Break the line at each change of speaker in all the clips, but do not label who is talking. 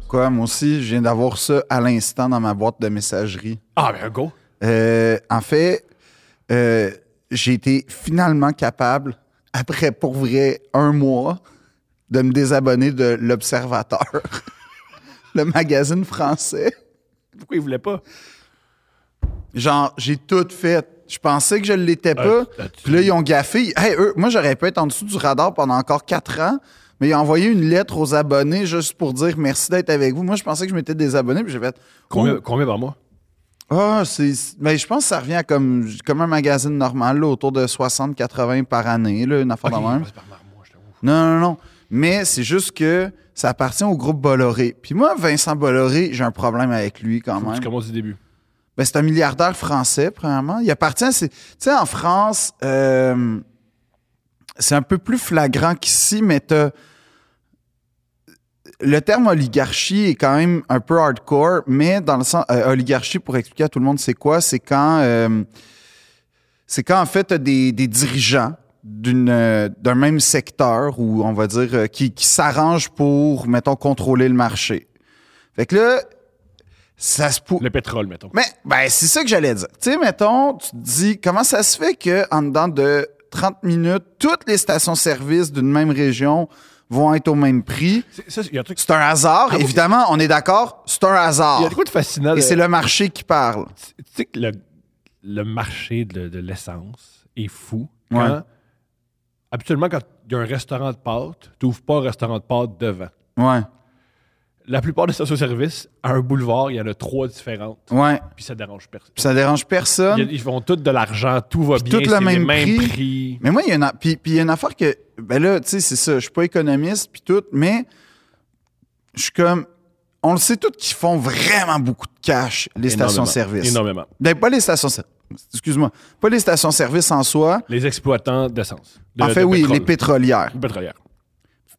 pourquoi. Moi aussi, je viens d'avoir ça à l'instant dans ma boîte de messagerie.
Ah, ben, go.
Euh, en fait, euh, j'ai été finalement capable, après pour vrai un mois, de me désabonner de l'Observateur, le magazine français.
Pourquoi il voulait pas?
Genre, j'ai tout fait. Je pensais que je l'étais pas.
Ah, tu-
Puis là, ils ont gaffé. Hey, eux, moi, j'aurais pu être en dessous du radar pendant encore quatre ans, mais ils ont envoyé une lettre aux abonnés juste pour dire merci d'être avec vous. Moi, je pensais que je m'étais désabonné, puis j'ai fait.
Combien, combien par mois?
Ah, c'est. Mais je pense que ça revient à comme, comme un magazine normal, là, autour de 60-80 par année, là, une affaire de même.
Ok, par mois, je t'avoue.
Non, non, non. Mais c'est juste que ça appartient au groupe Bolloré. Puis moi, Vincent Bolloré, j'ai un problème avec lui quand
Faut que
même.
Tu commences du début.
Ben, c'est un milliardaire français, premièrement. Il appartient. à ces- Tu sais, en France, euh, c'est un peu plus flagrant qu'ici, mais t'as. Le terme oligarchie est quand même un peu hardcore, mais dans le sens. euh, oligarchie, pour expliquer à tout le monde, c'est quoi? C'est quand. euh, c'est quand, en fait, t'as des, des dirigeants d'une euh, d'un même secteur ou on va dire euh, qui, qui s'arrangent pour mettons contrôler le marché. Fait que là ça se peut
Le pétrole, mettons.
mais ben, c'est ça que j'allais dire. Tu sais, mettons, tu te dis, comment ça se fait que en dedans de 30 minutes, toutes les stations-service d'une même région vont être au même prix?
C'est- Ça, il y a un truc.
C'est un hasard.
Ah oui.
Évidemment, on est d'accord, c'est un
Il y
hasard.
a euh, de quoi de fascinant.
Ah. Et
de-
c'est le marché qui parle.
Tu sais que le, le marché de, de l'essence est fou.
Ouais.
Quand, Habituellement, quand il y a un restaurant de pâtes, tu n'ouvres pas un restaurant de pâtes devant.
Ouais,
La plupart des stations-service, à un boulevard, il y en a trois différentes,
ouais.
puis ça dérange personne.
Puis ça dérange personne.
Ils, ils font tous de l'argent, tout va bien,
tout le
c'est les
même
mêmes prix.
prix. Mais moi, il y a une, a- puis, puis il y a une affaire que, ben là, tu sais, c'est ça, je suis pas économiste, puis tout, mais je suis comme, on le sait tous qu'ils font vraiment beaucoup de cash, les
Énormément,
stations-service.
Énormément.
Ben, pas les stations excuse-moi, pas les stations-service en soi.
Les exploitants d'essence. de-
en fait,
de
oui,
pétrole.
les pétrolières.
Ou pétrolières.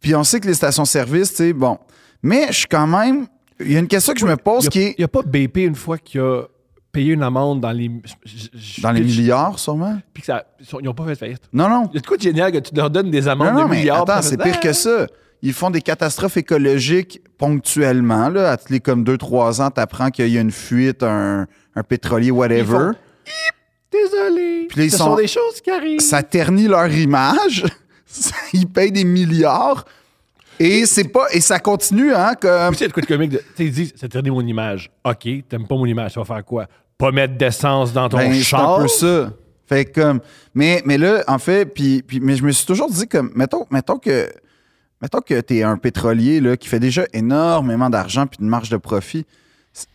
Puis on sait que les stations-service, tu sais, bon. Mais je suis quand même. Il y a une question que je me pose qui
Il
est.
n'y a pas BP une fois qu'il a payé une amende dans les. je- je-
Dans les
je-
milliards, sûrement?
Puis que ça, ils sont- ils n'ont pas fait de faillite.
Non, non.
Il y a de quoi de génial que tu leur donnes des amendes
Non, non,
de
mais
milliards.
attends,
puis
c'est
ça fait,
pire que
Ah,
ça. Ils font des catastrophes écologiques ponctuellement. Là, à tous les comme 2-3 ans, t'apprends qu'il y a une fuite, un, un pétrolier, whatever.
font- Ah, Désolé.
Puis là, ils
Ce
sont-
sont des choses qui arrivent.
Ça ternit leur image. Ils payent des milliards. Et c'est pas. Et ça continue, hein,
Puis
comme.
tu sais, il y a de quoi de comique. de- Tu sais, ils disent, c'est terminé mon image. OK, t'aimes pas mon image, tu vas faire quoi? Pas mettre d'essence dans ton
Ben, c'est
char.
un peu ça. Fait que comme mais mais là en fait puis, puis mais je me suis toujours dit comme mettons mettons que mettons que tu es un pétrolier là qui fait déjà énormément d'argent puis de marge de profit. C'est-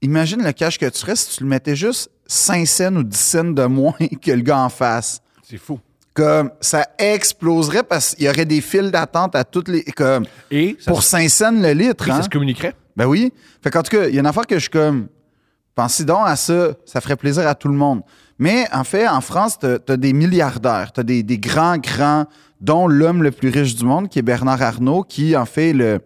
Imagine le cash que tu ferais si tu le mettais juste 5 cents ou 10 cents de moins que le gars en face.
C'est fou.
Comme ça exploserait parce qu'il y aurait des files d'attente à toutes les comme
Et ça,
pour 5 cents le litre.
et ça
hein.
se communiquerait.
Ben oui. Fait qu'en tout cas, il y a une affaire que je suis comme. Pensez donc à ça, ça ferait plaisir à tout le monde. Mais en fait, en France, t'as as des milliardaires, t'as des, des grands, grands, dont l'homme le plus riche du monde, qui est Bernard Arnault, qui en fait est le,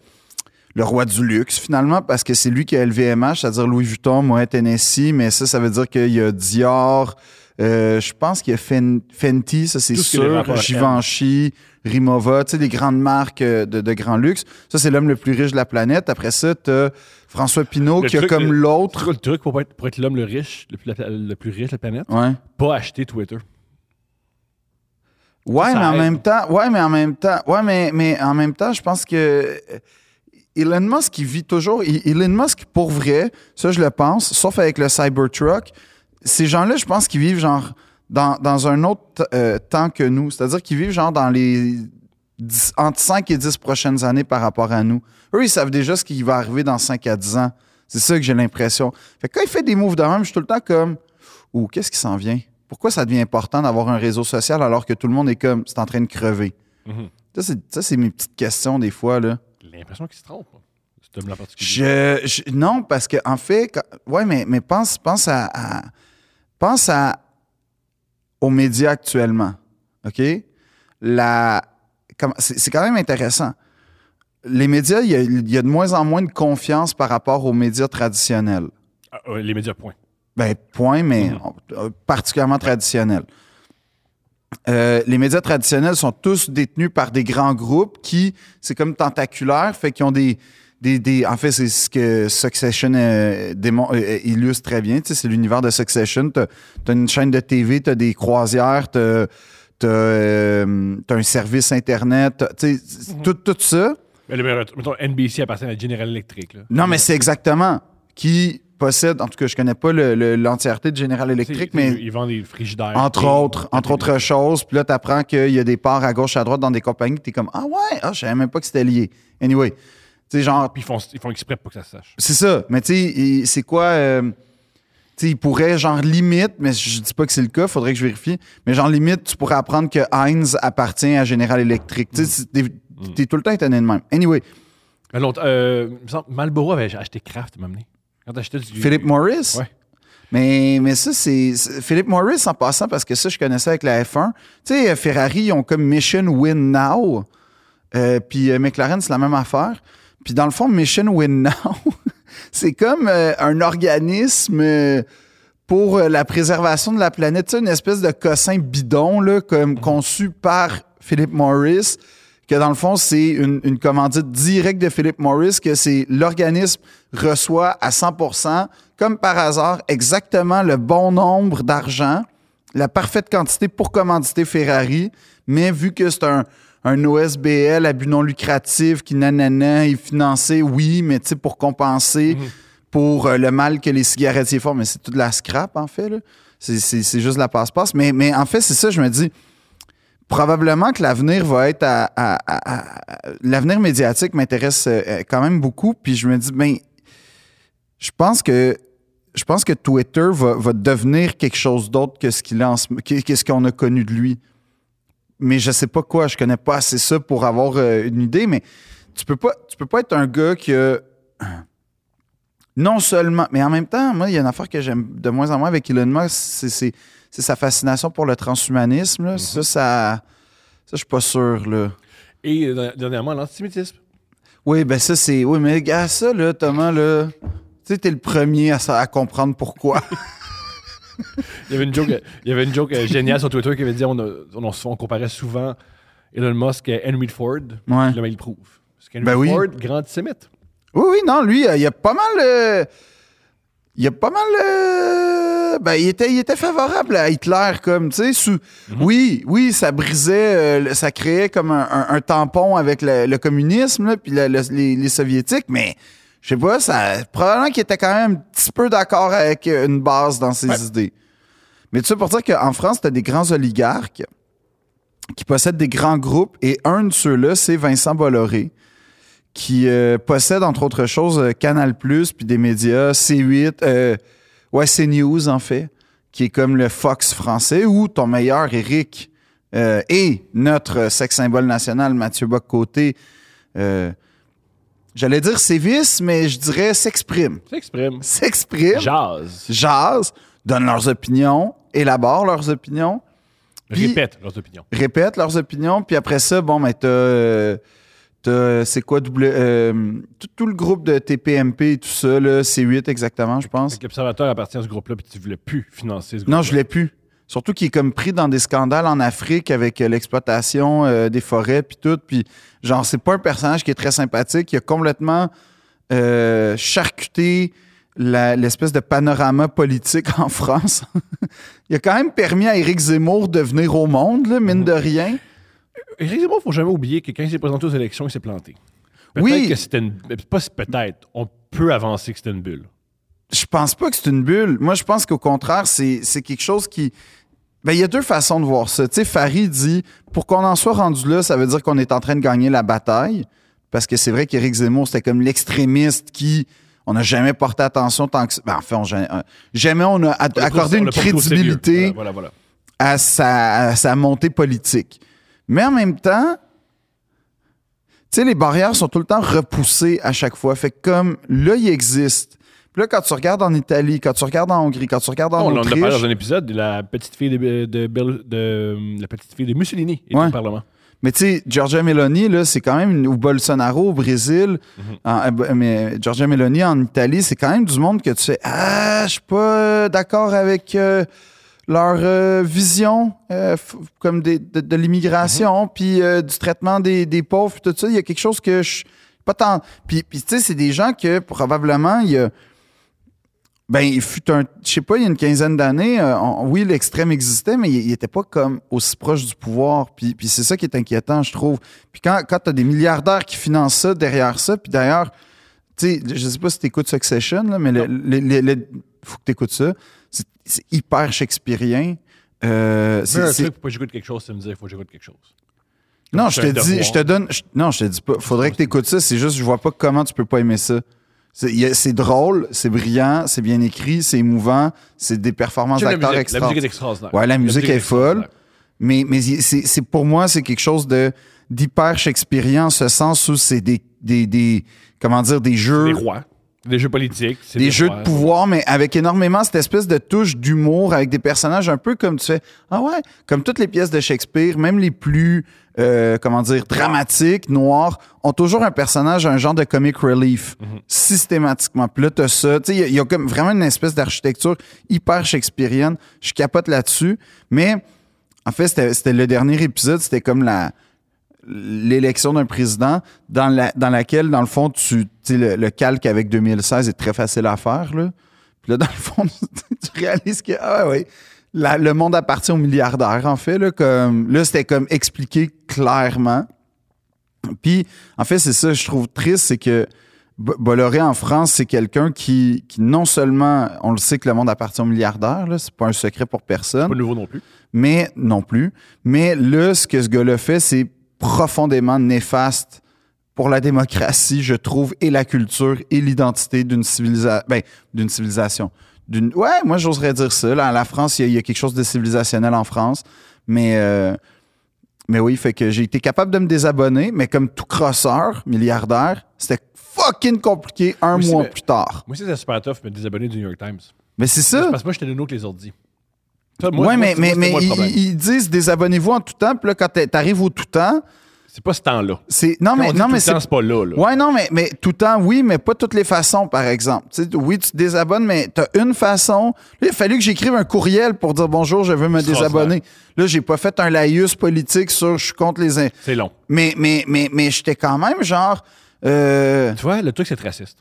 le roi du luxe finalement, parce que c'est lui qui a LVMH, c'est-à-dire Louis Vuitton, Moët Tennessee, mais ça, ça veut dire qu'il y a Dior, euh, je pense qu'il y a Fen- Fenty, ça c'est
Tout ce qui est les
sûr,
rapports à
Givenchy, Rimova, tu sais, des grandes marques euh, de, de grand luxe. Ça, c'est l'homme le plus riche de la planète. Après ça, t'as François Pinault
Le
qui a
truc
comme
de-
l'autre.
Trop le truc pour être, pour être l'homme le riche, le plus, le plus riche de la planète,
Ouais.
pas acheter Twitter.
Ouais,
Ça
mais en
aide.
même temps, ouais, mais en même temps, ouais, mais, mais en même temps, je pense que euh, Elon Musk, il vit toujours. I- Elon Musk, pour vrai, ça, je le pense, sauf avec le Cybertruck, ces gens-là, je pense qu'ils vivent genre dans, dans un autre euh, temps que nous. C'est-à-dire qu'ils vivent genre dans les. dix- entre 5 et 10 prochaines années par rapport à nous. Eux, ils savent déjà ce qui va arriver dans 5 à 10 ans. C'est ça que j'ai l'impression. Fait que quand il fait des moves de même, je suis tout le temps comme ou qu'est-ce qui s'en vient? Pourquoi ça devient important d'avoir un réseau social alors que tout le monde est comme, c'est en train de crever?
Mhm.
Ça, c'est- Ça, c'est mes petites questions des fois. Là.
J'ai l'impression qu'il se trompe. hein, Cet homme-là en particulier.
Je, je- non, parce que en fait, quand- ouais, mais, mais pense, pense à, à- pense à aux médias actuellement. OK? La, comme- c'est c'est quand même intéressant. Les médias, il y, a, il y a de moins en moins de confiance par rapport aux médias traditionnels.
Ah, ouais, les médias, point.
Ben, point, mais
Mhm.
euh, particulièrement traditionnel. Euh, les médias traditionnels sont tous détenus par des grands groupes qui, c'est comme tentaculaire, fait qu'ils ont des, des, des- en fait, c'est ce que Succession euh, démon- euh, illustre très bien. Tu sais, C'est l'univers de Succession. T'as as une chaîne de TV, t'as des croisières, t'as t'as, euh, t'as un service Internet. t'as- tu sais, c'est- tout, tout ça.
Mais le meilleur- mettons, NBC appartient à General Electric. Là.
Non, mais c'est exactement qui possède, en tout cas, je connais pas le- le- l'entièreté de General Electric,
Tu sais,
mais
Ils vendent des frigidaires.
entre
Et-
autres, entre autres choses. Puis là, tu apprends qu'il y a des parts à gauche, à droite dans des compagnies. Tu es comme, ah ouais, ah, je savais même pas que c'était lié. Anyway, tu sais, genre,
Puis ils font, ils font exprès pour que ça se sache.
c'est ça. Mais tu sais, il- c'est quoi. euh, tu sais, il pourrait, genre, limite, mais je dis pas que c'est le cas, faudrait que je vérifie. Mais genre, limite, tu pourrais apprendre que Heinz appartient à General Electric. Tu sais, c'est- t'es- t'es tout le temps étonné de même. Anyway,
Mais l'autre, euh, il me semble, Marlboro avait acheté Kraft, m'a amené. Quand t'achetais du.
Philip Morris.
Ouais.
Mais, mais ça, c'est. c'est- Philip Morris, en passant, parce que ça, je connaissais avec la F1. Tu sais, euh, Ferrari, ils ont comme Mission Win Now. Euh, puis euh, McLaren, c'est la même affaire. Puis dans le fond, Mission Win Now, c'est comme euh, un organisme euh, pour euh, la préservation de la planète. Tu sais, une espèce de cossin bidon, là, comme conçu par Philip Morris, que dans le fond, c'est une, une commandite directe de Philip Morris, que c'est l'organisme reçoit à 100 comme par hasard, exactement le bon nombre d'argent la parfaite quantité pour commanditer Ferrari, mais vu que c'est un, un OSBL à but non lucratif qui nanana est financé, oui, mais tu sais, pour compenser pour euh, le mal que les cigarettiers font, mais c'est toute la scrap en fait, là. C'est- c'est c'est juste la passe-passe. Mais, mais en fait, c'est ça, je me dis, probablement que l'avenir va être à, à- à- à- à- l'avenir médiatique m'intéresse euh, euh, quand même beaucoup puis je me dis ben je pense que je pense que Twitter va, va devenir quelque chose d'autre que ce qu'il est en ce- qu'est- qu'est-ce qu'on a connu de lui mais je sais pas quoi je connais pas assez ça pour avoir euh, une idée mais tu peux pas tu peux pas être un gars qui a- non seulement mais en même temps moi il y a une affaire que j'aime de moins en moins avec Elon Musk c'est- c'est c'est sa fascination pour le transhumanisme là. ça ça ça, je suis pas sûr, là.
Et euh, der- dernièrement, l'antisémitisme.
Oui, ben ça, c'est. Oui, mais gars, ça, là, Thomas, là. Tu sais, t'es le premier à, sa- à comprendre pourquoi.
Il y avait une joke, euh, il y avait une joke euh, géniale sur Twitter qui avait dit on, a- on, on se- on comparait souvent Elon Musk à Henry Ford.
Ouais.
Puis Là, ben, il le prouve. Parce qu'Henry
Ben oui.
Ford, grand antisémite.
oui, oui, non, lui, euh, il y a pas mal. euh, il y a pas mal. euh, ben, il était, il était favorable à Hitler, comme, tu sais. sous- Oui, oui, ça brisait. euh, le- ça créait comme un, un- un tampon avec le, le communisme, là, puis la- le- les, les Soviétiques, mais. Je sais pas, ça. Probablement qu'il était quand même un petit peu d'accord avec euh, une base dans ses idées. Mais tu sais, pour dire qu'en France, t'as des grands oligarques qui possèdent des grands groupes et un de ceux-là, c'est Vincent Bolloré, qui euh, possède entre autres choses euh, Canal Plus puis des médias C8, euh, ouais CNews en fait, qui est comme le Fox français ou ton meilleur Eric euh, et notre euh, sex symbole national Mathieu Bock-Côté. euh, J'allais dire sévice, mais je dirais s'exprime.
Ça exprime.
S'exprime
Jazz.
jasent, donnent leurs opinions, élaborent leurs opinions, Puis-
Répète leurs opinions.
répètent leurs opinions, puis après ça, bon, mais t'as. euh, t'as- c'est quoi double, euh, tout, tout le groupe de TPMP et tout ça, là, C8 exactement, je pense.
Fait que L'observateur appartient à ce groupe-là, puis tu voulais plus financer ce groupe.
Non, je l'ai plus. Surtout qu'il est comme pris dans des scandales en Afrique avec euh, l'exploitation euh, des forêts puis tout. Puis genre, c'est pas un personnage qui est très sympathique. Il a complètement euh, charcuté la- l'espèce de panorama politique en France. il a quand même permis à Éric Zemmour de venir au monde, là, mine de rien.
Éric Zemmour, faut jamais oublier que quand il s'est présenté aux élections, il s'est planté. Peut-être
Oui.
que c'était une. mais Pas si peut-être. On peut avancer que c'était une bulle.
Je pense pas que c'est une bulle. Moi, je pense qu'au contraire, c'est c'est quelque chose qui. Ben, il y a deux façons de voir ça. Tu sais, Farid dit pour qu'on en soit rendu là, ça veut dire qu'on est en train de gagner la bataille. Parce que c'est vrai qu'Éric Zemmour, c'était comme l'extrémiste qui. On n'a jamais porté attention tant que. Ben, enfin, on, ja- jamais on a
On
ad-
l'a
accordé
pris- on
une
l'a pas pris au sérieux.
crédibilité
Voilà, voilà. voilà.
à sa, à sa montée politique. Mais en même temps, tu sais, les barrières sont tout le temps repoussées à chaque fois. Fait que comme là, il existe. Puis là, quand tu regardes en Italie, quand tu regardes en Hongrie, quand tu regardes en
on en a parlé dans
Autriche,
un épisode de la petite fille de, de, Bel- de- la petite fille de Mussolini et
Ouais.
du Parlement.
mais tu sais, Giorgia Meloni, là, c'est quand même, une- ou Bolsonaro au Brésil, en- euh, mais Giorgia Meloni en Italie, c'est quand même du monde que tu fais, ah, je suis pas d'accord avec euh, leur euh, vision euh, f- comme des- de, de l'immigration, puis euh, du traitement des, des pauvres, puis tout ça. Il y a quelque chose que je Pas tant. Puis, puis tu sais, c'est des gens que probablement, il y a. Ben, il fut un. Je sais pas, il y a une quinzaine d'années, euh, on- oui, l'extrême existait, mais il n'était pas comme aussi proche du pouvoir. Puis, puis c'est ça qui est inquiétant, je trouve. Puis quand, quand tu as des milliardaires qui financent ça derrière ça, puis d'ailleurs, tu sais, je sais pas si tu écoutes Succession, là, mais le, le- le- le- faut que tu écoutes ça. C'est c'est hyper shakespearien. Euh, c'est-
C'est un
c'est-
truc pour que j'écoute quelque chose, tu me dis, il faut que j'écoute quelque chose.
non,
Comme
je te
c'est un
dis,
devoir.
je te donne. je- non, je te dis pas. Faudrait que tu écoutes ça. C'est juste, je vois pas comment tu peux pas aimer ça. C'est il y a- c'est drôle, c'est brillant, c'est bien écrit, c'est émouvant, c'est des performances
J'aime la
d'acteurs
musique. La musique est
extraordinaires.
extraordinaire.
Ouais, la musique est folle.
extraordinaire.
Mais, mais il- c'est c'est- pour moi, c'est quelque chose de d'hyper shakespearien en ce sens où c'est des, des, des- Comment dire, des jeux.
Des rois, des jeux politiques, c'est
des jeux
rois.
de pouvoir, mais avec énormément cette espèce de touche d'humour, avec des personnages un peu comme tu fais, ah ouais, comme toutes les pièces de Shakespeare, même les plus, euh, comment dire, dramatiques, noires, ont toujours un personnage, un genre de comic relief, systématiquement. Puis là, t'as ça, tu sais, il y a- il y, a comme vraiment une espèce d'architecture hyper shakespearienne. Je capote là-dessus, mais en fait, c'était c'était le dernier épisode, c'était comme la l'élection d'un président dans, la, dans laquelle, dans le fond, tu, tu sais, le, le calque avec 2016 est très facile à faire. Là. Puis là, dans le fond, tu réalises que ah ouais, la- le monde appartient aux milliardaires, en fait. Là, comme, là c'était comme expliqué clairement. Puis, en fait, c'est ça, que je trouve triste, c'est que B- Bolloré en France, c'est quelqu'un qui, qui, non seulement, on le sait que le monde appartient aux milliardaires, là, c'est pas un secret pour personne,
Pas nouveau non plus.
mais non plus. Mais là, ce que ce gars-là fait, c'est profondément néfaste pour la démocratie, je trouve, et la culture et l'identité d'une civilisation. Ben, d'une civilisation. D'une... Ouais, moi, j'oserais dire ça. Là, la France, il y, a- il y a quelque chose de civilisationnel en France. Mais, euh, mais oui, fait que j'ai été capable de me désabonner, mais comme tout crosseur, milliardaire, c'était fucking compliqué un
Oui, c'est
mois
vrai.
plus tard.
Moi aussi, c'est super tough, mais désabonner du New York Times.
Mais c'est ça.
Parce que moi, j'étais nono que les ordi. Toi,
Oui,
moi- moi,
Ah.
c'est-
mais,
moi,
mais,
c'est
mais
moi le
ils,
problème.
ils disent désabonnez-vous en tout temps. Puis là, quand t'a- t'arrives au tout temps,
C'est pas ce temps-là.
C'est non
Quand on
mais
dit
non
tout
mais
le
c'est
temps, c'est pas là. là.
ouais non mais mais tout le temps oui mais pas toutes les façons par exemple. Tu sais, oui tu te désabonnes mais t'as une façon. Là, il a fallu que j'écrive un courriel pour dire bonjour je veux me
Extraordinaire.
désabonner. Là j'ai pas fait un laïus politique sur je suis contre les in-
C'est long.
mais mais mais mais j'étais quand même genre euh,
Tu vois, le truc, c'est être raciste.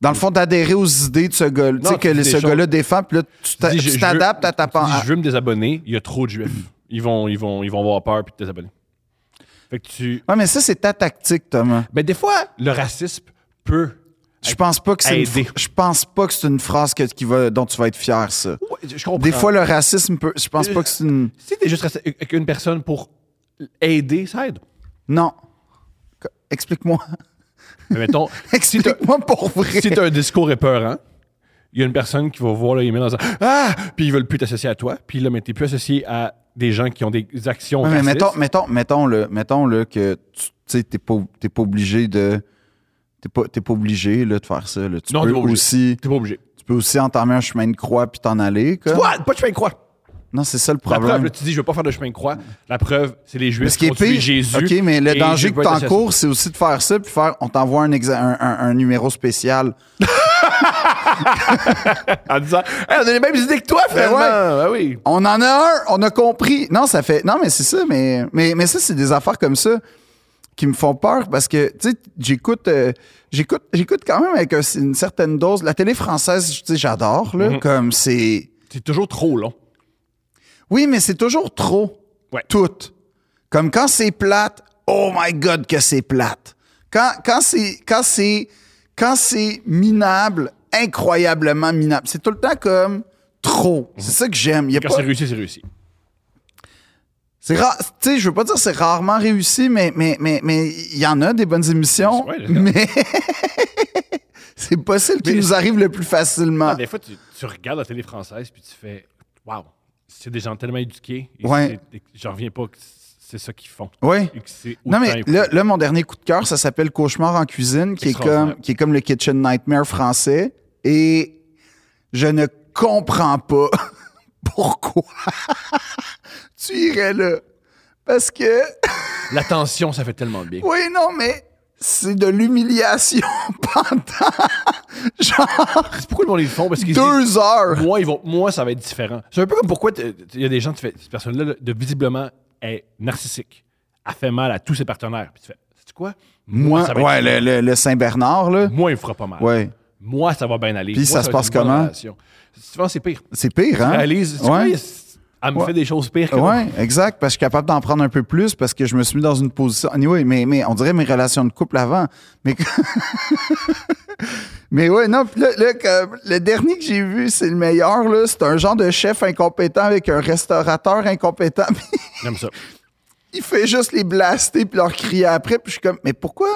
dans le fond d'adhérer aux idées de ce gars tu sais
tu
que
dis des
ce
choses.
gars-là défend puis là tu t'a-
dis, je-
tu
je
t'adaptes à ta
Tu dis,
pensée.
je veux me désabonner, il y a trop de juifs. Ils vont, ils vont, ils vont avoir peur puis te désabonner. Fait que tu.
Ouais mais ça c'est ta tactique Thomas.
Mais des fois, le racisme peut.
Je pense pas que c'est une
Aider.
ph- je pense pas que c'est une phrase que, qui va dont tu vas être fier ça.
Ouais, je comprends.
Des fois, le racisme peut. Je pense pas que c'est une.
si t'es juste raciste avec une personne pour aider, ça aide.
Non. Qu- Explique-moi.
Mais mettons, si t'as-
Explique-moi pour vrai.
si t'as un discours épeurant, il y a une personne qui va voir l'email en disant Ah Puis ils veulent plus t'associer à toi. Puis là, mais t'es plus associé à des gens qui ont des actions.
Ouais, mais
racistes.
mettons, mettons, mettons, le, mettons le, que tu sais, t'es pas, t'es pas obligé de. T'es pas, t'es pas obligé là, de faire ça. là. Tu,
Non,
peux
t'es pas obligé.
aussi,
T'es pas obligé.
tu peux aussi entamer un chemin de croix puis t'en aller. quoi.
Quoi Pas de chemin de croix.
Non, c'est ça le
La preuve,
problème.
là, tu dis, je veux pas faire de chemin de croix. La preuve, c'est les
Mais
Juifs
ce qui
qui
est
ont tué
pire,
Jésus.
OK, mais le
et
danger
je
que
veux
tu
pas être
encours, c'est aussi de faire ça, puis faire, on t'envoie un, exa- un, un- un numéro spécial.
En disant, Hey, on a les mêmes idées que toi, finalement. Ah oui.
On en a un, on a compris. Non, ça fait. Non, mais c'est ça, mais, mais, mais ça, c'est des affaires comme ça qui me font peur parce que, tu sais, j'écoute, euh, j'écoute, j'écoute quand même avec un- une certaine dose. La télé française, tu sais, j'adore,
Mhm.
là. Comme c'est.
C'est toujours trop long.
Oui, mais c'est toujours trop.
Ouais.
Tout. Comme quand c'est plate, oh my God que c'est plate. Quand, quand c'est quand c'est quand c'est minable, incroyablement minable. C'est tout le temps comme trop. C'est ça que j'aime. Il y a
Quand
pas-
c'est réussi, c'est réussi.
C'est rare, tu sais, je veux pas dire que c'est rarement réussi, mais mais mais mais il y en a des bonnes émissions,
Ouais, d'accord.
mais c'est pas celle qui
Mais-
nous arrive le plus facilement.
Des fois, tu, tu regardes la télé française puis tu fais, waouh, c'est des gens tellement éduqués. Et
Ouais.
c'est- et J'en reviens pas que c'est ça qu'ils font.
Oui.
Et que c'est
Non mais
autant-
là, là, mon dernier coup de cœur, ça s'appelle Cauchemar en cuisine, qui est
Extraordinaire.
comme qui est comme le kitchen nightmare français, et je ne comprends pas pourquoi tu irais là, parce que
L'attention, ça fait tellement bien.
Oui, non, mais c'est de l'humiliation pendant genre
C'est pourquoi le monde ils le font parce qu'ils se disent,
deux heures.
moi, ils vont, moi, ça va être différent. C'est un peu comme pourquoi t'es- il y a des gens, tu fais, cette personne-là, là, de visiblement, est narcissique. Elle fait mal à tous ses partenaires. Puis tu fais, sais quoi?
Moi,
ça va
ouais,
être-
le, le- le Saint-Bernard, là.
Moi, il me fera pas mal.
Ouais.
Moi, ça va bien aller.
Puis
Moi,
ça
va
se
être
passe
une bonne
comment?
relation. Souvent, c'est pire.
C'est pire, hein?
Réalise, tu
Ouais.
vois, elle me
Ouais.
fait des choses pires que moi.
Oui, exact, parce que je suis capable d'en prendre un peu plus parce que je me suis mis dans une position. Anyway, mais, mais on dirait mes relations de couple avant. Mais, mais ouais, non, pis là, là, comme le dernier que j'ai vu, c'est le meilleur, là. C'est un genre de chef incompétent avec un restaurateur incompétent. Puis
J'aime ça.
il fait juste les blaster puis leur crier après. Puis je suis comme, mais pourquoi,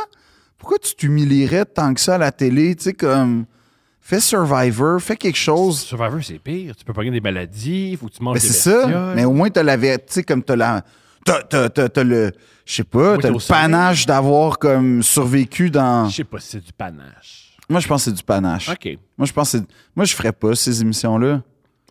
pourquoi tu t'humilierais tant que ça à la télé? Tu sais, comme, fais Survivor, fais quelque chose.
Survivor, c'est pire. Tu peux pas gagner des maladies, il faut que tu manges
Mais
des
Ben, c'est ça.
bestioles.
Mais au moins, t'as la vérité, tu sais, comme t'as la. T'as, t'as- t'as- t'as le. Je sais pas,
Oui,
t'as
t'es
le
au soleil.
panache d'avoir comme survécu dans.
Je sais pas si c'est du panache.
Moi, je pense que c'est du panache.
OK.
Moi, je pense que c'est. Moi, je ferais pas ces émissions-là.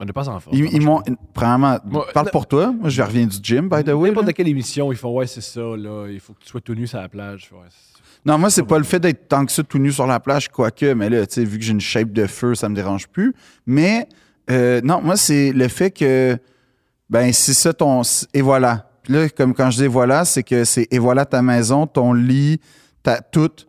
On ne pas en forme.
Ils, ils m'ont. Premièrement,
Moi,
parle
non.
pour toi. Moi, je reviens du gym, by the way.
N'importe
là.
quelle émission, ils font Ouais, c'est ça, là. Il faut que tu sois tout nu sur la plage. Ouais, c'est-
Non, moi, c'est pas le fait d'être tant que ça tout nu sur la plage, quoique, mais là, tu sais, vu que j'ai une shape de feu, ça me dérange plus. Mais euh, non, moi, c'est le fait que, ben, c'est ça ton. Et voilà. Puis là, comme quand je dis voilà, c'est que c'est et voilà ta maison, ton lit, ta toute.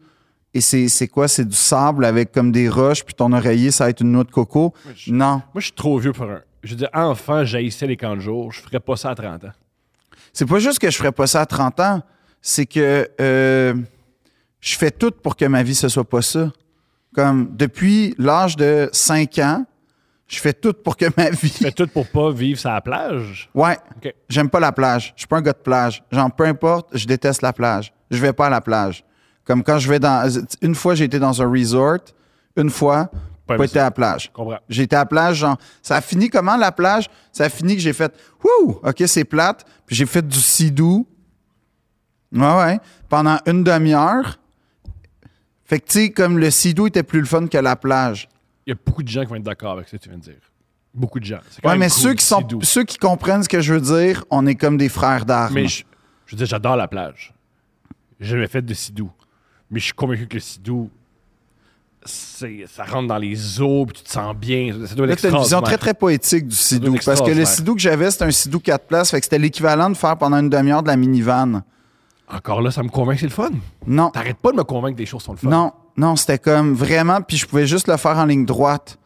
Et c'est c'est quoi? C'est du sable avec comme des roches, puis ton oreiller, ça va être une noix de coco.
je-
Non.
Moi, je suis trop vieux pour un. Je veux dire, enfant, j'haïssais les camps de jour. Je ferais pas ça à 30 ans.
C'est pas juste que je ferais pas ça à 30 ans, c'est que euh, je fais tout pour que ma vie ce soit pas ça. Comme depuis l'âge de 5 ans, je fais tout pour que ma vie.
Je fais tout pour pas vivre sur la plage.
Ouais,
OK.
j'aime pas la plage. Je suis pas un gars de plage. Genre, peu importe, je déteste la plage. Je vais pas à la plage. Comme quand je vais dans. Une fois, j'ai été dans un resort. Une fois,
Pas
pas
aimé
été à la plage.
Comprends.
J'étais à la plage, genre, ça a fini comment la plage? Ça a fini que j'ai fait, wouh, ok, c'est plate. Puis j'ai fait du sidou. Ouais, ouais. Pendant une demi-heure. Fait que, tu sais, comme le sidou était plus le fun que la plage.
Il y a beaucoup de gens qui vont être d'accord avec ce que tu viens de dire. Beaucoup de gens. C'est quand
Ouais,
même
mais
cool,
ceux qui,
c'est
sont,
doux.
ceux qui comprennent ce que je veux dire, on est comme des frères d'armes.
Mais je, je veux dire, j'adore la plage. J'ai jamais fait de sidou. Mais je suis convaincu que le sidou, c'est- ça rentre dans les eaux, puis tu te sens bien. Ça doit être
Là, t'as une vision
extraordinaire.
très, très poétique du sidou.
être
Parce que le
extraordinaire.
sidou que j'avais, c'était un sidou 4 places. Fait que c'était l'équivalent de faire pendant une demi-heure de la minivan.
Encore là, ça me convainc que c'est le fun.
Non.
T'arrêtes pas de me convaincre que des choses sont le fun.
Non, non, c'était comme vraiment, puis je pouvais juste le faire en ligne droite.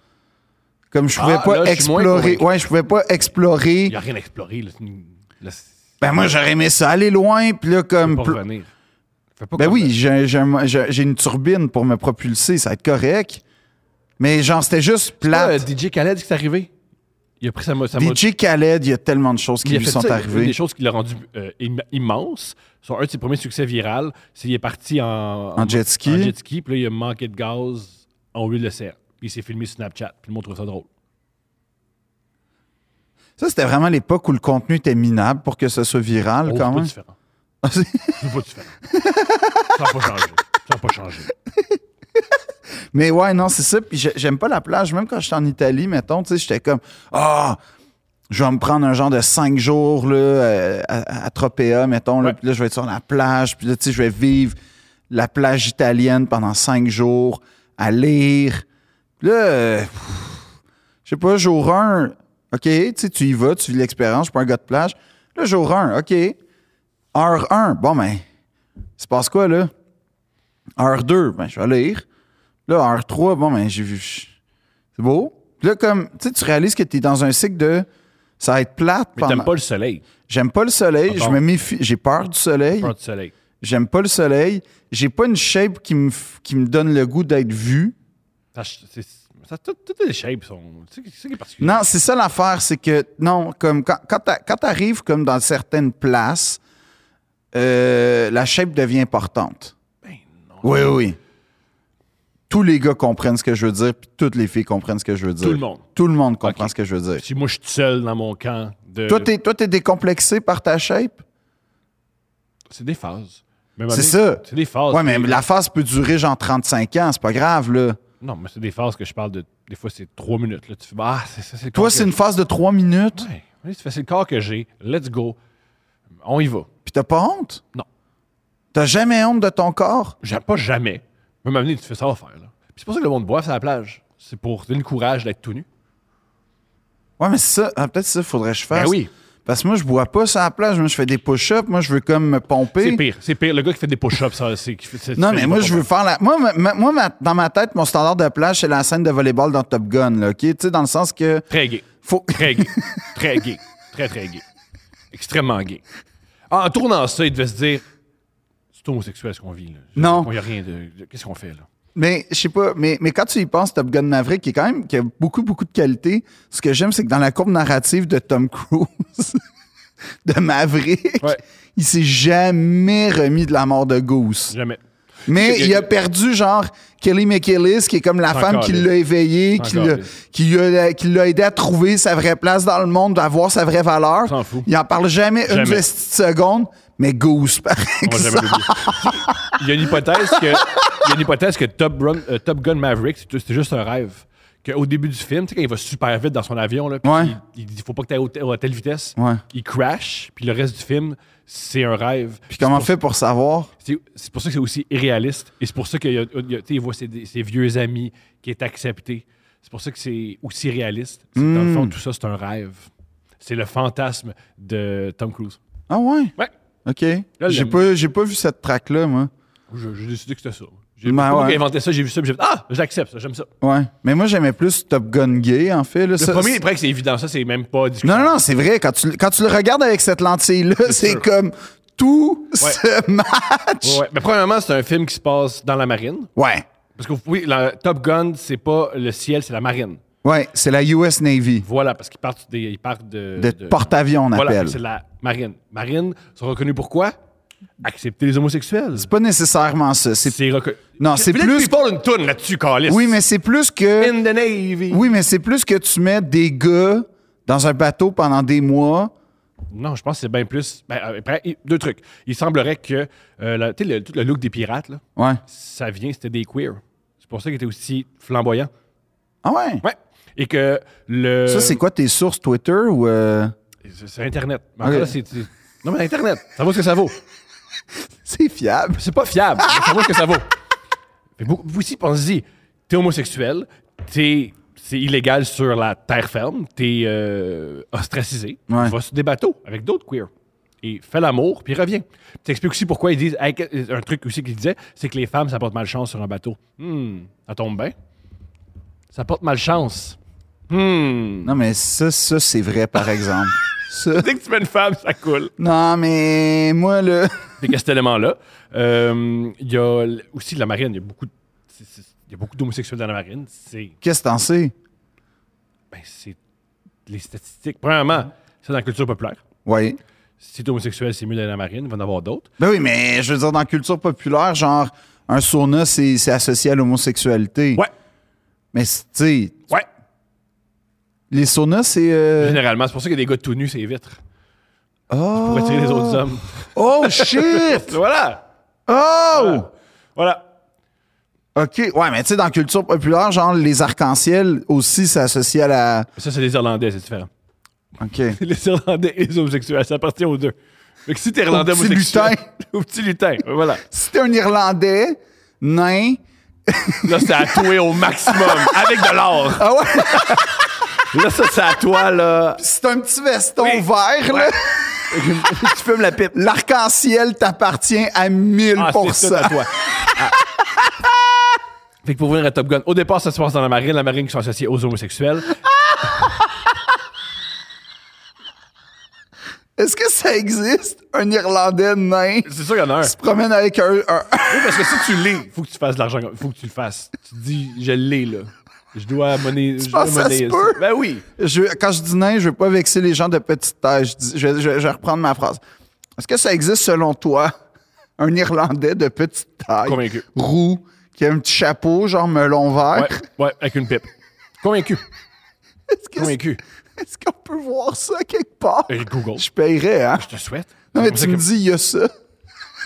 Comme je pouvais
Ah,
pas
là, je suis moins
explorer.
convaincu.
Ouais, je pouvais pas
Il
explorer.
n'y a rien à explorer. là. C'est une- là, c'est-
Ben moi, j'aurais aimé ça aller loin, puis là,
Faut
comme.
pas
pl-
revenir. Fais pas
Ben
comme-
oui, j'ai- j'ai un- j'ai j'ai une turbine pour me propulser, ça va être correct. Mais genre, c'était juste
Ah,
plate.
DJ Khaled, ce qui est arrivé, il a pris sa, mo- sa moto.
DJ Khaled, il y a tellement de choses qui
Il a
lui
fait
sont
ça, Une
arrivées.
des choses qui l'a rendu euh, im- immense, son, un de ses premiers succès virals, c'est qu'il est parti en,
En jet ski.
En jet ski, puis là, il a manqué de gaz en milieu de l'océan. Puis il s'est filmé sur Snapchat, puis le monde trouve ça
Ah,
drôle. Oh,
Ça, c'était vraiment l'époque où le contenu était minable pour que ce soit viral,
Oh, c'est
quand
pas
même.
différent. C'est pas différent. ça n'a pas changé. Ça n'a pas changé.
Mais ouais, non, c'est ça. Puis j'ai- j'aime pas la plage. Même quand j'étais en Italie, mettons, tu sais, j'étais comme Ah, je vais me prendre un genre de cinq jours là, euh, à, à Tropea, mettons. Là,
Ouais.
Puis là, je vais être sur la plage. Puis là, tu sais, je vais vivre la plage italienne pendant cinq jours à lire. Puis là, euh, pff, je sais pas, jour 1, OK, tu sais, tu y vas, tu vis l'expérience. Je suis pas un gars de plage. Là, jour 1, OK. Heure 1, bon, ben, se passe quoi, là? Heure 2, ben, je vais lire. Là, heure 3, bon, ben, j'ai vu. C'est beau. Puis là, comme, tu sais, tu réalises que tu es dans un cycle de. Ça va être plate.
Mais
pendant-
t'aimes pas le soleil.
J'aime pas le soleil.
Ah
Je
bon?
me méfie. J'ai peur du soleil.
Prends du soleil.
J'aime pas le soleil. J'ai pas une shape qui me, f- qui me donne le goût d'être vu.
Ça, c'est- ça- tout- Toutes les shapes sont. C'est c'est ça qui est particulier.
Non, c'est ça l'affaire, c'est que non, comme quand, quand t'a- quand t'arrives comme dans certaines places, euh, la shape devient importante.
Ben, non.
Oui, oui, oui. Tous les gars comprennent ce que je veux dire, puis toutes les filles comprennent ce que je veux dire.
Tout le monde. Euh,
Tout le monde comprend ce que je veux dire.
Si moi, je suis tout seul dans mon camp. De...
Toi, t'es, toi, t'es décomplexé par ta shape?
C'est des phases. Mais maintenant,
C'est ça.
Oh, C'est des phases.
ouais, mais la phase peut durer genre 35 ans, c'est pas grave, là.
Non, mais c'est des phases que je parle de. Des fois, c'est trois minutes. Là. Tu fais, ah, c'est ça, c'est le
Toi,
corps
c'est
que-
une phase de 3 minutes,
Ouais, oui, c'est le corps que j'ai. Let's go. On y va.
puis t'as pas honte?
Non.
T'as jamais honte de ton corps?
J'aime pas jamais. Mais m'amener, tu fais ça, on va faire. Là. Puis c'est pour ça que le monde boit sur la plage. C'est pour donner le courage d'être tout nu.
Ouais, mais c'est ça, ah, hein, peut-être ça, faudrait que je fasse.
Ben oui.
Parce que moi, je bois pas sur la plage. Moi, je fais des push-ups. Moi, je veux comme me pomper.
C'est pire, c'est pire. Le gars qui fait des push-ups, ça, c'est. qui fait- c'est-
Non,
c'est-
mais moi, je veux faire la. Moi, ma- ma- moi ma- dans ma tête, mon standard de plage, c'est la scène de volleyball dans Top Gun, là, OK? Tu sais, dans le sens que.
Très gay.
Faut...
Très gay. très gay. Très, très gay. Extrêmement gay. En tournant ça, il devait se dire c'est homosexuel ce qu'on vit. Là.
Non.
Il n'y a rien de. de- Qu'est-ce qu'on fait, là
Mais je sais pas, mais, mais quand tu y penses, Top Gun Maverick, qui est quand même qui a beaucoup, beaucoup de qualité, ce que j'aime, c'est que dans la courbe narrative de Tom Cruise, de Maverick,
Ouais.
il s'est jamais remis de la mort de Goose.
Jamais.
Mais
Il y a-
il a perdu, genre, Kelly McKillis, qui est comme la
Sans
femme qui
calice.
l'a éveillé,
Sans
qui l'a,
calice.
qui, l'a- qui l'a aidé à trouver sa vraie place dans le monde, à voir sa vraie valeur.
S'en fout.
Il en parle jamais,
Jamais.
une petite seconde, mais Goose, par
On va
exemple.
jamais l'oublier. Il y a une hypothèse que, il y a une hypothèse que Top, Run- euh, Top Gun Maverick, c'était c'était juste un rêve. Qu'au début du film, tu sais, quand il va super vite dans son avion, là, puis
Ouais.
il, il dit faut pas que tu ailles à telle vitesse,
Ouais.
il crash, puis le reste du film, c'est un rêve.
Puis comment on fait pour savoir?
C'est c'est pour ça que c'est aussi irréaliste. Et c'est pour ça qu'il y a- il y a- tu sais, il voit ses, ses vieux amis qui est accepté. C'est pour ça que c'est aussi réaliste. C'est que Dans
Hmm.
le fond, tout ça, c'est un rêve. C'est le fantasme de Tom Cruise.
Ah ouais?
Ouais.
OK. J'ai
j'aime.
pas, j'ai pas vu cette track-là, moi.
Je- J'ai décidé que c'était ça. J'ai
Ben
pas
ouais.
inventé ça, j'ai vu ça, puis j'ai fait Ah, j'accepte ça, j'aime ça.
Ouais. Mais moi, j'aimais plus Top Gun Gay, en fait. là.
Le
Ça,
premier,
c'est-
après que c'est évident, ça, c'est même pas discutable.
Non, non, non, c'est vrai. Quand tu, le- quand tu le regardes avec cette lentille-là, c'est
sûr.
comme tout se match.
Ouais, ouais. Mais premièrement, c'est un film qui se passe dans la marine.
Ouais.
Parce que oui, la Top Gun, c'est pas le ciel, c'est la marine.
Ouais, c'est la US Navy.
Voilà, parce qu'ils partent, des, ils partent de.
De porte-avions, on
Voilà,
appelle.
c'est la marine. Marine sont reconnus pour quoi? Accepter les homosexuels.
C'est pas nécessairement ça. C'est-
C'est reconnu.
Non, c'est plus-
People une toune là-dessus, Carlis.
Oui, mais c'est plus que.
In the Navy.
Oui, mais c'est plus que tu mets des gars dans un bateau pendant des mois.
Non, je pense que c'est bien plus. ben, après, il- deux trucs. Il semblerait que. euh, la- tu sais, le- tout le look des pirates, là,
Ouais.
ça vient, c'était des queers. C'est pour ça qu'ils étaient aussi flamboyants.
Ah ouais?
Ouais. euh, Et que le.
Ça, c'est quoi tes sources Twitter ou. euh,
C'est c'est Internet. Mais
Ok.
encore là, c'est- c'est- Non, mais Internet, ça vaut ce que ça vaut.
C'est fiable.
C'est pas fiable, mais ça vaut ce que ça vaut. Mais vous, vous aussi, pensez-y. T'es homosexuel, t'es. C'est illégal sur la terre ferme, t'es euh, ostracisé,
Ouais.
tu vas sur des bateaux avec d'autres queers. Et fais l'amour, puis reviens. T'expliques aussi pourquoi ils disent. hey, que- euh, un truc aussi qu'ils disaient, c'est que les femmes, ça porte malchance sur un bateau. Hmm, ça tombe bien. Ça porte malchance. Hmm.
Non, mais ça, ça c'est vrai, par exemple. Ça.
Dès que tu mets une femme, ça coule.
Non, mais moi, là.
Fait que cet élément-là. Euh, Il y a l- aussi de la marine. Il y a beaucoup de- c'est- c'est- il y a beaucoup d'homosexuels dans la marine. C'est
Qu'est-ce que t'en sais?
ben, c'est les statistiques. Premièrement, c'est dans la culture populaire.
Oui.
Si t'es homosexuel, c'est mieux d'aller dans la marine. Il va en avoir d'autres.
Ben oui, mais je veux dire, dans la culture populaire, genre, un sauna, c'est c'est associé à l'homosexualité.
Ouais.
Mais, c'est- tu sais,
Ouais.
les saunas, c'est. euh,
Généralement, c'est pour ça qu'il y a des gars tout nus, c'est les vitres.
Oh!
Pour attirer les autres hommes.
Ah! Oh, shit!
Voilà.
Oh!
Voilà.
OK. Ouais, mais tu sais, dans la culture populaire, genre, les arcs-en-ciel aussi, c'est associé à la.
Ça, c'est les Irlandais, c'est différent.
OK.
Les Irlandais et les homosexuels, ça appartient aux deux. Fait que si t'es Irlandais
Au petit
homosexuel.
lutin.
au petit lutin. Voilà.
Si t'es un Irlandais, nain.
Là, c'est à toi au maximum. Avec de l'or.
Ah ouais?
Là, ça, c'est à toi, là.
C'est un petit veston vert, là.
tu fumes la pipe.
L'arc-en-ciel t'appartient à 1000
Ah, c'est tout à toi. Ah. Fait que pour venir à Top Gun, au départ, ça se passe dans la marine, la marine qui sont associée aux homosexuels.
Est-ce que ça existe, un Irlandais nain qui
C'est sûr qu'il y en a un.
se promène avec un... un-
Oui, parce que si tu l'es, faut que tu fasses de l'argent, faut que tu le fasses. Tu te dis, je l'ai, là. Je dois monnaie. je dois
penses que ça
monnaie-
se peut?
Ben oui.
Je, quand je dis nain, je veux pas vexer les gens de petite taille. Je, dis- je vais- je vais- je vais reprendre ma phrase. Est-ce que ça existe, selon toi, un Irlandais de petite taille,
Convaincu.
roux, qui a un petit chapeau, genre melon vert?
Ouais, ouais, avec une pipe. Convaincu.
Est-ce que-
Convaincu.
est-ce qu'on peut voir ça quelque part?
Et Google.
Je paierais, hein?
Je te souhaite.
Non, mais
C'est
tu
comme
me
ça
dis, il y a ça.
que-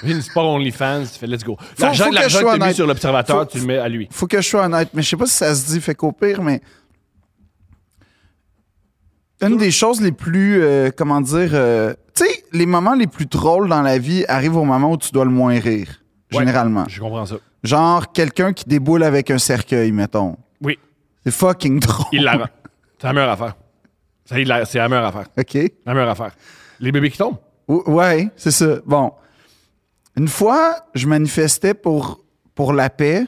Imagine, sport OnlyFans, tu fais let's go. L'argent
faut que je
l'argent
sois
que t'as mis
honnête.
sur l'observateur,
Faut-
tu le mets à lui.
faut que je sois honnête, mais je sais pas si ça se dit, fait qu'au pire, mais. Une des choses les plus. euh, comment dire. euh, tu sais, les moments les plus drôles dans la vie arrivent au moment où tu dois le moins rire,
Ouais,
généralement.
Je comprends ça.
Genre, quelqu'un qui déboule avec un cercueil, mettons.
Oui,
C'est fucking drôle.
il la rend. C'est la meilleure affaire. Ça, il a- C'est la meilleure affaire.
OK?
La meilleure affaire. Les bébés qui tombent.
Ou- Ouais, c'est ça. Bon. Une fois, je manifestais pour, pour la paix.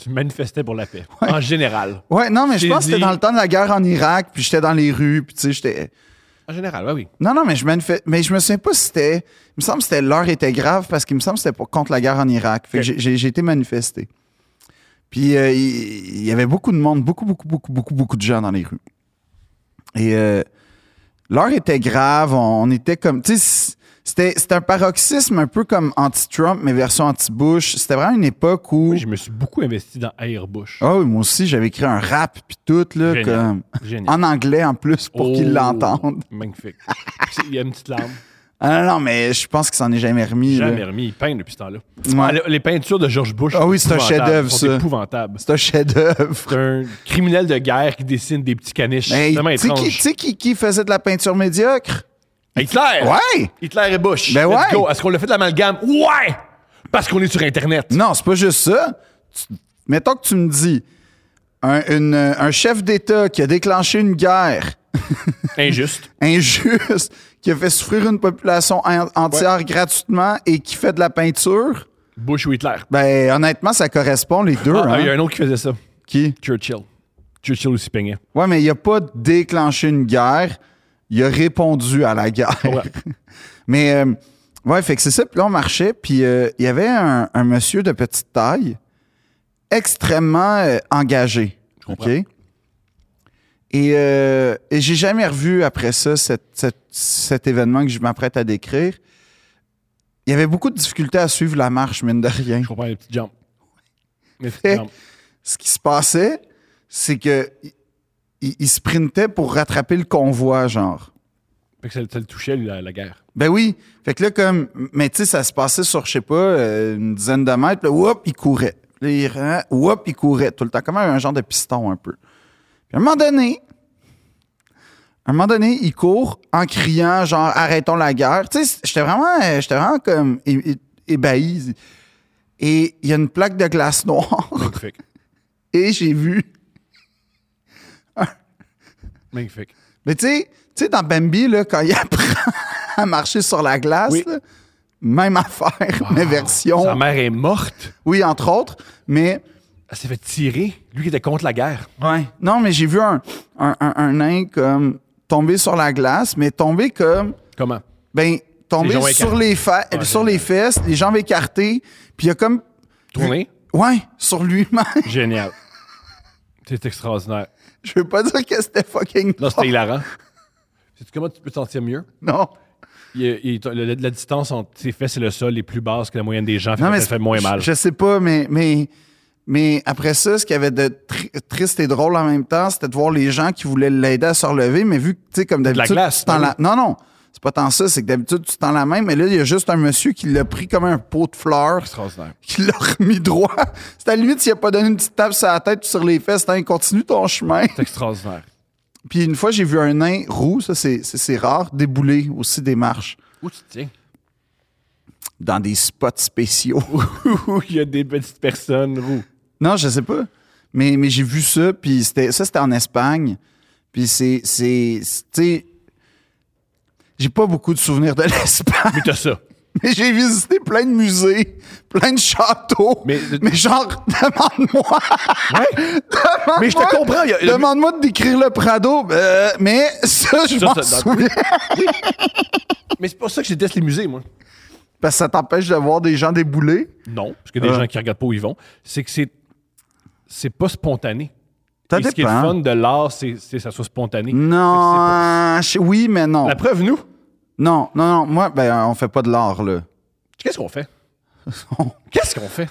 Tu manifestais pour la paix. En général.
Ouais, non, mais je
J'ai
pense que c'était
dit-
dans le temps de la guerre en Irak, puis j'étais dans les rues, puis tu sais, j'étais.
En général, oui, oui.
Non, non, mais je manifeste. Mais je me souviens pas si c'était. Il me semble que c'était l'heure était grave parce qu'il me semble que c'était pour- contre la guerre en Irak. Fait que
Ok.
j'ai- j'ai j'ai été manifesté. Puis euh, il il y, avait beaucoup de monde, beaucoup, beaucoup, beaucoup, beaucoup, beaucoup de gens dans les rues. Et euh, l'heure était grave. On, on était comme. Tu sais, c- c'était c'était un paroxysme un peu comme anti-Trump, mais version anti-Bush. C'était vraiment une époque où.
Oui, je me suis beaucoup investi dans Airbush.
Ah oui, moi aussi, j'avais écrit un rap, puis tout, là,
Génial.
comme-
Génial.
en anglais en plus, pour qu'ils
Oh,
l'entendent.
Magnifique. Puis c'est- Il y a une petite larme.
Ah non, non, mais je pense qu'il s'en est jamais remis. là.
Jamais remis. Il peint depuis ce temps-là.
Ouais.
Ah, le- les peintures de George Bush.
Ah oui,
sont
c'est un
épouvantables.
chef-d'œuvre,
Sont
ça.
épouvantables.
C'est un chef-d'œuvre.
C'est un criminel de guerre qui dessine des petits caniches.
Mais
C'est vraiment
tu sais qui,
étrange.
tu sais qui, qui faisait de la peinture médiocre?
Hitler!
Ouais!
Hitler et Bush.
Ben
Let's
ouais.
go. Est-ce qu'on l'a fait de l'amalgame? Ouais! Parce qu'on est sur Internet.
Non, c'est pas juste ça. Tu- mettons que tu me dis un, une- un chef d'État qui a déclenché une guerre Mm.
Injuste.
injuste, qui a fait souffrir une population en- entière gratuitement et qui fait de la peinture,
Bush ou Hitler.
ben honnêtement, ça correspond les deux.
Ah, ah,
hein.
il y a un autre qui faisait ça.
Qui?
Churchill. Churchill aussi peignait.
Ouais, mais il a pas déclenché une guerre, il a répondu à la guerre.
Ouais.
Mais euh, ouais, fait que c'est ça. Puis là, on marchait, puis euh, il y avait un, un monsieur de petite taille, extrêmement euh, engagé.
comprends.
OK? Et, euh, et j'ai jamais revu après ça cette- cette- cet événement que je m'apprête à décrire. Il y avait beaucoup de difficultés à suivre la marche, mine de rien.
Je comprends les petites jambes. Les petites
Eh.
jambes.
Ce qui se passait, c'est que il- il il sprintait pour rattraper le convoi, genre.
Fait que ça, ça le touchait, lui, la, la guerre.
Ben oui. Fait que là, comme. Mais tu sais, ça se passait sur, je sais pas, euh, une dizaine de mètres. Là, whoop, il courait. Là, il ran, whoop, il courait tout le temps. Comme un genre de piston, un peu. Puis à un moment donné, à un moment donné, il court en criant, genre, arrêtons la guerre. Tu sais, j'étais vraiment, euh, j'étais vraiment comme é- é- ébahi. Et il y a une plaque de glace noire.
Magnifique.
Et j'ai vu.
Magnifique.
Mais tu sais, tu sais, dans Bambi, là, quand il apprend à marcher sur la glace,
Oui. Ah,
là, même affaire, mais version.
Sa mère est morte.
Oui, entre autres. Mais.
Elle s'est fait tirer. Lui qui était contre la guerre.
Non, mais j'ai vu un, un, un, un nain comme tomber sur la glace, mais tomber comme.
Comment?
Ben, tomber
jambes
sur,
écartées.
les, fa-
Ouais,
sur les fesses, les jambes écartées, puis il a comme.
Tourner?
Ouais, sur lui-même.
Génial. C'est extraordinaire.
Je veux pas dire que c'était fucking.
Là,
drôle.
c'était hilarant. Sais-tu comment tu peux te sentir mieux?
Non.
Il y a- il y a- la, la distance entre ses fesses et le sol est plus basse que la moyenne des gens. Fait
Non,
que
mais
ça fait moins
je-
mal.
Je, sais pas, mais, mais, mais après ça, ce qu'il y avait de tri- triste et drôle en même temps, c'était de voir les gens qui voulaient l'aider à se relever, mais vu que, tu sais, comme d'habitude.
glace,
tu t'en
ben
la- Non, non. C'est pas tant ça, c'est que d'habitude, tu t'en la main, mais là, il y a juste un monsieur qui l'a pris comme un pot de fleurs,
Extraordinaire.
qui l'a remis droit. C'est à la limite, s'il a pas donné une petite tape sur la tête ou sur les fesses, il continue ton chemin.
C'est extraordinaire.
Puis une fois, j'ai vu un nain roux, ça, c'est- c'est c'est rare, débouler aussi des marches
Où tu te tiens?
dans des spots spéciaux.
Où il y a des petites personnes roux.
Non, je sais pas. Mais, mais j'ai vu ça, puis c'était ça, c'était en Espagne. Puis c'est. c'est- c'est- Tu sais. J'ai pas beaucoup de souvenirs de l'Espagne,
Mais t'as ça.
mais j'ai visité plein de musées, plein de châteaux. Mais,
Mais-
genre, demande-moi. demande-moi-
Mais je te comprends, il y a- le-
Demande-moi de décrire le Prado. euh, mais ça, je
Ça,
m'en
ça- dans-
souviens.
Mais c'est pour ça que je déteste les musées, moi.
Parce que ça t'empêche de voir des gens débouler.
Non, parce que des
Ah.
gens qui regardent pas où ils vont, c'est que c'est c'est pas spontané.
Ça
Et ce qui est le
dépend.
fun de l'art, c'est c'est que ça soit spontané.
Non,
Fait que
euh, je- oui, mais non.
c'est pas- La preuve, nous,
Non, non, non. Moi, ben, on fait pas de l'art, là.
qu'est-ce qu'on fait? Qu'est-ce qu'on fait?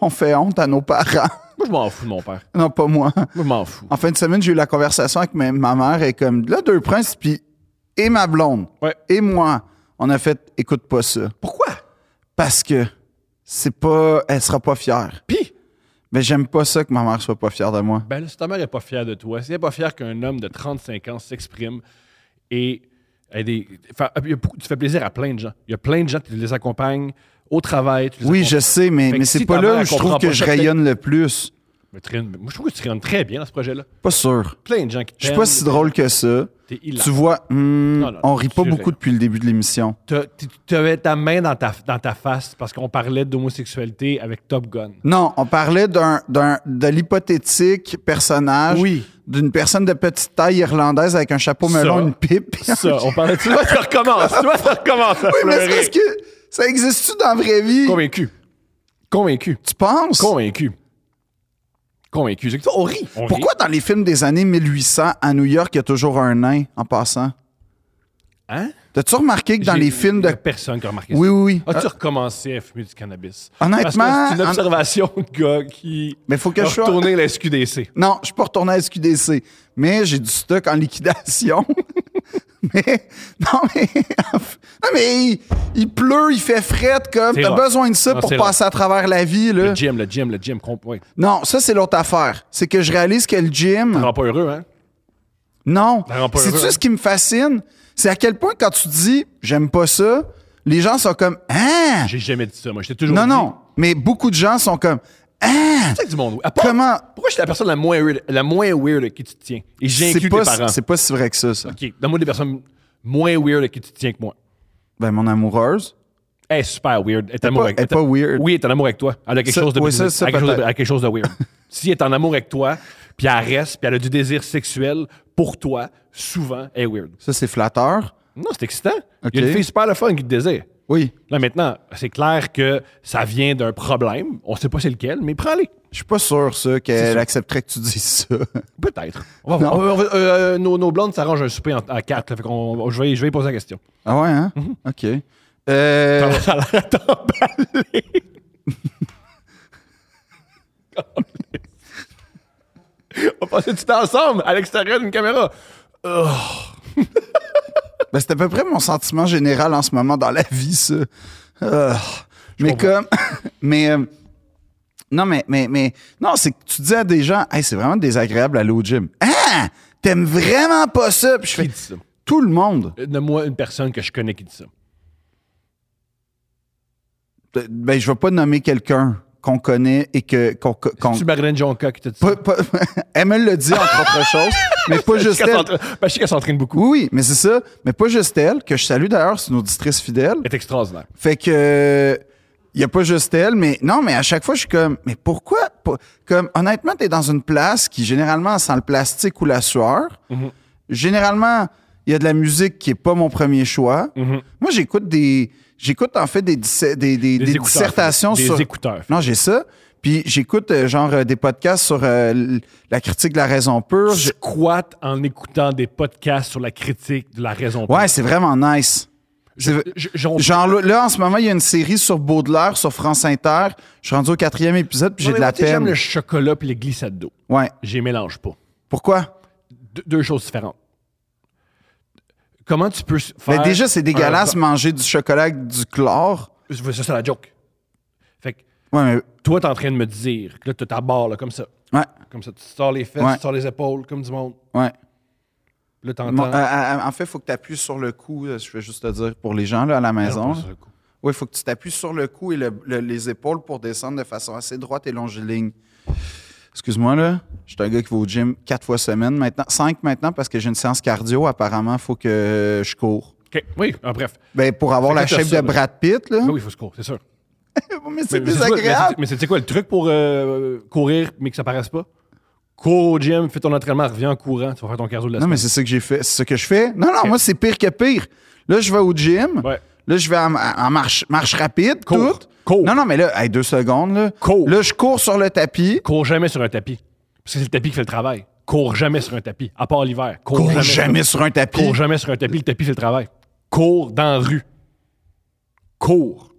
On fait honte à nos parents.
Moi, je m'en fous de mon père.
Non, pas moi.
Moi, je m'en fous.
En fin de semaine, j'ai eu la conversation avec ma, ma mère et comme là, deux princes, puis et ma blonde
Ouais.
et moi, on a fait écoute pas ça
Pourquoi?
parce que c'est pas, elle sera pas fière.
Puis,
Mais j'aime pas ça que ma mère soit pas fière de moi.
ben là, si ta mère n'est pas fière de toi, si elle n'est pas fière qu'un homme de 35 ans s'exprime et ait des- enfin, il y a beaucoup- tu fais plaisir à plein de gens. Il y a plein de gens, tu les accompagnes au travail. tu les
Oui, je
accompagnes-
sais, mais,
Fait que
mais c'est
si
pas
ta
là
mère
où je
comprend
trouve que
pas
je
ça, peut-être-
rayonne le plus.
Mais tu rayonnes- moi, je trouve que tu rayonnes très bien dans ce projet-là.
Pas sûr.
Plein de gens qui
Je suis pas si drôle que ça.
Ben T'es hilarant.
Tu vois, hmm,
Non, non,
on rit pas
tu
beaucoup
rires.
depuis le début de l'émission.
T'as- t- T'avais ta main dans ta, dans ta face parce qu'on parlait d'homosexualité avec Top Gun.
Non, on parlait d'un, d'un- de l'hypothétique personnage
Oui.
d'une personne de petite taille irlandaise avec un chapeau
Ça.
melon, une pipe.
Ça, on parlait. Tu vois, ça recommence. Tu vois, ça recommence. à
oui, mais c'est
pleurer.
parce que ça existe-tu dans la vraie vie?
Convaincu. Convaincu.
Tu penses?
Convaincu. Convaincu. C'est que toi, On rit. On
Pourquoi dans les films des années 1800, à New York, il y a toujours un nain en passant?
rit. Hein?
T'as-tu remarqué que dans
J'ai-
les films
y
de...
a Personne qui a remarqué
Oui,
ça.
oui, oui.
As-tu recommencé à fumer du cannabis?
Honnêtement,
Parce que c'est une
hon-
observation de gars qui
Mais faut que
a
je sois- Euh.
retourné la SQDC.
Non, je suis pas retourné à SQDC, mais j'ai du stock en liquidation. mais non mais non mais il, il pleut, il fait fret comme
C'est
t'as
rough.
besoin de ça
Non,
pour
c'est
passer à travers la vie là.
Le gym, le gym, le gym. comp- Ouais.
Non, ça c'est l'autre affaire, c'est que je réalise que le
Ça
gym
rend pas heureux, hein?
non,
Ça rend pas
c'est
heureux,
tu
hein.
ce qui me fascine, c'est à quel point quand tu dis j'aime pas ça, les gens sont comme ah
J'ai jamais dit ça, moi. J'étais toujours.
non
dit-
non, mais beaucoup de gens sont comme ah
C'est ça que du monde. oui. À part-
Comment-
Pourquoi je suis la personne la moins weird, la moins weird à qui tu te tiens? Et
c'est
j'inclus tes
pas
parents.
c'est pas si vrai que ça ça.
OK. Donne-moi des personnes moins weird à qui tu te tiens que moi.
Ben mon amoureuse
Elle est Eh, super weird. Elle est, amour
pas-
avec
elle est pas weird.
Oui, elle est en amour avec toi. Elle a quelque
Ça-
chose de
oui, ça,
business.
ça
Elle a quelque chose de-
peut-être.
elle a quelque chose de weird. si elle est en amour avec toi, puis elle reste, puis elle a du désir sexuel pour toi, souvent, elle est weird.
ça c'est flatteur.
Non, c'est excitant. Il y
OK.
a une fille super le fun qui te désire.
Oui.
Là, maintenant, c'est clair que ça vient d'un problème. On sait pas c'est lequel, mais prends-les.
Je suis pas sûr, ça, qu'elle accepterait que tu dises ça.
Peut-être. On va voir. On va- on va- euh, euh, nos, nos blondes s'arrangent un souper en- à quatre. là, fait qu'on- on- je, vais, je vais y poser la question.
Ah ouais, hein? OK. Euh,
Ça a l'air d'emballer. on passait du temps ensemble à l'extérieur d'une caméra.
ben, c'est à peu près mon sentiment général en ce moment dans la vie, ça. Euh, mais
comprends.
comme... mais... euh, non, mais, mais, mais... Non, c'est que tu dis à des gens, « Hey, c'est vraiment désagréable aller au gym. »« Ah! T'aimes vraiment pas ça? » Puis je
Qui
fais,
dit ça?
« Tout le monde.
Euh, Donne-moi une personne que je connais qui dit ça. »
Ben, je vais pas nommer quelqu'un qu'on connaît et que... qu'on- qu'on-
Tu Marlène Jonca qui t'a dit ça.
pas- pas- elle me le dit, entre autres choses, mais pas
Je
juste
sais qu'elle
elle.
s'entra- ben, je sais qu'elle s'entraîne beaucoup.
Oui, oui, mais c'est ça. Mais pas juste elle, que je salue d'ailleurs, c'est une auditrice fidèle.
Elle est extraordinaire.
Fait que. Il n'y a pas juste elle, mais non, mais à chaque fois, je suis comme, mais pourquoi? pas- Comme, honnêtement, tu es dans une place qui généralement sent le plastique ou la sueur.
Mhm.
Généralement, il y a de la musique qui est pas mon premier choix.
Mhm.
Moi, j'écoute des. J'écoute en fait des, dissé- des, des, des
écouteurs,
dissertations
des
sur.
écouteurs.
Non, j'ai ça. Puis j'écoute euh, genre euh, des podcasts sur euh, l- la critique de la raison pure.
Je
Je-
squatte en écoutant des podcasts sur la critique de la raison.
Ouais, c'est vraiment nice. C'est-
Je- je- on-
Genre, là, là, en ce moment, il y a une série sur Baudelaire, sur France Inter. Je suis rendu au quatrième épisode, puis j'ai
Ouais,
de la
moi, tu sais, J'aime
peine.
le chocolat puis les glissades d'eau.
Ouais.
Je les mélange pas.
Pourquoi?
Deux- deux choses différentes. Comment tu peux s- faire.
Ben, déjà, c'est dégueulasse manger du chocolat avec du chlore.
un- Ça, c'est la joke. Fait que
Ouais, mais.
toi, t'es en train de me dire que là, t'as ta barre, là, comme ça.
Ouais,
Comme ça, tu sors les fesses,
Ouais.
tu sors les épaules, comme du monde.
ouais.
Là,
Bon,
t'entends.
euh, euh, en fait, il faut que tu appuies sur le cou, euh, je vais juste te dire, pour les gens là, à
Ah,
la maison.
Sur le coup.
Oui, il faut que tu t'appuies sur le cou et le- le- les épaules pour descendre de façon assez droite et longiligne. Excuse-moi, là. Je suis un gars qui va au gym quatre fois semaine maintenant. Cinq maintenant parce que j'ai une séance cardio. Apparemment, il faut que je cours.
OK. Oui, ah, bref.
Ben, pour avoir
Fait que
la
t'as
shape
ça,
de
là.
Brad Pitt, là.
Ben oui, il faut se courir, c'est sûr.
mais c'est
Mais c'est quoi-
désagréable.
Mais c'est- mais c'est quoi le truc pour euh, courir, mais que ça paraisse pas? Cours au gym, fais ton entraînement, reviens en courant, tu vas faire ton cardio de la
Non, mais
semaine.
c'est ça que j'ai fait. C'est ce que je fais. Non, non, moi, c'est pire que pire. Là, je vais au gym.
Ouais.
Là, je vais en, en marche, marche rapide,
Cours.
tout.
Cours.
Non, non, mais là, hey, deux secondes, là.
Cours.
Là, je cours sur le tapis.
Cours jamais sur un tapis. Parce que c'est le tapis qui fait le travail. Cours jamais sur un tapis, à part l'hiver. Cours,
Cours jamais,
sur-
sur un tapis.
Cours jamais sur un tapis, le tapis fait le travail. Cours dans la rue. Cours.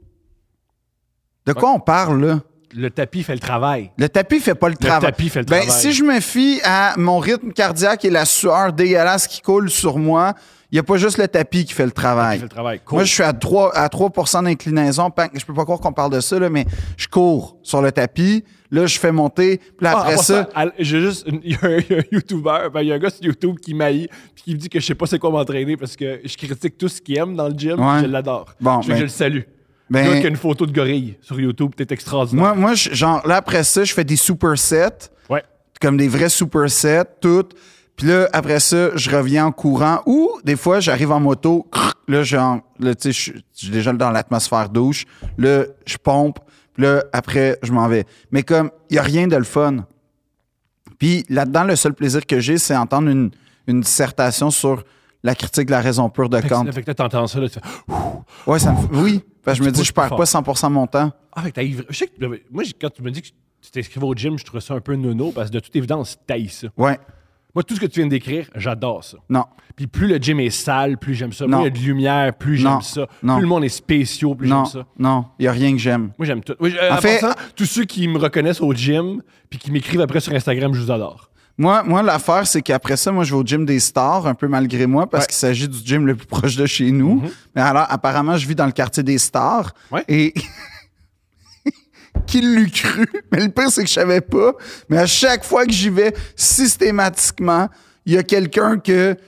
De quoi on parle, là?
Le tapis fait le travail.
Le tapis fait pas le travail.
tapis fait le
ben,
travail.
Si je me fie à mon rythme cardiaque et la sueur dégueulasse qui coule sur moi, il n'y a pas juste le tapis qui fait le
Qui
travail.
fait le travail. Cours.
Moi, je suis à 3, à 3 d'inclinaison. Pan- Je peux pas croire qu'on parle de ça, là, mais je cours sur le tapis. Là, je fais monter. Puis là,
Ah,
après
à part
ça,
ça, à- j'ai juste une- il y a un, il y a un YouTuber, ben, il y a un gars sur YouTube qui m'haït puis qui me dit que je sais pas c'est quoi m'entraîner parce que je critique tout ce qu'il aime dans le gym, puis
Ouais.
je l'adore.
Bon,
je, veux que
ben-
je le salue.
ben-
Le gars qui a une photo de gorille sur YouTube, t'es extraordinaire.
moi, moi je- genre, là, après ça, je fais des supersets,
ouais.
comme des vrais supersets, tout. Puis là, après ça, je reviens en courant ou des fois, j'arrive en moto, crrr, là, genre, là, tu sais, je suis- je suis déjà dans l'atmosphère douche, là, je pompe, puis là, après, je m'en vais. Mais comme, il n'y a rien de le fun. Puis là-dedans, le seul plaisir que j'ai, c'est entendre une, une dissertation sur la critique de la raison pure de
Fait
Kant.
que, fait que là, t'entends ça, là, tu fais.
Ouais, ça me fait- Oui, parce que je me dis,
pousses
je perds
plus
pas 100% mon temps.
Ah, fait que t'as ivré- Je sais que, euh, moi, j'ai- quand tu me dis que tu t'inscrivais au gym, je trouvais ça un peu nono parce que de toute évidence, t'haïs ça.
Ouais,
Moi, tout ce que tu viens de décrire, j'adore ça.
non.
Puis plus le gym est sale, plus j'aime ça.
Non.
Plus il y a de lumière, plus
Non.
j'aime ça.
Non.
Plus le monde est spéciaux, plus
Non,
j'aime ça.
non, il n'y a rien que j'aime.
Moi, j'aime tout. Oui, j- euh,
En
en
fait-
passant, tous ceux qui me reconnaissent au gym puis qui m'écrivent après sur Instagram, je vous adore.
Moi, moi l'affaire, c'est qu'après ça, moi, je vais au gym des stars, un peu malgré moi, parce
Ouais. Mhm.
qu'il s'agit du gym le plus proche de chez nous. Mais alors, apparemment, je vis dans le quartier des stars.
Ouais.
Et. Qui l'eût cru? Mais le pire, c'est que je savais pas. Mais à chaque fois que j'y vais, systématiquement, il y a quelqu'un que.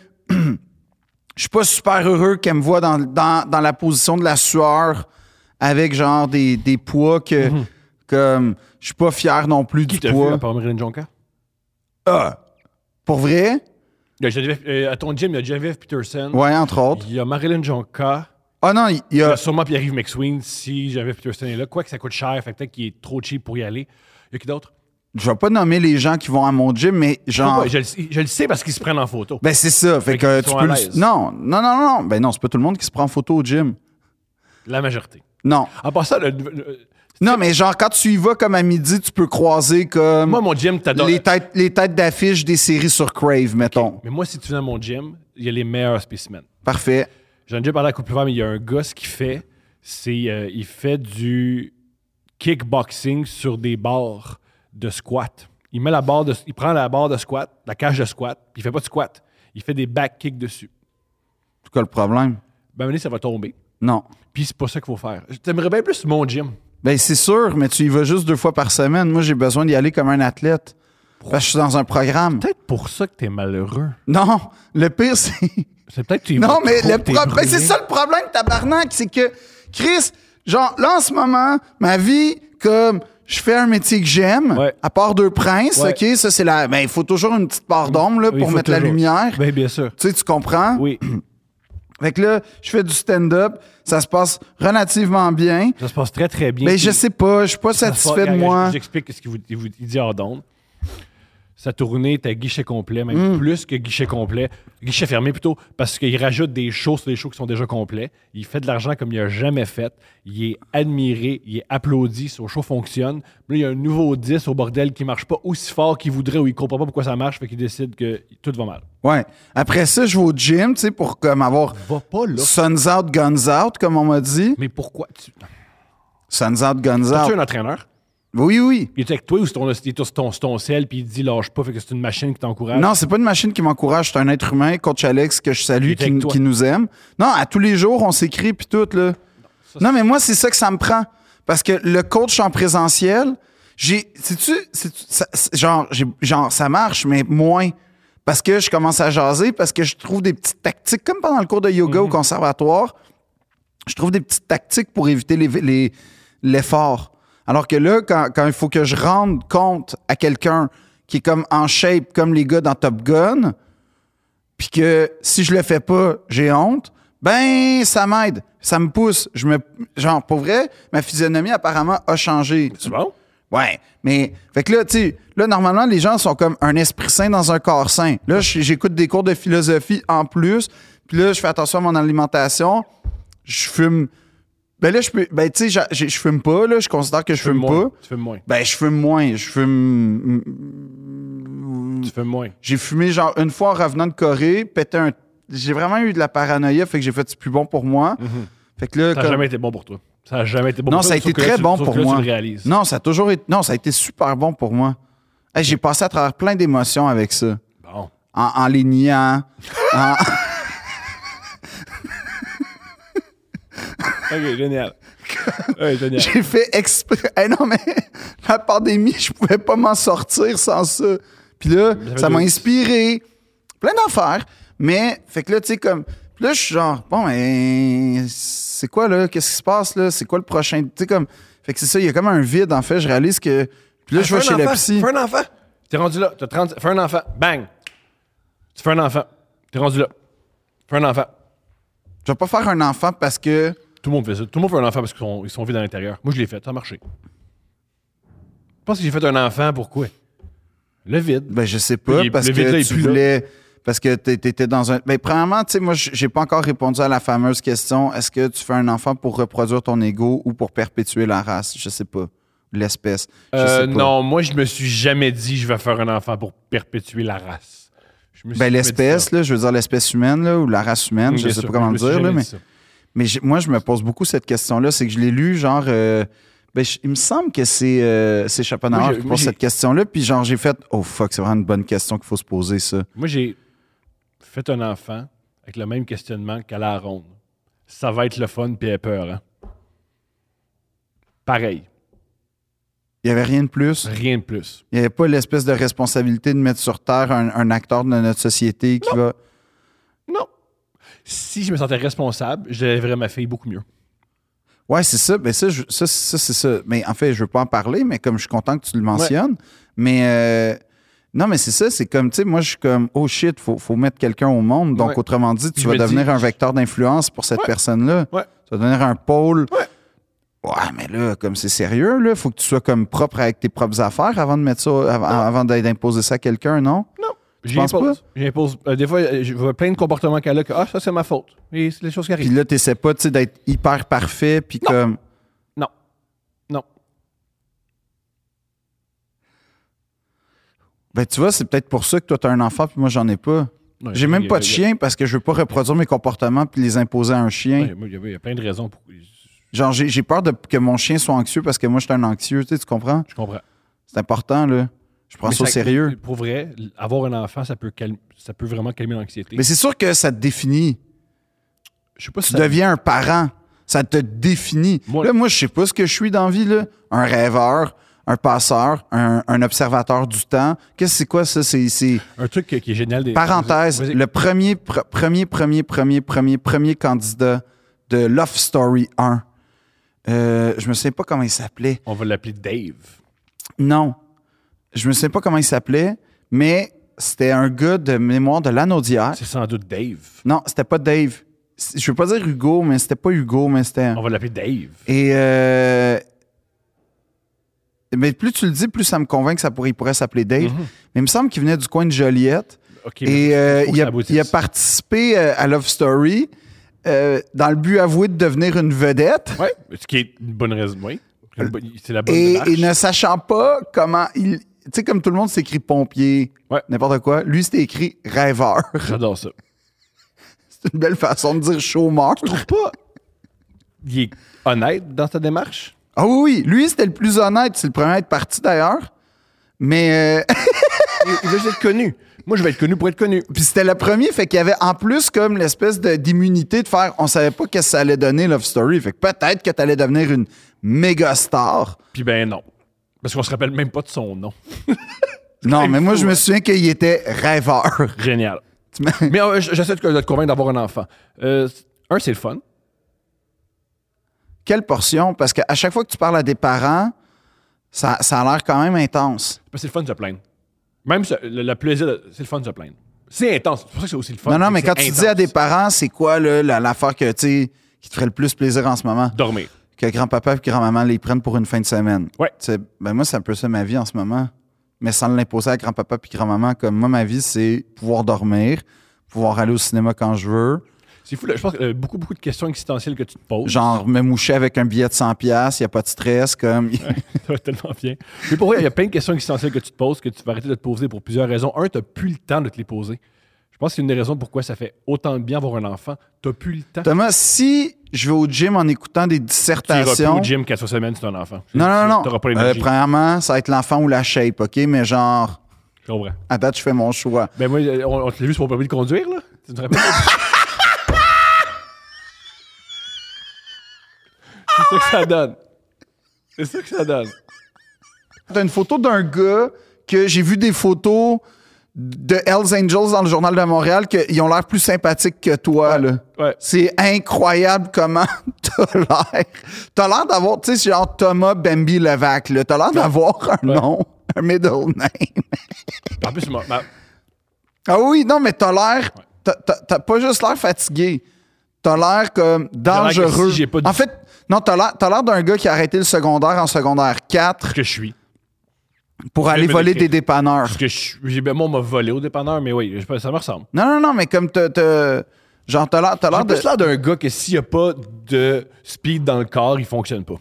Je suis pas super heureux qu'elle me voit dans, dans, dans la position de la sueur avec genre des, des poids que. Comme. Je suis pas fier non plus
Mhm. Qui
du
t'a vu
poids.
à part Marilyn Jonka?
Ah! Pour vrai?
Il y a Geneviève- euh, à ton gym, il y a Geneviève Peterson.
Ouais, entre autres.
Il y a Marilyn Jonka.
Ah non, il y
Il y
a.
a sûrement Pierre-Yves McSween si Geneviève Peterson est là. Quoi que ça coûte cher, fait que peut-être qu'il est trop cheap pour y aller. Il y a qui d'autre?
Je vais pas nommer les gens qui vont à mon gym, mais genre.
Ouais, je, le sais- je le sais parce qu'ils se prennent en photo.
Ben c'est ça. Fait
Fait
que
qu'ils
tu
sont
peux
à
le-
l'aise.
Non, non, non, non. Ben non, c'est pas tout le monde qui se prend en photo au gym.
La majorité.
Non.
En passant, le- le-
Non, mais genre, quand tu y vas comme à midi, tu peux croiser comme
moi, mon gym, t'adores.
les têtes, les têtes d'affiche des séries sur Crave, mettons.
Mais moi, si tu viens à mon gym, il y a les meilleurs spécimens.
Parfait.
J'en ai déjà parlé à Coupe Vert, mais il y a un gars, ce qu'il fait, c'est euh, il fait du kickboxing sur des barres de squat. Il met la barre de, il prend la barre de squat, la cage de squat, puis il fait pas de squat. Il fait des back kicks dessus.
C'est quoi le problème?
Ben, à un moment donné, ça va tomber.
Non.
Puis c'est pas ça qu'il faut faire. T'aimerais bien plus mon gym.
Ben c'est sûr, mais tu y vas juste deux fois par semaine. Moi, j'ai besoin d'y aller comme un athlète. Parce que je suis dans un programme.
Peut-être pour ça que t'es malheureux.
Non, le pire, c'est.
C'est peut-être que tu y vas
Non, mais
trop,
le
t'es
problème,
brûlé.
c'est ça le problème, tabarnak, c'est que, Chris, genre, là, en ce moment, ma vie, comme, je fais un métier que j'aime,
Ouais.
à part deux princes,
Ouais.
OK, ça, c'est la. Ben, il faut toujours une petite part d'ombre, là,
Oui,
pour
faut
mettre la
toujours.
lumière.
Ben, bien sûr.
tu sais, tu comprends?
Oui.
Fait que là, je fais du stand-up, ça se passe relativement bien.
Ça se passe très, très bien.
Mais
Puis-
je sais pas, je suis pas
Ça se passe-
satisfait de
Ah, regarde,
moi.
je- J'explique ce qu'il vous, il vous il dit hors d'onde. Sa tournée est à guichet complet,
Mm.
même plus que guichet complet. Guichet fermé plutôt, parce qu'il rajoute des shows sur des shows qui sont déjà complets. Il fait de l'argent comme il n'a jamais fait. Il est admiré, il est applaudi, son show fonctionne. Mais là, il y a un nouveau 10 au bordel qui marche pas aussi fort qu'il voudrait ou il comprend pas pourquoi ça marche, fait qu'il décide que tout va mal.
Ouais. Après ça, je vais au gym, tu sais, pour comme avoir
Va pas là.
Suns out, guns out, comme on m'a dit.
Mais pourquoi? Tu
Suns out, guns
as
out.
un entraîneur?
Oui, oui.
Il est avec toi ou c'est ton, il est sur ton, ton sel puis il te dit lâche pas, fait que c'est une machine qui t'encourage?
Non, c'est pas une machine qui m'encourage, c'est un être humain, coach Alex, que je salue,
est
qui,
avec toi.
qui nous aime. Non, à tous les jours, on s'écrit, puis tout, là. Non, mais moi, c'est ça que ça me prend. Parce que le coach en présentiel, j'ai. Sais-tu. sais-tu- ça- c'est- genre, j'ai- genre, ça marche, mais moins. Parce que je commence à jaser, parce que je trouve des petites tactiques, comme pendant le cours de yoga au conservatoire, je trouve des petites tactiques pour éviter les- les- l'effort. Alors que là, quand, quand il faut que je rende compte à quelqu'un qui est comme en shape, comme les gars dans Top Gun, puis que si je le fais pas, j'ai honte, ben ça m'aide, ça me pousse. Je me, genre, pour vrai, ma physionomie apparemment a changé.
C'est bon?
Ouais, mais fait que là, tu sais, là normalement les gens sont comme un esprit sain dans un corps sain. Là, j- j'écoute des cours de philosophie en plus, puis là je fais attention à mon alimentation. Je fume. Ben là je peux, ben tu sais, j'a- j'ai- je fume pas là. Je considère que je fume
moins.
pas.
Tu fumes moins.
Ben je fume moins. Je fume.
Tu fumes moins.
J'ai fumé genre une fois en revenant de Corée, pété un. J'ai vraiment eu de la paranoïa, fait que j'ai fait c'est plus bon pour moi. Fait que là,
Ça n'a
comme-
jamais été bon pour toi. Ça n'a jamais été bon
Non,
pour toi.
ça a été
sauf que là,
très
tu-
bon
sauf
pour
que là,
moi.
Tu le réalises.
non, ça a toujours été. Non, ça a été super bon pour moi. Hey, j'ai passé à travers plein d'émotions avec ça.
Bon.
En, en les niant. en-
OK, génial. Ouais, génial.
j'ai fait exprès. Hey, non, mais la pandémie, je pouvais pas m'en sortir sans ça. Puis là,
fait
ça m'a
deux-
inspiré. Plein d'affaires. Mais, fait que là, tu sais, comme. Puis là, je suis genre, bon, mais c'est quoi, là? Qu'est-ce qui se passe, là? C'est quoi le prochain. Tu sais, comme. Fait que c'est ça, il y a comme un vide, en fait. Je réalise que. Puis là, je vais
Ah, Fais un
chez la
enfant,
psy.
Fais un enfant. T'es rendu là. T'as 30... Fais un enfant. Bang. Tu fais un enfant. T'es rendu là. Fais un enfant.
Je vais pas faire un enfant parce que.
Tout le monde fait ça. Tout le monde fait un enfant parce qu'ils sont, ils sont vides à l'intérieur. Moi, je l'ai fait. Ça a marché. Je pense que j'ai fait un enfant. Pourquoi? Le vide.
Ben, je sais pas,
Il est-
parce
le
que
vide-là est
tu
plus là.
voulais. Parce que t'é- t'étais dans un. Ben, premièrement, tu sais, moi, j- j'ai pas encore répondu à la fameuse question est-ce que tu fais un enfant pour reproduire ton ego ou pour perpétuer la race Je sais pas. L'espèce. Je
Euh,
sais pas.
non, moi, je me suis jamais dit je vais faire un enfant pour perpétuer la race. Je me suis
Ben,
jamais dit ça.
l'espèce, là, je veux dire l'espèce humaine, là, ou la race humaine, je
Bien
sais
sûr,
pas comment
je
le
me suis
dire,
jamais
là,
dit
mais.
ça.
Mais j'ai- moi, je me pose beaucoup cette question-là. C'est que je l'ai lu, genre. euh, ben, je- il me semble que c'est euh, c'est Schopenhauer
Moi, j'ai-
qui
moi,
pose
j'ai-
cette question-là. Puis, genre, j'ai fait Oh fuck, c'est vraiment une bonne question qu'il faut se poser, ça.
Moi, j'ai fait un enfant avec le même questionnement qu'à la ronde. Ça va être le fun, puis elle a peur. hein. Pareil,
Il n'y avait rien de plus.
rien de plus.
Il n'y avait pas l'espèce de responsabilité de mettre sur terre un, un acteur de notre société qui va.
Non. Si je me sentais responsable, je lèverais ma fille beaucoup mieux.
Ouais, c'est ça. Ben ça, je- ça, ça, c'est ça. Mais en fait, je veux pas en parler, mais comme je suis content que tu le mentionnes. Mais euh, non, mais c'est ça. C'est comme, tu sais, moi, je suis comme, oh shit, faut, faut mettre quelqu'un au monde. Donc,
Ouais.
autrement dit, tu
Je
vas
me dis-
devenir un vecteur d'influence pour cette
Ouais.
personne-là.
Ouais.
Tu vas devenir un pôle.
Ouais.
Ouais, mais là, comme c'est sérieux, là, faut que tu sois comme propre avec tes propres affaires avant de mettre ça, avant, avant d'a- d'imposer ça à quelqu'un, non?
Non.
penses
J'impose. J'impose. Euh, des fois, euh, je vois plein de comportements qu'elle a que Ah, ça, c'est ma faute. Et c'est les choses qui
Puis
arrivent.
là, t'essaies pas, tu sais, d'être hyper parfait, puis
Non.
comme.
Non. Non.
Ben, tu vois, c'est peut-être pour ça que toi, t'as un enfant, puis moi, j'en ai pas.
Ouais,
J'ai
il y
même
a-
pas de
il y a-
chien parce que je veux pas reproduire mes comportements puis les imposer à un chien.
Ouais, moi, Il y a- il y a plein de raisons. Pour... Je
Genre, j'ai j'ai peur de, que mon chien soit anxieux parce que moi, je suis un anxieux, tu, sais, tu comprends?
comprends.
C'est important, là. Je prends
Mais
ça au
ça-
sérieux.
Pour vrai, avoir un enfant, ça peut, calme- ça peut vraiment calmer l'anxiété.
Mais c'est sûr que ça te définit.
Je sais pas si
Tu
ça-
deviens un parent. Ça te définit.
Moi-
là, moi, je sais pas ce que je suis dans la vie, là. Un rêveur, un passeur, un, un observateur du temps. Qu'est-ce que c'est quoi, ça? C'est- C'est...
Un truc qui qui est génial. Des...
Parenthèse,
Vas-y.
le premier, pr- premier, premier, premier, premier, premier candidat de Love Story 1. Euh, je me souviens pas comment il s'appelait.
On va l'appeler Dave.
Non. Je me souviens pas comment il s'appelait, mais c'était un gars de mémoire de l'anneau d'hier.
C'est sans doute Dave.
Non, c'était pas Dave. C- Je veux pas dire Hugo, mais c'était pas Hugo, mais c'était.
On va l'appeler Dave.
Et. euh, Mais plus tu le dis, plus ça me convainc que ça pourrait, il pourrait s'appeler Dave.
Mm-hmm.
Mais il me semble qu'il venait du coin de Joliette.
OK.
Et euh,
faut que
il,
ça
a,
aboutisse.
il a participé euh, à Love Story euh, dans le but avoué de devenir une vedette
Ouais, ce qui est une bonne raison. Oui. Une bonne- C'est la bonne
et,
démarche.
et ne sachant pas comment il. Tu sais, comme tout le monde s'écrit pompier,
Ouais.
n'importe quoi, lui c'était écrit rêveur.
J'adore ça.
C'est une belle façon de dire chômeur.
Pas. Il est honnête dans sa démarche.
Ah oui, oui, lui c'était le plus honnête, c'est le premier à être parti d'ailleurs. Mais. euh,
Il, il veut juste être connu. Moi, je vais être connu pour être connu.
Puis c'était le premier, fait qu'il y avait en plus comme l'espèce de- d'immunité de faire. On savait pas qu'est-ce que ça allait donner Love Story. Fait que peut-être que t'allais devenir une méga star.
Puis ben non. Parce qu'on se rappelle même pas de son nom.
Non, mais moi,
fou,
je me
hein.
souviens qu'il était rêveur.
Génial.
Tu m'as-
Mais euh, j- j'essaie de de te convaincre d'avoir un enfant. Euh, un, c'est le fun.
Quelle portion? Parce qu'à chaque fois que tu parles à des parents, ça, ça a l'air quand même intense.
Parce que c'est le fun de se plaindre. Même ce- le, le plaisir, de- c'est le fun de se plaindre. C'est intense. C'est pour ça que c'est aussi le fun.
non, non, mais
C'est
quand tu
intense.
dis à des parents, c'est quoi là, la- l'affaire que, tu sais, qui te ferait le plus plaisir en ce moment?
Dormir.
Que grand-papa et grand-maman les prennent pour une fin de semaine.
Ouais.
Tu sais, ben moi, c'est un peu ça ma vie en ce moment. Mais sans l'imposer à grand-papa puis grand-maman, comme moi, ma vie, c'est pouvoir dormir, pouvoir aller au cinéma quand je veux,
C'est fou, là. Je pense que euh, beaucoup, beaucoup de questions existentielles que tu te poses.
genre me moucher avec un billet de 100$, pièces, il n'y a pas de stress, comme...
Ça va tellement bien. Mais pour vrai, il y a plein de questions existentielles que tu te poses que tu vas arrêter de te poser pour plusieurs raisons. Un, tu n'as plus le temps de te les poser. Je pense que c'est une des raisons pourquoi ça fait autant de bien avoir un enfant. Tu n'as plus le temps.
Thomas, si je vais au gym en écoutant des
Tu iras plus
dissertations.
au gym quatre semaines si tu as un enfant.
Non, non, non.
Tu n'auras pas
Euh,
l'énergie.
premièrement, ça va être l'enfant ou la shape, OK? Mais genre,
Je comprends.
à date, je fais mon choix.
Ben moi, euh, on, on te l'a vu sur mon permis de conduire, là. Tu te rappelles? c'est ça que ça donne. C'est ça que ça donne.
T'as une photo d'un gars que j'ai vu des photos de Hells Angels dans le Journal de Montréal qu'ils ont l'air plus sympathiques que toi, là.
Ouais.
C'est incroyable comment t'as l'air. T'as l'air d'avoir, tu sais, c'est genre Thomas Bambi Levac, là. T'as l'air d'avoir un nom, un middle name.
En plus, ma, ma-
Ah oui, non, mais t'as l'air. t'as- t'as- T'as pas juste l'air fatigué. T'as l'air comme
l'air que
dangereux.
si j'ai pas du-
En fait, non, t'as l'air- t'as l'air d'un gars qui a arrêté le secondaire en secondaire 4
que je suis.
pour aller
me
voler
décrire.
des dépanneurs.
Parce que je suis. j'ai- ben, moi, on m'a volé au dépanneur, mais oui, je- ça me ressemble.
Non, non, non, mais comme t'as. t'as- Genre, t'as l'air- t'as
J'ai
l'air de.
plus l'air d'un gars que s'il n'y a pas de speed dans le corps, il fonctionne pas.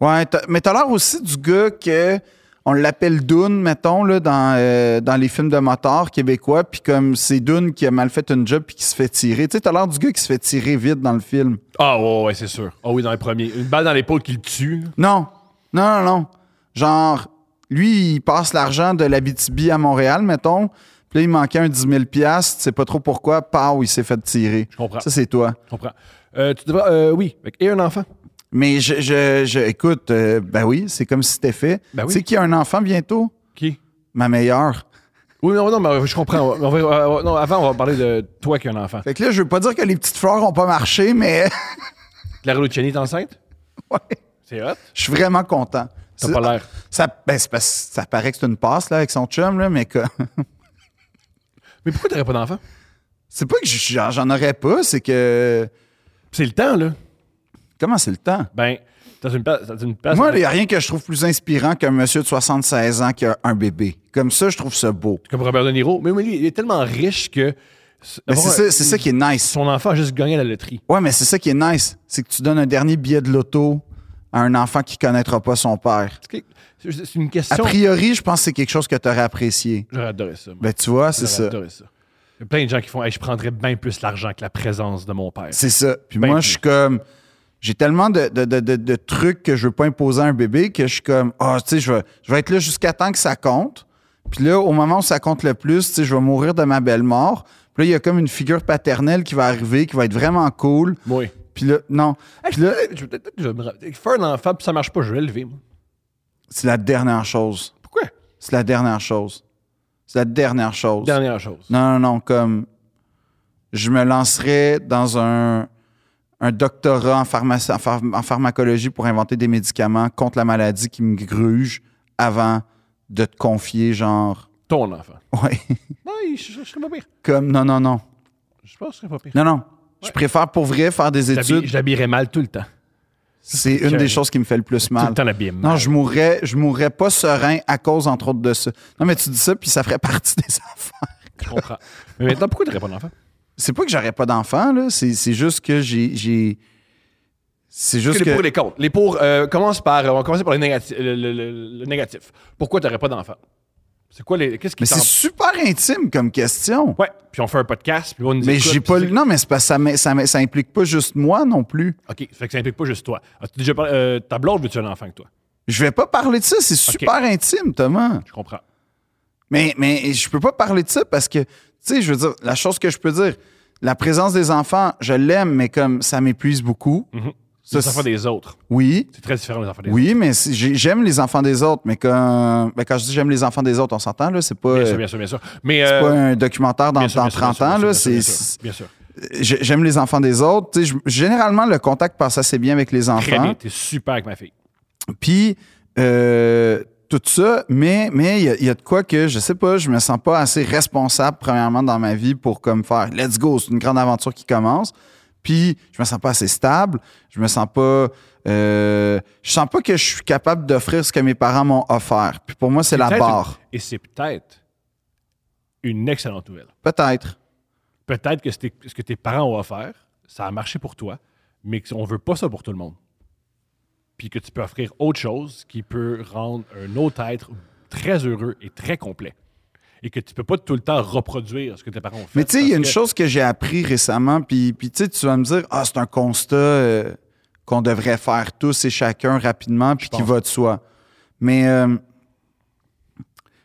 Ouais, t'as- mais t'as l'air aussi du gars que on l'appelle Dune, mettons, là, dans, euh, dans les films de motards québécois, puis comme c'est Dune qui a mal fait une job puis qui se fait tirer. Tu sais, t'as l'air du gars qui se fait tirer vite dans le film.
Ah, ouais, ouais, c'est sûr. Ah oui, dans les premiers. Une balle dans l'épaule qui le tue.
Non, non, non, non. Genre, lui, il passe l'argent de l'Abitibi à Montréal, mettons, puis là, il manquait un 10 000 piastres, tu sais pas trop pourquoi, pow, il s'est fait tirer.
Je comprends.
Ça, c'est toi.
Je comprends. Euh, tu devrais. euh, oui. Fait que- Et un enfant.
Mais je, je, je- écoute, euh, ben oui, c'est comme si c'était fait.
Ben oui.
Tu sais qu'il y a un enfant bientôt?
Qui
Ma meilleure.
Oui, non, non, mais je comprends. On va- on va- on va- non, avant, on va parler de toi qui as un enfant.
Fait que là, je veux pas dire que les petites fleurs ont pas marché, mais
Claire Luciani est enceinte
ouais,
C'est hot.
je suis vraiment content.
T'as
C'est-
pas l'air.
Ça, ben, c'est parce que ça paraît que c'est une passe là, avec son chum, là, mais que...
Ah, Mais pourquoi t'aurais pas d'enfant
c'est pas que j- j'en j'en aurais pas, c'est que...
C'est le temps, là.
Comment c'est le temps?
Ben, t'as une place. T'as une place
Moi, il n'y a rien que je trouve plus inspirant qu'un monsieur de 76 ans qui a un bébé. Comme ça, je trouve ça beau.
Comme Robert De Niro. Mais oui, il est tellement riche que.
Mais c'est
avoir un-
ça, c'est ça qui est nice.
Son enfant a juste gagné à la loterie.
Ouais, mais c'est ça qui est nice. C'est que tu donnes un dernier billet de l'auto à un enfant qui connaîtra pas son père.
C'est c'est une
A
question.
priori, je pense que c'est quelque chose que tu aurais apprécié.
J'aurais adoré ça. moi.
Ben, tu vois, c'est
J'aurais
ça.
adoré ça. Il y a plein de gens qui font Hey, je prendrais bien plus l'argent que la présence de mon père.
C'est ça. Puis
Ben
moi,
plus.
je suis comme. J'ai tellement de, de- de- de- de trucs que je veux pas imposer à un bébé que je suis comme. Ah, tu sais, je vais, je vais être là jusqu'à temps que ça compte. Puis là, au moment où ça compte le plus, tu sais, je vais mourir de ma belle mort. Puis là, il y a comme une figure paternelle qui va arriver, qui va être vraiment cool.
Oui.
Puis là, non. Puis là,
Je, peut-être- peut-être que je vais me ra- faire un enfant, puis ça marche pas, je vais l'élever. moi.
c'est la dernière chose.
Pourquoi
C'est la dernière chose. C'est la dernière chose.
Dernière chose.
Non, non, non, comme je me lancerais dans un, un doctorat en, pharmacie- en phar- en pharmacologie pour inventer des médicaments contre la maladie qui me gruge avant de te confier, genre.
Ton enfant.
Ouais.
Non, je, je- je serais pas pire.
Comme, non, non, non.
Je pense que je serais pas pire.
Non, non. Je préfère pour vrai faire des
Je l'habille-
études.
Je l'habillerais mal tout le temps.
C'est une des choses qui me fait le plus
Tout
mal.
le temps l'habiller mal.
Ah. Non, je mourrais, je mourrais pas serein à cause, entre autres, de ça. Non, mais tu dis ça, puis ça ferait partie des affaires.
Je comprends. Mais maintenant, pourquoi t'aurais pas d'enfant
C'est pas que j'aurais pas d'enfant, là. C'est c'est juste que j'ai- j'ai. C'est
Que
juste
les
que.
pour et les contre. Les pour, euh, commence par, on va commencer par le négatif. Le, le- le- le négatif. Pourquoi t'aurais pas d'enfant C'est quoi les. Qu'est-ce qui
Mais c'est
t'en.
super intime comme question.
Ouais, puis on fait un podcast, puis on nous
mais
écoute,
j'ai
puis
pas
c'est-
le. Non, mais c'est parce que ça, m'in- ça, m'in- ça implique pas juste moi non plus.
OK, fait que ça implique pas juste toi. As-tu déjà parlé, euh, ta blonde veut-tu un enfant que toi?
Je vais pas parler de ça, c'est super intime, Thomas.
Je comprends.
Mais, mais je peux pas parler de ça parce que, tu sais, je veux dire, la chose que je peux dire, la présence des enfants, je l'aime, mais comme ça m'épuise beaucoup.
Mm.
Ça,
les enfants
c'est-
des autres.
Oui.
C'est très différent des enfants des autres.
Oui, mais c'est- j'ai- j'aime les enfants des autres, mais quand, ben, quand je dis j'aime les enfants des autres, on s'entend, là, c'est pas,
Bien sûr,
euh,
bien sûr, bien sûr. Mais
c'est
euh,
pas un documentaire dans,
bien sûr,
dans
bien sûr,
30
bien
ans,
sûr, bien
là,
sûr, bien
c'est-
sûr, bien sûr.
J'ai- J'aime les enfants des autres. Tu sais, je- généralement, le contact passe assez bien avec les
Très
enfants.
bien, t'es super avec ma fille.
Puis, euh, tout ça, mais mais il y a- il y, a de quoi que, je sais pas, je me sens pas assez responsable, premièrement, dans ma vie pour comme faire « let's go », c'est une grande aventure qui commence. Puis, je me sens pas assez stable. Je me sens pas... euh, je sens pas que je suis capable d'offrir ce que mes parents m'ont offert. Puis pour moi, c'est la
Peut-être
barre.
une- Et c'est peut-être une excellente nouvelle.
Peut-être.
Peut-être que c'était- ce que tes parents ont offert, ça a marché pour toi, mais que- on veut pas ça pour tout le monde. Puis que tu peux offrir autre chose qui peut rendre un autre être très heureux et très complet. Et que tu peux pas tout le temps reproduire ce que tes parents ont fait.
Mais tu sais, il y a
parce
une
que-
chose que j'ai appris récemment, puis, puis tu sais, tu vas me dire, ah, c'est un constat euh, qu'on devrait faire tous et chacun rapidement, puis qui
pense.
va de soi. Mais euh,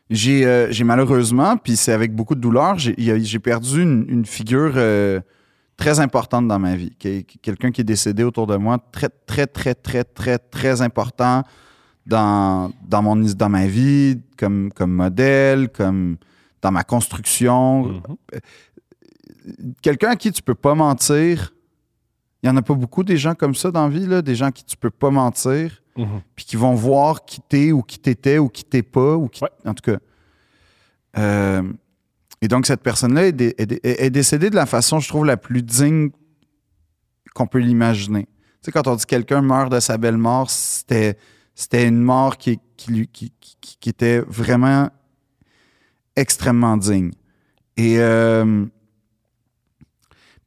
j'ai euh, j'ai malheureusement, puis c'est avec beaucoup de douleur, j'ai il y a- j'ai perdu une, une figure euh, très importante dans ma vie. Qui est- qui- Quelqu'un qui est décédé autour de moi, très, très, très, très, très, très important dans, dans, mon, is- dans ma vie, comme, comme modèle, comme dans ma construction.
Mhm.
Quelqu'un à qui tu peux pas mentir. Il y en a pas beaucoup des gens comme ça dans la vie, là, des gens à qui tu peux pas mentir,
Mhm.
puis qui vont voir qui t'es ou qui t'étais ou qui t'es pas, ou qui...
Ouais.
En tout cas. Euh, Et donc, cette personne-là est, dé- est dé- est décédée de la façon, je trouve, la plus digne qu'on peut l'imaginer. Tu sais, quand on dit quelqu'un meurt de sa belle mort, c'était, c'était une mort qui, qui, lui- qui- qui- qui était vraiment extrêmement digne. Et euh,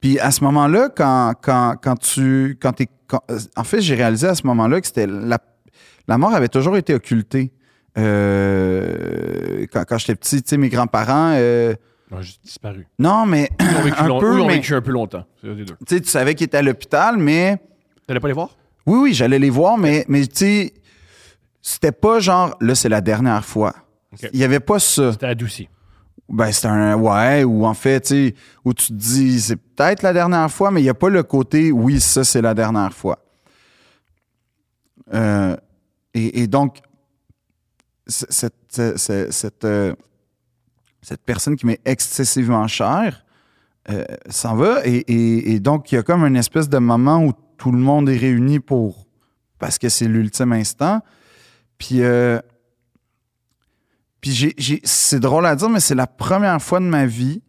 puis à ce moment-là, quand, quand, quand tu. Quand t'es- quand- en fait, j'ai réalisé à ce moment-là que c'était la, la mort avait toujours été occultée. Euh, quand quand j'étais petit, tu sais, mes grands-parents. euh,
Ils ont juste disparu.
non, mais
Ils ont vécu,
Un
long-
peu,
eux, ils ont
mais-
vécu un peu longtemps. C'est un des deux.
tu sais, tu savais qu'ils étaient à l'hôpital, mais.
T'allais pas les voir?
Oui, oui, j'allais les voir, mais, mais tu sais, c'était pas genre, là, c'est la dernière fois.
Ok.
Il y avait pas ça.
C'était adouci.
Ben, c'est un ouais, ou en fait, tu sais, où tu te dis, c'est peut-être la dernière fois, mais il n'y a pas le côté, oui, ça, c'est la dernière fois. Euh, et, et donc, c- cette, ce- ce- cette, euh, cette personne qui m'est excessivement chère euh, s'en va, et, et- et donc, il y a comme une espèce de moment où tout le monde est réuni pour. parce que c'est l'ultime instant. Puis. euh, puis j'ai, j'ai- c'est drôle à dire, mais c'est la première fois de ma vie.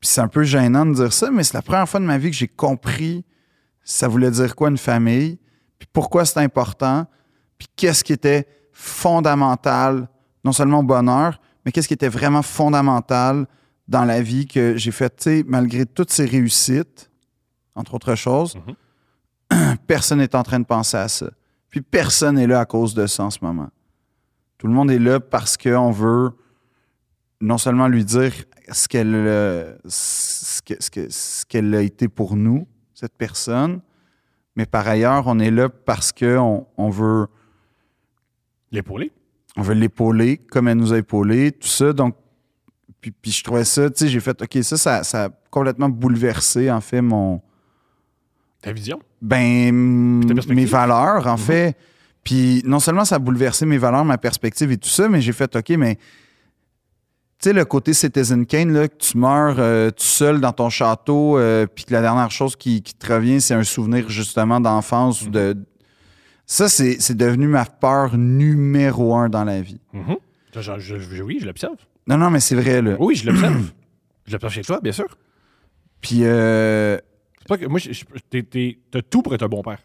Puis c'est un peu gênant de dire ça, mais c'est la première fois de ma vie que j'ai compris ça voulait dire quoi une famille, puis pourquoi c'est important, puis qu'est-ce qui était fondamental, non seulement au bonheur, mais qu'est-ce qui était vraiment fondamental dans la vie que j'ai fait, tu sais, malgré toutes ces réussites, entre autres choses, personne n'est en train de penser à ça. Puis personne n'est là à cause de ça en ce moment. Tout le monde est là parce qu'on veut non seulement lui dire ce qu'elle euh, ce que- ce que- ce qu'elle a été pour nous, cette personne, mais par ailleurs, on est là parce qu'on on veut,
L'épaulé.
on veut l'épauler comme elle nous a épaulé, tout ça. Donc, puis, puis je trouvais ça, tu sais, j'ai fait, OK, ça, ça, ça a complètement bouleversé, en fait, mon,
Ta vision.
ben,
ta
m-
perspective. Mhm.
mes valeurs, en fait. Puis non seulement ça a bouleversé mes valeurs, ma perspective et tout ça, mais j'ai fait, OK, mais tu sais, le côté Citizen Kane, là, que tu meurs euh, tout seul dans ton château, euh, puis que la dernière chose qui, qui te revient, c'est un souvenir justement d'enfance ou
Mhm.
de. Ça, c'est c'est devenu ma peur numéro un dans la vie.
Mhm. Ça, je- je- je- oui, je l'observe.
Non, non, mais c'est vrai, là.
Oui, je l'observe. je l'observe chez toi, bien sûr.
Puis, euh,
C'est pas que moi, je- je- t'es- t'es- t'as tout pour être un bon père.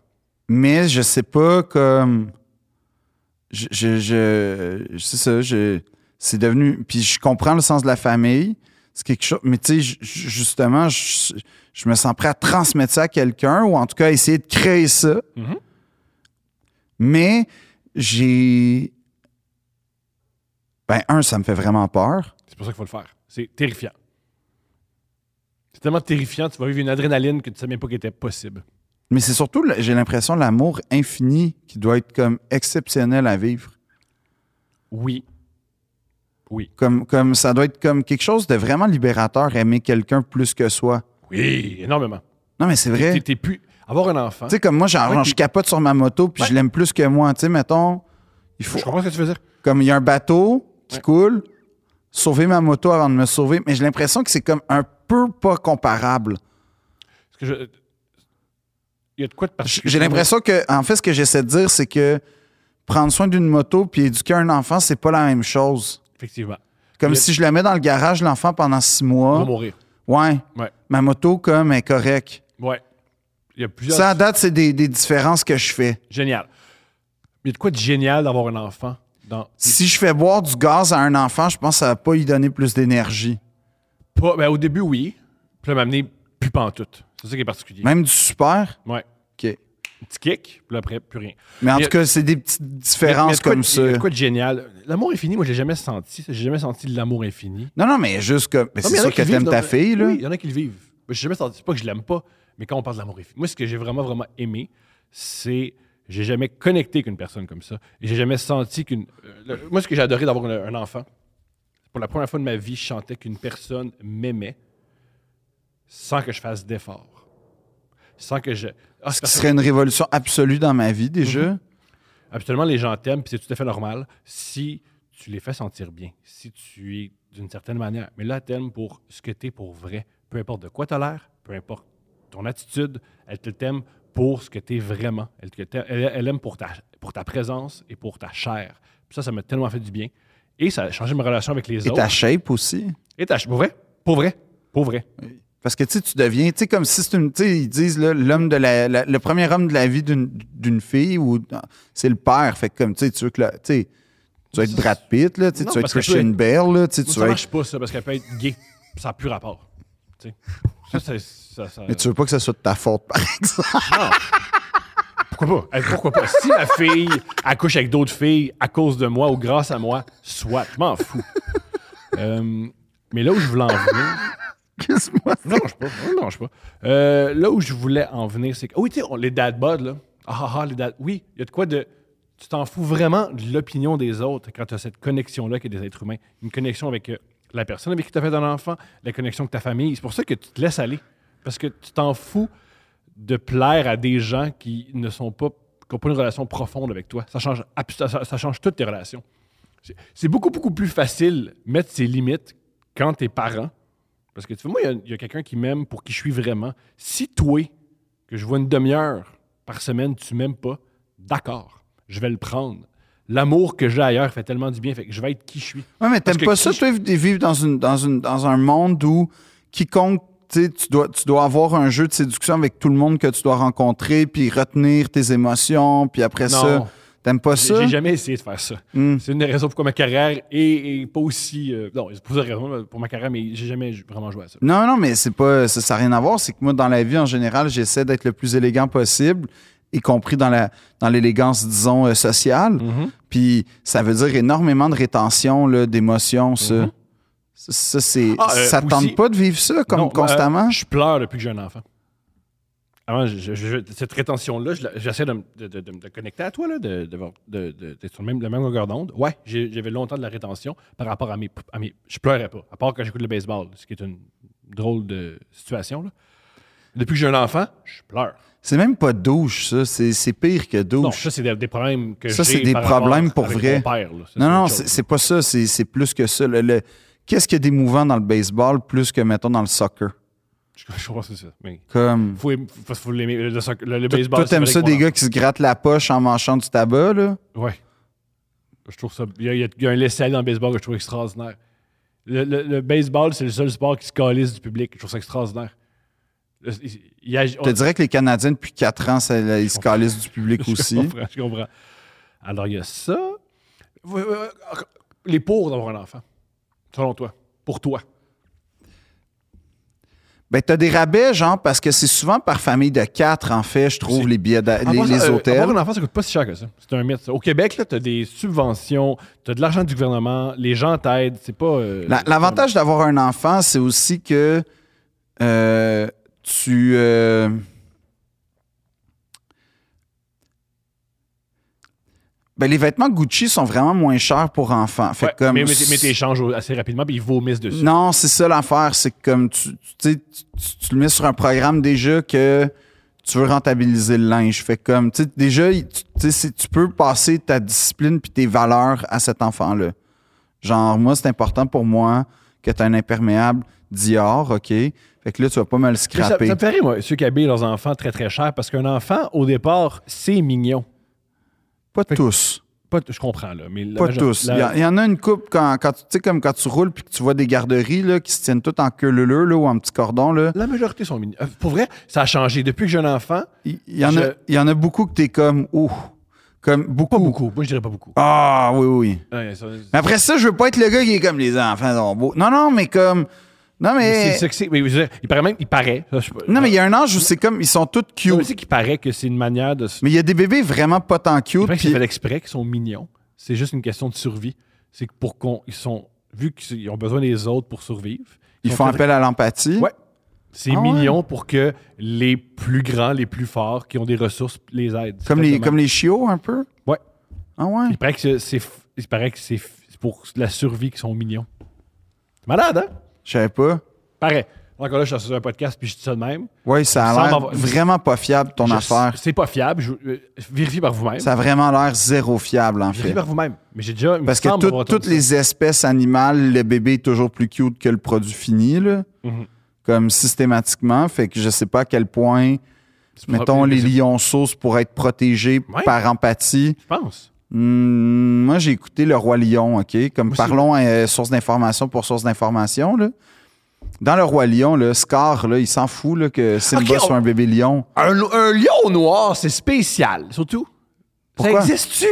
mais je sais pas comme je je, je- je- c'est ça je c'est devenu puis je comprends le sens de la famille c'est quelque chose mais tu sais ju- ju- justement je, je me sens prêt à transmettre ça à quelqu'un ou en tout cas essayer de créer ça
Mhm.
mais j'ai ben un ça me fait vraiment peur
C'est pour ça qu'il faut le faire. C'est terrifiant. C'est tellement terrifiant, tu vas vivre une adrénaline que tu ne savais même pas qu'elle était possible.
mais c'est surtout le- j'ai l'impression l'amour infini qui doit être comme exceptionnel à vivre
Oui.
comme, comme ça doit être comme quelque chose de vraiment libérateur, aimer quelqu'un plus que soi.
Oui, énormément.
Non, mais c'est vrai.
T'es-
Tu
t'es plus... Avoir un enfant,
Eh. sais, comme moi, genre,
Ouais,
genre,
puis-
je capote sur ma moto, puis je l'aime plus que moi. Tu sais, mettons, il faut,
je comprends ce que tu veux dire.
comme il y a un bateau qui coule, sauver ma moto avant de me sauver, mais j'ai l'impression que c'est comme un peu pas comparable.
Parce que je- Il y a de quoi de
J-
particulier.
J'ai l'impression que, en fait, ce que j'essaie de dire, c'est que prendre soin d'une moto puis éduquer un enfant, c'est pas la même chose.
Effectivement.
Comme
Le-
si je la mets dans le garage, l'enfant, pendant six
On va
mois.
mourir.
Ouais,
Ouais.
ma moto, comme, est correcte.
Ouais. Il y a plusieurs...
Ça, à date, c'est des, des différences que je fais.
Génial. Il y a de quoi de génial d'avoir un enfant dans...
Si je fais boire du gaz à un enfant, je pense que ça va pas lui donner plus d'énergie.
Pas... ben, au début, oui. Puis là, m'amener plus pantoute. C'est ça qui est particulier.
Même du super.
Ouais.
OK.
Un Petit kick, puis là, après, plus rien.
Mais en
Mais-
tout cas, c'est des petites
Mais- mais
différences
de quoi
comme
de-
ça.
de quoi de génial. L'amour infini, moi, je l'ai jamais senti. ça. J'ai jamais senti de l'amour infini.
Non, non, mais juste comme. mais
Non,
c'est
mais il y en a
sûr
qui
que
le vivent
t'aimes
dans-
ta fille, là.
Oui, il y en a qui le vivent. Moi, J'ai jamais senti, c'est pas que je l'aime pas, mais quand on parle de l'amour infini, moi, ce que j'ai vraiment, vraiment aimé, c'est. J'ai jamais connecté qu'une personne comme ça. Et j'ai jamais senti qu'une. euh, le- moi, ce que j'ai adoré d'avoir un, un enfant, pour la première fois de ma vie, je chantais qu'une personne m'aimait sans que je fasse d'effort. Sans que je. Ah,
Ce
c'est
qui serait une révolution absolue dans ma vie,
Mhm.
déjà.
Absolument, les gens t'aiment, puis c'est tout à fait normal si tu les fais sentir bien, si tu es d'une certaine manière. Mais là, t'aimes pour ce que t'es pour vrai. Peu importe de quoi t'as l'air, peu importe ton attitude, elle te t'aime pour ce que t'es vraiment. Elle, te t'aime- elle- elle aime pour ta, pour ta présence et pour ta chair. Puis ça, ça m'a tellement fait du bien. Et ça a changé ma relation avec les
Et
autres.
ta shape aussi.
Et ta... Pour vrai? Pour vrai? Pour vrai.
Parce que tu sais, tu deviens, tu sais, comme si c'est une, tu sais, ils disent là, l'homme de la, la- le premier homme de la vie d'une d'une fille ou ah, c'est le père. Fait que comme tu sais, tu veux que, le- tu sais, tu vas être Brad Pitt là, tu sais,
Non,
tu vas être
parce que tu es-
Christian Bale là, tu sais,
Moi,
tu
ça
vas
marche
être,
pas, ça, parce qu'elle peut être gay. Ça n'a plus rapport. Tu sais. Ça, c'est- ça- ça-
mais tu veux pas que ça soit de ta faute par exemple.
Non. Pourquoi pas? Eh, Pourquoi pas? Si ma fille accouche avec d'autres filles à cause de moi ou grâce à moi, soit, je m'en fous. Euh, mais là où je voulais en venir.
Excuse-moi.
Non, je sais pas. Non, je sais pas. Euh, là où je voulais en venir, c'est que. Oh Oui, tu sais, on- les dad bods, là. Ah ah ah, les dad. Oui, il y a de quoi de. Tu t'en fous vraiment de l'opinion des autres quand tu as cette connexion-là qui est des êtres humains. Une connexion avec euh, la personne avec qui tu as fait un enfant, la connexion avec ta famille. C'est pour ça que tu te laisses aller. Parce que tu t'en fous de plaire à des gens qui ne sont pas qui n'ont pas une relation profonde avec toi. Ça change, abs- ça, ça change toutes tes relations. C'est- C'est beaucoup, beaucoup plus facile mettre ses limites quand t'es parent. Parce que tu fais, moi, il y a- il y a, quelqu'un qui m'aime pour qui je suis vraiment. Si toi, que je vois une demi-heure par semaine, tu m'aimes pas, d'accord, je vais le prendre. L'amour que j'ai ailleurs fait tellement du bien, fait que je vais être qui je suis.
Ouais, mais t'aimes
Parce que
pas ça,
qui-
toi, de vivre dans, une, dans, une, dans un monde où quiconque, tu sais, tu dois, tu dois avoir un jeu de séduction avec tout le monde que tu dois rencontrer, puis retenir tes émotions, puis après
Non.
ça. T'aimes pas
J'ai-
ça?
J'ai jamais essayé de faire ça.
Hmm.
C'est une des raisons pourquoi ma carrière est, est pas aussi. euh, non, c'est pas une raison pour ma carrière, mais j'ai jamais ju- vraiment joué à ça.
Non, non, mais c'est pas, ça n'a rien à voir. C'est que moi, dans la vie, en général, j'essaie d'être le plus élégant possible, y compris dans la dans l'élégance, disons, euh, sociale. Puis ça veut dire énormément de rétention là, d'émotions, ça.
Mhm.
Ça, ça, c'est,
Ah, euh,
ça tente
aussi-
pas de vivre ça comme
Non,
constamment.
euh, je pleure depuis que j'ai un enfant. Avant, je- je- je- cette rétention-là, je la- j'essaie de, me- de- de- de me connecter à toi, là, de, de, de- de- d'être sur le même, le même longueur d'onde. Ouais, j'ai- j'avais longtemps de la rétention par rapport à mes, à mes. Je pleurais pas, à part quand j'écoute le baseball, ce qui est une drôle de situation. là. Depuis que j'ai un enfant, je pleure.
C'est même pas douche, ça. C'est, c'est pire que douche.
Non, ça, c'est des, des problèmes que
Ça,
j'ai
c'est des
par rapport
problèmes pour
avec
vrai.
mon père, là. Ça,
Non, non,
autre chose.
c'est c'est pas ça. C'est c'est plus que ça. Le, le- Qu'est-ce qu'il y a d'émouvant dans le baseball plus que, mettons, dans le soccer?
Je, je comprends c'est ça. Mais
Comme.
faut, aimer- faut, faut l'aimer. Le, le soc- le- le
Toi,
baseball.
toi,
c'est
t'aimes
vrai
ça,
que
des
mon
gars qui se grattent la poche en manchant du tabac, là?
Ouais. Je trouve ça. Il y a- il y, a- il y a un laisser-aller dans le baseball que je trouve extraordinaire. Le, le- le baseball, c'est le seul sport qui se calisse du public. Je trouve ça extraordinaire. Le- il- il agi- on-
Je te dirais que les Canadiens, depuis 4 ans, ça, là, ils se calissent du public
Je
aussi.
comprends, je comprends. Alors, il y a ça. Ouais, ouais, ouais. Les pour d'avoir un enfant, selon toi. Pour toi.
Ben, t'as des rabais, genre, parce que c'est souvent par famille de 4, en fait, je trouve,
C'est-
les billets, d'a- les,
Avoir ça,
les
euh,
hôtels.
Avoir un enfant, ça coûte pas si cher que ça. C'est un mythe. ça. Au Québec, tu as des subventions, tu as de l'argent du gouvernement, les gens t'aident. C'est pas. euh,
La- L'avantage d'avoir un enfant, c'est aussi que euh, tu. euh, Ben, les vêtements Gucci sont vraiment moins chers pour enfants. Fait
Ouais,
que comme
mais, mais t'es- mais t'échanges au- assez rapidement, puis ils vomissent dessus.
Non, c'est ça l'affaire. C'est que comme tu, tu, sais, tu- tu- tu le mets sur un programme déjà que tu veux rentabiliser le linge. Fait que comme, tu sais, déjà, il- tu, tu sais, c'est- tu peux passer ta discipline puis tes valeurs à cet enfant-là. Genre, moi, c'est important pour moi que tu as un imperméable Dior, OK? Fait que là, tu vas pas mal
Mais Ça,
scraper.
ça me fait rire, moi, ceux qui habillent leurs enfants très très cher, parce qu'un enfant, au départ, c'est mignon.
Pas tous.
Pas t- je comprends, là. Mais la
Pas
major-
tous. Il
la-
y a- il y, en a une coupe quand, quand tu tu sais, comme quand tu roules puis que tu vois des garderies là, qui se tiennent toutes en queue leu-leu là, ou en petit cordon. Là.
la majorité sont mignons. Euh, Pour vrai, ça a changé. Depuis que j'ai un enfant,
Il il y, en a-
Je-
il y en a beaucoup que t'es comme, ouh, comme beaucoup.
pas beaucoup. Moi, je dirais pas beaucoup.
Ah oui, oui.
Ouais, ça-
Mais après ça, je veux pas être le gars qui est comme les enfants sont beaux. Non, non, mais comme. Non,
mais
mais.
c'est sexy. Mais je veux dire, il paraît même, il paraît. ça, je sais pas-
non, mais il y a un âge où c'est comme. Ils sont tous
Non,
cute.
mais c'est qu'il paraît que c'est une manière de. se-
mais il y a des bébés vraiment pas tant
Il
cute.
paraît que c'est
puis-
fait exprès, qu'ils sont mignons. C'est juste une question de survie. C'est que pour qu'on. Ils sont. Vu qu'ils ont besoin des autres pour survivre.
ils
sont
font
très-
appel à l'empathie.
Ouais. C'est
Ah ouais?
mignon pour que les plus grands, les plus forts, qui ont des ressources, les aident.
Comme les,
Exactement.
comme les chiots, un peu.
Ouais.
Ah ouais.
Il paraît que c'est- c'est f- il paraît que c'est f- c'est pour la survie qu'ils sont mignons. C'est malade, hein?
Je savais pas.
Pareil. Encore là, je suis sur un podcast puis je dis ça de même.
Ouais, ça
Il
a l'air
semble avoir-
vraiment pas fiable, ton
Je-
affaire.
C'est pas fiable. Je, euh, vérifiez par vous-même.
Ça a vraiment l'air zéro fiable, en
Vérifiez
fait.
par vous-même. Mais j'ai déjà. il me
Parce que
semble
tout-
avoir entendu
toutes les espèces animales, le bébé est toujours plus cute que le produit fini, là.
Mhm.
Comme systématiquement. Fait que je sais pas à quel point,
ça. Ah, C'est
mettons,
probable-
les lionceaux pour être protégés
Ouais.
par empathie.
Je pense.
Hmm, moi, j'ai écouté Le Roi Lion, OK? Comme
Moi aussi.
parlons euh, source d'information pour source d'information, là. Dans Le Roi Lion, le Scar, là, il s'en fout là, que Simba
OK, on-
soit un bébé lion.
Un, lo- un lion noir, c'est spécial, surtout.
Pourquoi?
Ça existe-tu?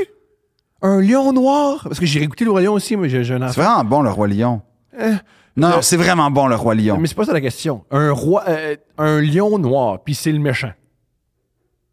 Un lion noir? Parce que j'ai écouté le roi lion aussi, mais j'ai j'ai un
C'est
enfant.
vraiment bon, Le Roi Lion.
Eh,
non,
le-
c'est vraiment bon, Le Roi Lion.
Mais c'est pas ça la question. Un roi, euh, un lion noir, puis c'est le méchant.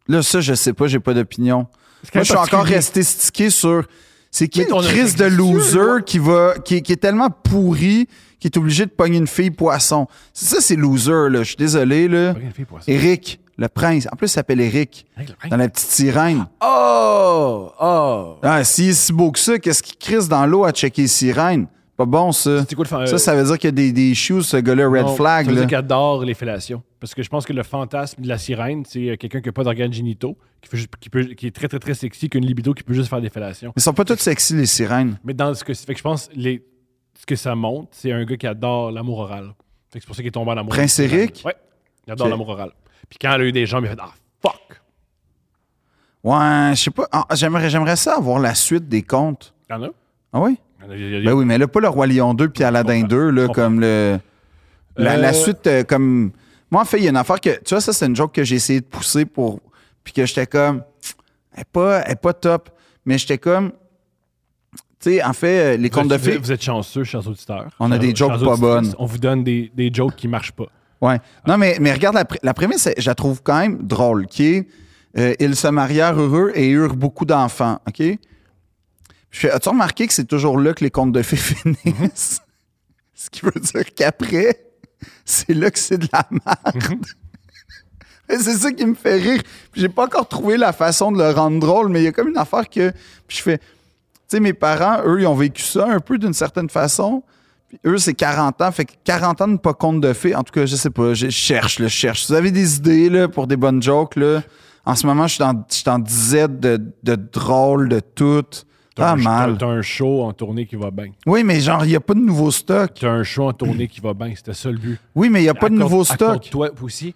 Là, ça, je sais pas, j'ai pas d'opinion.
C'est quand
Moi,
même
je suis encore
particulier.
resté stické sur. C'est qui
Mais on
une
a-
crise de
existe-tu,
loser
là?
qui va qui, qui est tellement pourri qu'il est obligé de pogner une fille poisson. Ça, c'est loser, là. Je suis désolé, là.
Regarde, fille poisson.
Eric, le prince. En plus, il s'appelle Eric.
Regarde, le prince.
Dans la petite sirène.
Oh! Oh!
Ah, s'il est si beau que ça, qu'est-ce qu'il crisse dans l'eau à checker les sirènes? Pas bon, ça.
C'est quoi le fan-
Ça, ça veut dire qu'il y a des, des shoes, ce gars-là, red
Euh, Non,
flag.
Ça veut
Là.
dire qu'il adore les fellations. Parce que je pense que le fantasme de la sirène, c'est euh, quelqu'un qui n'a pas d'organes génitaux, qui, fait juste- qui peut- qui est très, très, très sexy, qui a une libido, qui peut juste faire des fellations.
Ils sont pas tous sexy, les sirènes.
Mais dans ce que, fait que je pense les, ce que ça montre, c'est un gars qui adore l'amour oral. Fait que c'est pour ça qu'il est tombé en amour.
Prince
avec
Eric?
la sirène. Ouais. Il adore
Ok.
l'amour oral. Puis quand elle a eu des jambes, il a fait Ah, fuck!
Ouais, je sais pas. Ah, j'aimerais, j'aimerais ça avoir la suite des contes.
Il y en a?
Ah oui?
Il y en a- il y en a-
Ben oui, mais là, pas le Roi Lion 2 puis Aladdin
comprends.
2,
Je
là,
comprends.
comme le. La, la
Euh,
suite, euh, comme. Moi, en fait, il y a une affaire que. Tu vois, ça, c'est une joke que j'ai essayé de pousser pour. Puis que j'étais comme. Elle est pas, elle est pas top. Mais j'étais comme. Tu sais, en fait, euh, les
Vous
contes de
êtes,
fées.
vous êtes chanceux, chers auditeurs.
On a des
Chers-
jokes
chers
pas
auditrices,
bonnes.
On vous donne des, des jokes qui marchent pas.
Ouais.
Ah.
Non, mais, mais regarde, la, pré- la prémisse, je la trouve quand même drôle, qui est euh, ils se marièrent heureux et eurent beaucoup d'enfants, OK? Je fais, as-tu remarqué que c'est toujours là que les contes de fées finissent? Ce qui veut dire qu'après, c'est là que c'est de la merde.
Mhm.
Mais c'est ça qui me fait rire. Puis J'ai pas encore trouvé la façon de le rendre drôle, mais il y a comme une affaire que puis je fais. Tu sais, mes parents, eux, ils ont vécu ça un peu d'une certaine façon. Puis eux, c'est 40 ans. Fait que 40 ans de pas compte de fait. En tout cas, je sais pas. Je cherche, là, je cherche. Si vous avez des idées là, pour des bonnes jokes, là, en ce moment, je suis dans, je suis dans disette de, de drôles, de tout.
T'as
Pas
un-
mal.
T'as un show en tournée qui va bien.
Oui, mais genre, il n'y a pas de nouveau stock.
T'as un show en tournée qui va bien. C'était ça le but.
Oui, mais il n'y a pas de
Accorde-
nouveau stock.
accorde-toi aussi.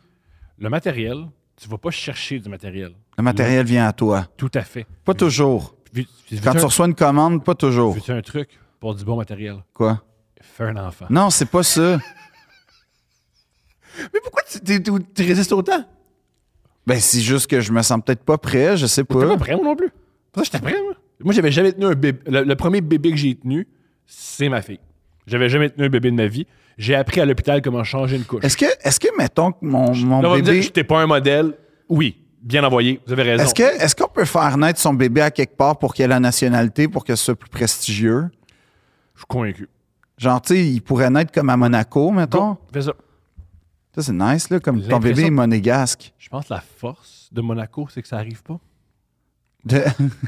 Le matériel, tu vas pas chercher du matériel.
Le matériel vient à toi.
Tout à fait.
Pas toujours.
Vu- vu-
Quand
vu-
tu reçois une commande, pas toujours.
Veux-tu un truc pour du bon matériel?
Quoi?
Fais un enfant.
Non, c'est pas ça.
Mais pourquoi tu, résistes autant?
Ben, c'est juste que je me sens peut-être pas prêt, je sais
T'es
pas.
pas prêt, moi non plus. Pour ça, j'étais prêt, moi. Moi, j'avais jamais tenu un bébé. Le, le premier bébé que j'ai tenu, c'est ma fille. J'avais jamais tenu un bébé de ma vie. J'ai appris à l'hôpital comment changer une couche.
Est-ce que, est-ce que, mettons que mon, mon
Là, on va me dire,
bébé.
j'étais pas un modèle. Oui, bien envoyé. Vous avez raison.
Est-ce que, est-ce qu'on peut faire naître son bébé à quelque part pour qu'il ait la nationalité, pour que ce soit plus prestigieux?
Je suis convaincu.
Genre, tu sais, il pourrait naître comme à Monaco, mettons.
Fais ça.
Ça, c'est nice, là, comme ton
L'impression-
bébé est monégasque.
Je pense que la force de Monaco, c'est que ça arrive pas.
De-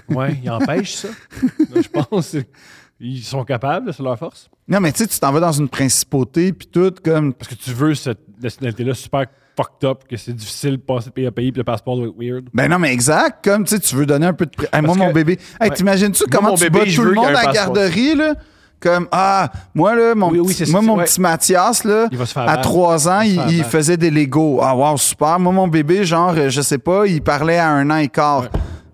Ouais, ils empêchent ça. Là, Je pense qu'ils sont capables, c'est leur force.
non, mais tu sais, tu t'en vas dans une principauté, puis tout, comme.
Parce que tu veux cette nationalité-là super fucked up, que c'est difficile de passer de pays à pays, puis le passeport doit être weird.
Ben non, mais exact, comme, tu sais, tu veux donner un peu de. pré- Hey, moi,
Parce
mon
que-
bébé. Hey,
ouais.
t'imagines-tu
Moi,
comment
mon
tu
bébé,
bats
je
tout le
veux qu'il
monde
y ait
à
un
la
passeport.
garderie, là? Comme, ah, moi, là, mon,
Oui, oui,
petit,
c'est
moi,
ça,
mon
ouais.
petit Mathias, là,
Il va se faire
à
battre.
trois ans,
Il
il,
va se faire
il
battre.
faisait des Legos. Ah, wow, super. Moi, mon bébé, genre, euh, je sais pas, il parlait à un an et quart.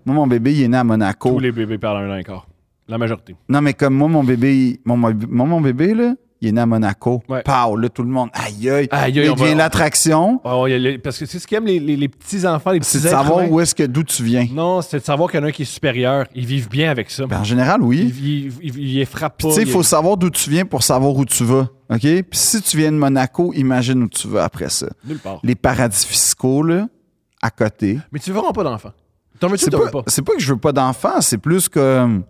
Moi, mon bébé, il est né à Monaco.
Tous les bébés parlent un an et quart. La majorité.
Non, mais comme moi, mon bébé, il- mon, mon- moi, mon bébé, là, il est né à Monaco.
Ouais.
Pow, là, tout le monde, aïe, aïe.
Aïe, aïe,
Là, il
on va-
devient l'attraction.
Oh, il y a les- parce que c'est ce qu'aiment les, les- les petits-enfants, les petits
C'est de
êtres
savoir
humains.
où est-ce que, d'où tu viens.
Non, c'est de savoir qu'il y en a un qui est supérieur. Ils vivent bien avec ça.
Ben, en général, oui.
Ils, ils, ils- ils les frappent pas.
Tu sais, il
ils-
faut savoir d'où tu viens pour savoir où tu vas. OK? Puis si tu viens de Monaco, imagine où tu vas après ça.
Nulle part.
Les paradis fiscaux, là, à côté.
Mais tu verras pas d'enfant. T'en veux-tu ou
C'est
t'en
pas,
veux pas?
c'est pas que je veux pas d'enfants, c'est plus que.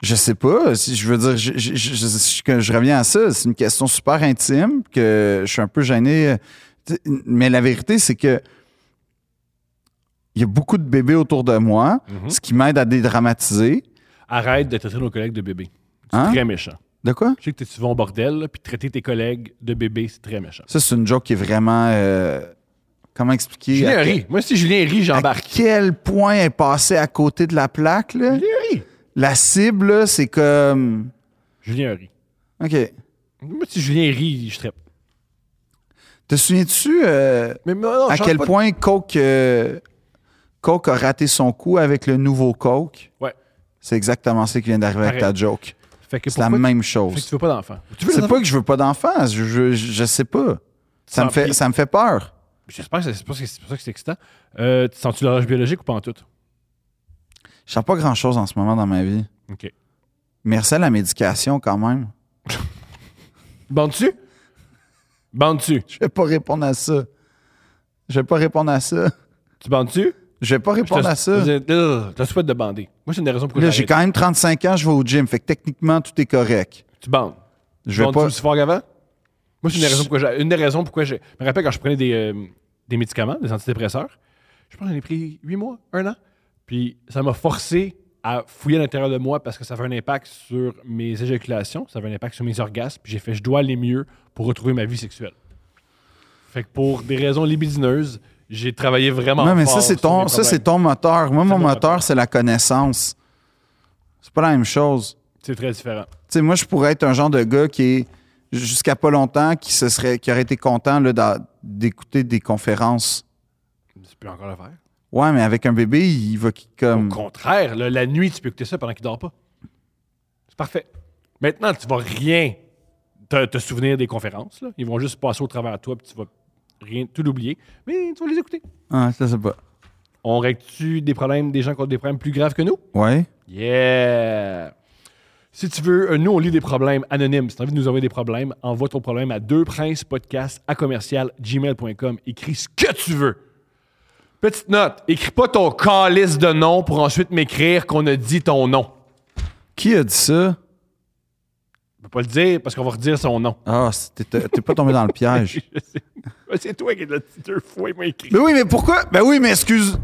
Je sais pas. Si je veux dire, je, je- je- je- que je reviens à ça. C'est une question super intime que je suis un peu gêné. Tu sais, Mais la vérité, c'est que. Il y a beaucoup de bébés autour de moi,
Mhm.
ce qui m'aide à dédramatiser.
Arrête de traiter nos collègues de bébés. C'est
Hein?
très méchant.
De quoi?
Je sais que tu vas au bordel, là, puis traiter tes collègues de bébés, c'est très méchant.
Ça, c'est une joke qui est vraiment. euh, comment expliquer?
Julien
à,
rit. Moi, si Julien rit,
à
j'embarque.
quel point elle est passé à côté de la plaque, là?
Julien rit.
La cible, là, c'est comme.
Julien rit.
OK.
Moi, si Julien rit, je trappe.
Te souviens-tu euh,
Mais moi, non,
à
Oh, change
quel
pas de-
point Coke, euh, Coke a raté son coup avec le nouveau Coke?
Ouais.
C'est exactement ça qui vient d'arriver avec ta
Pareil.
joke.
Fait que
C'est la
pourquoi tu-
même
Fait que tu
chose.
veux pas d'enfant. Tu veux
C'est
des
pas que je veux pas d'enfant. Je, je, je sais pas. Ça
Ah,
me fait,
puis-
ça me fait peur.
J'espère que c'est c'est pour ça que c'est pour ça que c'est excitant. Euh, tu sens-tu l'horloge biologique ou pas en tout?
Je sens pas grand chose en ce moment dans ma vie.
OK.
Merci à la médication quand même.
Bande-tu? Bandes-tu?
Je vais pas répondre à ça. Je vais pas répondre à ça.
Tu bandes-tu?
Je vais pas répondre à ça.
Je te- Ugh, je te souhaite de bander. Moi, c'est une des raisons pourquoi
Là, j'ai
j'arrête.
quand même 35 ans, je vais au gym. Fait que techniquement, tout est correct.
Tu bandes.
Je vais
Bandes-tu
pas.
aussi fort qu'avant? Moi, c'est une des raisons pourquoi j'ai... Une des raisons pourquoi j'ai... Je me rappelle quand je prenais des, euh, des médicaments, des antidépresseurs, je pense que j'en ai pris huit mois, un an. Puis ça m'a forcé à fouiller à l'intérieur de moi parce que ça avait un impact sur mes éjaculations, ça avait un impact sur mes orgasmes. Puis j'ai fait, je dois aller mieux pour retrouver ma vie sexuelle. Fait que pour des raisons libidineuses, j'ai travaillé vraiment
Non, mais
fort
ça, c'est
sur
ton,
mes
ça, c'est
problèmes.
ton moteur. Moi,
mon
mon moteur,
moteur.
c'est la connaissance. C'est pas la même chose.
C'est très différent.
Tu sais, moi, je pourrais être un genre de gars qui est jusqu'à pas longtemps, qui se serait, qui aurait été content là, d'a- d'écouter des conférences.
Tu peux encore le faire.
Ouais, mais avec un bébé, il va qui-
Au
comme.
contraire, là, la nuit, tu peux écouter ça pendant qu'il dort pas. C'est parfait. Maintenant, tu vas rien te, te souvenir des conférences. là. Ils vont juste passer au travers de toi puis tu vas rien, tout l'oublier. Mais tu vas les écouter.
Ah, ça, c'est pas.
On règle-tu des problèmes des gens qui ont des problèmes plus graves que nous?
Ouais.
Yeah! Si tu veux, euh, nous, on lit des problèmes anonymes. Si tu as envie de nous envoyer des problèmes, envoie ton problème à deux princes podcast à commercial gmail.com. Écris ce que tu veux. Petite note, écris pas ton calice de nom pour ensuite m'écrire qu'on a dit ton nom.
Qui a dit ça?
On peut pas le dire parce qu'on va redire son nom.
Ah, c'est- t'es- t'es t'es pas tombé dans le piège.
Je sais. C'est toi qui l'as dit deux fois, il m'a écrit.
Ben oui, mais pourquoi? Ben oui, mais excuse.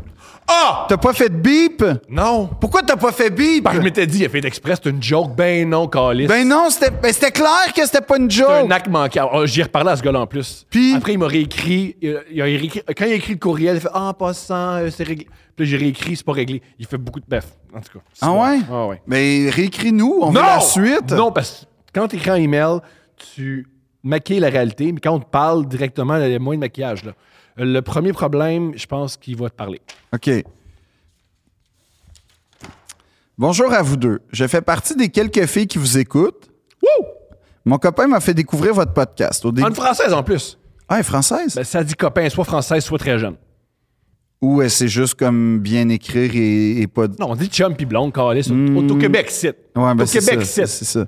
Ah!
T'as pas fait de bip?
Non!
Pourquoi t'as pas fait bip?
Je m'étais dit, il a fait exprès, c'est une joke. Ben non, calice.
Ben non, c'était ben c'était clair que c'était pas une
C'est
joke.
un acte manqué. Ah, J'y ai reparlé à ce gars-là en plus.
Oh! Puis-
Après, il m'a réécrit. Il, il a réécrit- Quand il a écrit le courriel, il fait Ah, en passant, euh, c'est réglé. Puis là, j'ai réécrit, c'est pas réglé. Il fait beaucoup de. Bref, en tout cas. c'est
Ah
bon.
ouais?
Ah ouais.
Mais réécris-nous, on veut la suite.
Non, parce que quand tu écris en email, tu maquilles la réalité, mais quand on te parle directement, il y a moins de maquillage. Là. Le premier problème, je pense qu'il va te parler.
OK. Bonjour à vous deux. Je fais partie des quelques filles qui vous écoutent.
Wouh!
Mon copain m'a fait découvrir votre podcast. Au début...
En française en plus.
Ah, elle est française?
Ben, ça dit copain, soit française, soit très jeune.
Ou euh, c'est juste comme bien écrire et, et pas...
Non, on dit chum puis blonde, calé. Au Québec, c'est.
Hmm. Ouais, ben
au
c'est
Québec, c'est.
ça, c'est ça.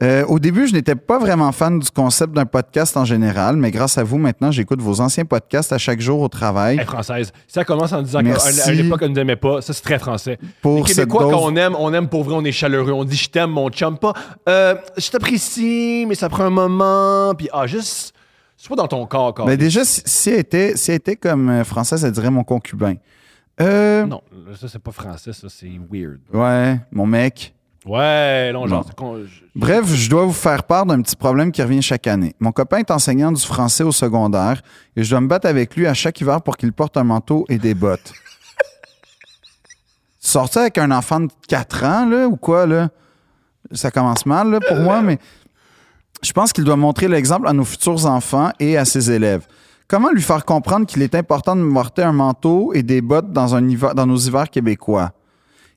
Euh, au début, je n'étais pas vraiment fan du concept d'un podcast en général, mais grâce à vous, maintenant, j'écoute vos anciens podcasts à chaque jour au travail.
Elle est française. Si ça commence en disant qu'à
Eh, Merci.
à l'époque, on ne nous aimait pas, ça, c'est très français.
Pour
les Québécois
cette dose-
qu'on aime, on aime pour vrai, on est chaleureux. On dit je t'aime, mon chum, pas euh, je t'apprécie, mais ça prend un moment. Puis, ah, juste, sois dans ton corps, corps.
Ben déjà, si, si elle était, si elle était comme euh, française, elle dirait mon concubin. Euh,
Non, ça, c'est pas français, ça, c'est weird.
Ouais, mon mec.
Ouais, non, genre,
Non.
c'est con- je-
Bref, je dois vous faire part d'un petit problème qui revient chaque année. Mon copain est enseignant du français au secondaire et je dois me battre avec lui à chaque hiver pour qu'il porte un manteau et des bottes. Sortir avec un enfant de 4 ans, là, ou quoi, là? Ça commence mal, là, pour moi, mais je pense qu'il doit montrer l'exemple à nos futurs enfants et à ses élèves. Comment lui faire comprendre qu'il est important de porter un manteau et des bottes dans, un hiver- dans nos hivers québécois?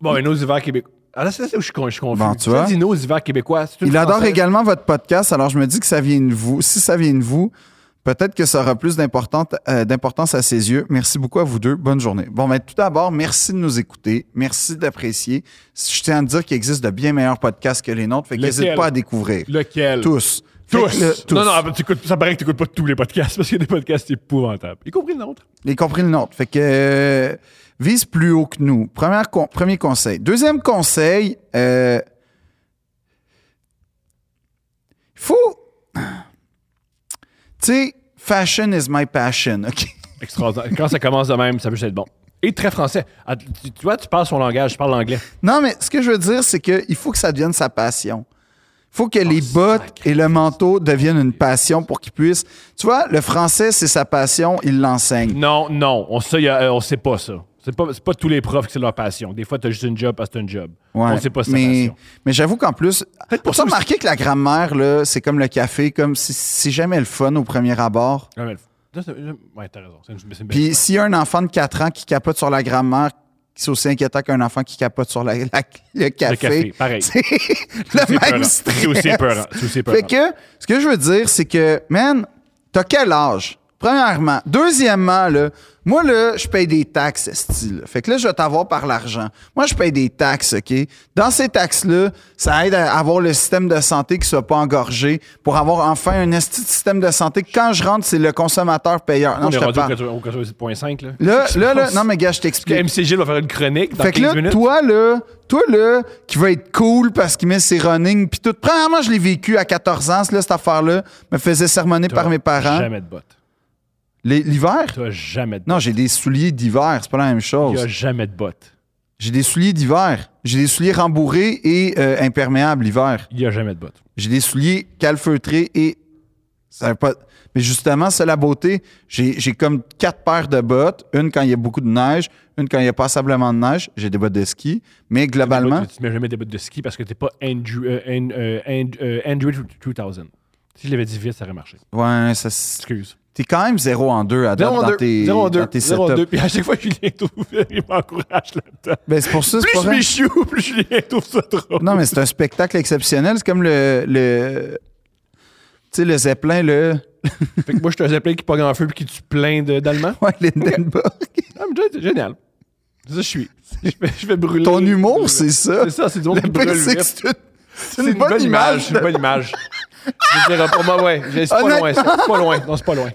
Bon, et nos hivers québécois. Ah, là, c'est là où je suis con- je suis confus.
Bon, tu
Ça
vois.
dit nos hivers québécois. c'est une
Il adore
Française.
également votre podcast, alors je me dis que ça vient de vous. Si ça vient de vous, peut-être que ça aura plus d'importante- euh, d'importance à ses yeux. Merci beaucoup à vous deux. Bonne journée. Bon, ben, tout d'abord, merci de nous écouter. Merci d'apprécier. Je tiens à dire qu'il existe de bien meilleurs podcasts que les nôtres, fait que
Lequel?
n'hésite pas à découvrir.
Lequel?
Tous. Fait que
Tous.
le- tous.
Non, non, t'écoutes- ça paraît que tu pas tous les podcasts parce qu'il y a des podcasts épouvantables, y compris le nôtre.
Y compris le nôtre. Fait que euh, vise plus haut que nous. Première con- premier conseil. Deuxième conseil, euh, faut. Tu sais, fashion is my passion. OK?
Extraordinaire. Quand ça commence de même, ça peut juste être bon. Et très français. Ah, tu, tu vois, tu parles son langage, je parle l'anglais.
Non, mais ce que je veux dire, c'est qu'il faut que ça devienne sa passion. Il faut que les bottes et le manteau deviennent une passion pour qu'il puisse. Tu vois, le français, c'est sa passion, il l'enseigne.
Non, non, on sait, y a- euh, on sait pas ça. C'est pas, c'est pas tous les profs que c'est leur passion. Des fois, t'as juste une job parce que t'as une job.
Ouais,
on sait pas si c'est ta
mais,
passion.
mais j'avoue qu'en plus,
Peut-être
pour
pour
ça
ça aussi-
remarquer que la grammaire, là, c'est comme le café, comme si- c'est jamais le fun au premier abord.
Ah, Ouais, mais- Ouais, t'as raison. C'est une- c'est une belle-
Puis s'il y a un enfant de 4 ans qui capote sur la grammaire, qui sont aussi inquiétants qu'un enfant qui capote sur la- la-
Le
le café.
café, pareil.
C'est
aussi
le même
épeurant.
stress.
C'est aussi épeurant. C'est aussi épeurant.
Fait que, ce que je veux dire, c'est que, man, t'as quel âge? Premièrement. Deuxièmement, là, moi, là, je paye des taxes, style. Fait que là, je vais t'avoir par l'argent. Moi, je paye des taxes, OK? Dans ces taxes-là, ça aide à avoir le système de santé qui soit pas engorgé pour avoir enfin un esti de système de santé que quand je rentre, c'est le consommateur payeur. Non,
On
je
est
te
rendu
parle.
au 87.5. Là,
Là, là, là, non,
mais
mais gars, je t'explique.
MCG va faire une chronique dans
Fait que
15
là,
minutes.
toi, là, toi, là, qui va être cool parce qu'il met ses running puis tout. Premièrement, je l'ai vécu à 14 ans, là, cette affaire-là. Me faisait sermonner
T'as
par mes parents.
Jamais de bottes.
Les- L'hiver?
T'as jamais de bottes.
Non, j'ai des souliers d'hiver, c'est pas la même
Il n'y a
chose.
jamais de bottes.
J'ai des souliers d'hiver. J'ai des souliers rembourrés et euh, imperméables l'hiver.
Il n'y a jamais de bottes.
J'ai des souliers calfeutrés et. Ça veut pas... Mais justement, c'est la beauté. J'ai j'ai comme quatre paires de bottes. Une quand il y a beaucoup de neige, une quand il y a passablement de neige. J'ai des bottes de ski. Mais globalement.
Bottes, Tu ne mets jamais des bottes de ski parce que tu n'es pas Andrew, euh, And- euh, And- euh, Andrew 2000. Si je l'avais dit vite, ça aurait marché.
Ouais, ça.
Excuse.
T'es quand même 0 en 2 à date dans
0-2.
tes, dans
0-2.
tes
0-2.
setups.
Puis à chaque fois que Julien trouve, il m'encourage là-dedans.
Ben, c'est pour ça, c'est
Plus
pas
je
vrai.
m'échoue, plus Julien trouve ça drôle.
Non, mais c'est un spectacle exceptionnel. C'est comme le. le tu sais, le Zeppelin, le.
Fait que moi, je te appelé qui pogne en feu puis qui tue plein de- d'Allemands.
Ouais, Lindenberg.
Ah, mais c'est génial. C'est ça que je suis. Je vais, je vais brûler.
Ton humour, c'est ça.
C'est ça, c'est du monde
Le
qui brûle
pire, c'est que
vite.
c'est une, c'est une bonne image.
C'est une bonne image. Je dirais pour moi, ouais. C'est pas loin, ça. C'est pas loin. Non, c'est pas loin.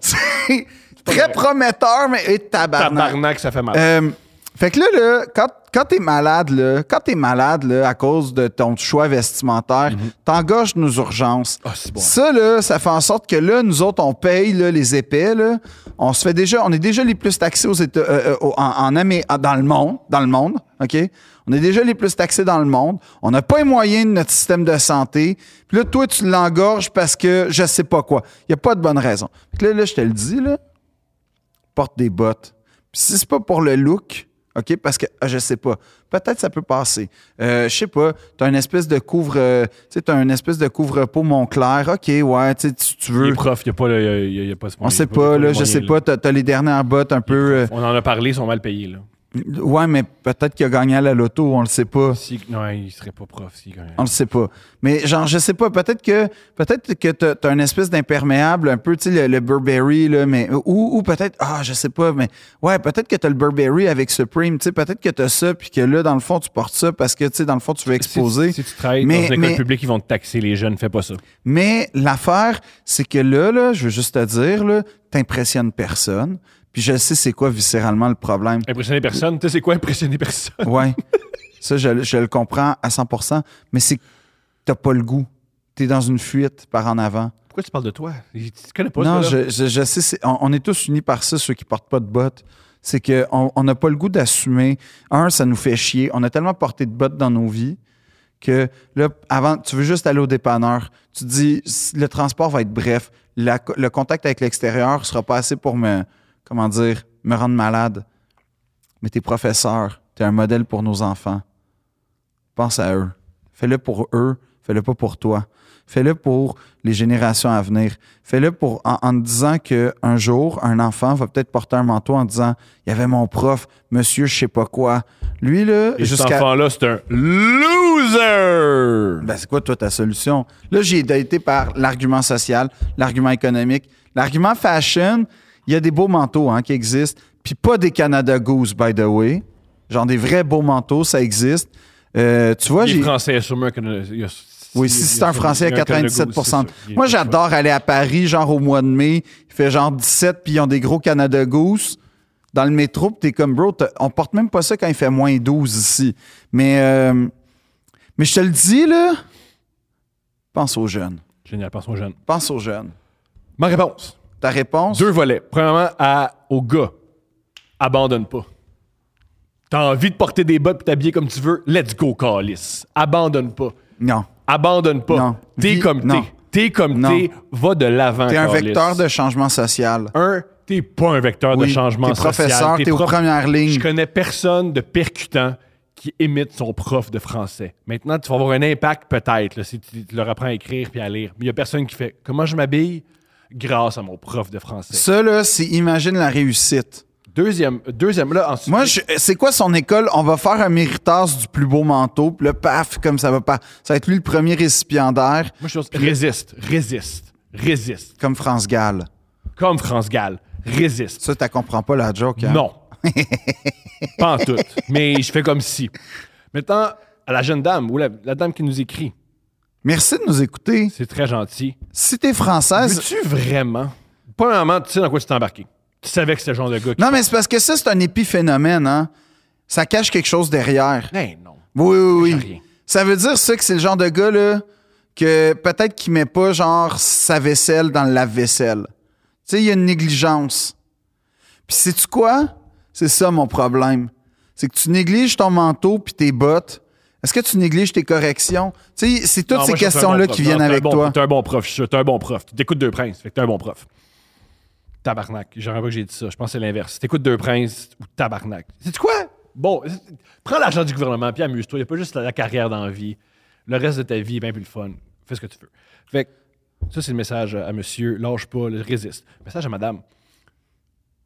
Très prometteur, mais et tabarnak.
Tabarnak, ça fait mal.
Euh, fait que là, là quand, quand t'es malade, là, quand t'es malade là, à cause de ton choix vestimentaire, t'engorges nos urgences.
Mhm. Ah, c'est bon.
Ça, là, ça fait en sorte que là, nous autres, on paye là, les épais. Là, on se fait déjà, on est déjà les plus taxés aux États, euh, euh, au- en, en Amé- en- dans le monde, dans le monde, ok. On est déjà les plus taxés dans le monde. On n'a pas les moyens de notre système de santé. Puis là, toi, tu l'engorges parce que je sais pas quoi. Il y a pas de bonne raison. Fait que là, là, je te le dis là, porte des bottes. Puis si c'est pas pour le look, OK, parce que ah, je sais pas, peut-être ça peut passer. Euh, je sais pas, t'as une espèce de couvre euh, tu sais, t'as une espèce de couvre-peau Montclair. OK, ouais, tu sais, tu, tu
les
veux
profs, il n'y a pas le. y a- y a pas ce
on
moyen- y
sait
a y a
pas
le
là, je
moyen,
sais
là.
pas, t'as t'as les dernières bottes un peu
On en a parlé, ils sont mal payés, là.
euh, ouais, mais peut-être qu'il a gagné à la loto, on le sait pas.
Si, non, ils seraient pas profs, si, quand même.
On le sait pas. Mais genre, je sais pas, peut-être que peut-être que t'as t'as une espèce d'imperméable, un peu, tu sais, le, le Burberry, là, mais. Ou, ou peut-être, ah, je sais pas, mais ouais, peut-être que t'as le Burberry avec Supreme, tu sais, peut-être que t'as ça, puis que là, dans le fond, tu portes ça parce que, tu sais, dans le fond, tu veux exposer.
Si, si tu travailles dans
Mais-
une école
mais-
publique, ils vont te taxer, les jeunes. Fais pas ça.
Mais l'affaire, c'est que là, là, je veux juste te dire, là, t'impressionnes personne, puis je sais c'est quoi viscéralement le problème.
Impressionner personne. Tu sais, c'est quoi impressionner personne?
Ouais. ça, je, je le comprends à 100 mais c'est que t'as pas le goût. T'es dans une fuite par en avant.
Pourquoi tu parles de toi? Tu te connais pas,
Non,
ce gars-là.
je, je- je sais, c'est- on, on est tous unis par ça, ceux qui portent pas de bottes. C'est qu'on n'a pas le goût d'assumer. Un, ça nous fait chier. On a tellement porté de bottes dans nos vies que là, avant, tu veux juste aller au dépanneur. Tu te dis, s- le transport va être bref. La co- le contact avec l'extérieur sera pas assez pour me, comment dire, me rendre malade. Mais t'es professeur, t'es un modèle pour nos enfants. Pense à eux. Fais-le pour eux, fais-le pas pour toi. Fais-le pour les générations à venir. Fais-le pour en, en te disant que un jour, un enfant va peut-être porter un manteau en disant Il y avait mon prof, monsieur, je sais pas quoi. Lui, là,
Et cet
jusqu'à.
enfant-là, c'est un loser!
Ben, c'est quoi, toi, ta solution? Là, j'ai été par l'argument social, l'argument économique, l'argument fashion. Il y a des beaux manteaux hein, qui existent, puis pas des Canada Goose, by the way. Genre des vrais beaux manteaux, ça existe. Euh, tu vois,
les
j'ai.
Français, sûrement. que- il y a-
Oui,
il y a-
si
il
c'est
y a-
un Français à
il y a un Canada
97
Goose, c'est ça. Il y a
Moi,
pas de choix.
j'adore aller à Paris, genre au mois de mai. Il fait genre 17, puis ils ont des gros Canada Goose dans le métro, puis t'es comme, bro, t'as- on porte même pas ça quand il fait moins 12 ici. Mais, euh, mais je te le dis, là, pense aux jeunes.
Génial, pensons aux jeunes.
Pense aux jeunes.
Ma réponse.
Ta réponse?
Deux volets. Premièrement, à, au gars, abandonne pas. T'as envie de porter des bottes et t'habiller comme tu veux? Let's go, Calis. Abandonne pas.
Non.
Abandonne pas.
Non.
T'es
Vis-
comme t'es.
non.
T'es comme
Non.
t'es. Va de l'avant.
T'es un
Calis.
vecteur de changement social.
Un, t'es pas un vecteur de
Oui,
changement
t'es
social.
professeur, t'es aux
prof-
premières lignes.
Je connais personne de percutant qui imite son prof de français. Maintenant, tu vas avoir un impact peut-être là, si tu tu leur apprends à écrire puis à lire. Mais il y a personne qui fait comment je m'habille grâce à mon prof de français.
Ça, là, c'est imagine la réussite.
Deuxième, deuxième là, ensuite.
Moi, je- c'est quoi son école? On va faire un méritas du plus beau manteau, puis le paf, comme ça va pas. Ça va être lui le premier récipiendaire,
Moi, je pense, résiste, résiste, résiste.
comme France Gall.
Comme France Gall, résiste.
Ça, t'as comprends pas la joke, hein?
Non. pas en tout. Mais je fais comme si. Maintenant, à la jeune dame, ou la, la dame qui nous écrit,
Merci de nous écouter.
c'est très gentil.
Si t'es française,
Veux-tu vraiment? Premièrement, tu sais dans quoi tu t'es embarqué. Tu savais que c'était le genre de gars qui.
Non, mais c'est parce que ça, c'est un épiphénomène, hein? Ça cache quelque chose derrière.
Hey, Ben non.
Oui, oui,
Cache rien.
oui. Ça veut dire, ça, que c'est le genre de gars, là, que peut-être qu'il met pas, genre, sa vaisselle dans le lave-vaisselle. Tu sais, il y a une négligence. Puis sais-tu quoi? C'est ça, mon problème. C'est que tu négliges ton manteau puis tes bottes. Est-ce que tu négliges tes corrections? Tu sais, c'est toutes
Non,
ces
moi, je suis un bon
questions-là
prof.
qui
Non,
viennent
t'es un
avec
bon-
toi.
T'es un bon prof, je suis sûr. T'es un bon prof. T'écoutes Deux Princes, fait que t'es un bon prof. Tabarnak. J'aurais pas que j'ai dit ça. Je pense que c'est l'inverse. T'écoutes Deux Princes ou tabarnak. C'est quoi? Bon, c'est- prends l'argent du gouvernement puis amuse-toi. Il n'y a pas juste la, la carrière dans la vie. Le reste de ta vie est bien plus le fun. Fais ce que tu veux. Fait que ça, c'est le message à à monsieur. Lâche pas, le- résiste. Message à madame.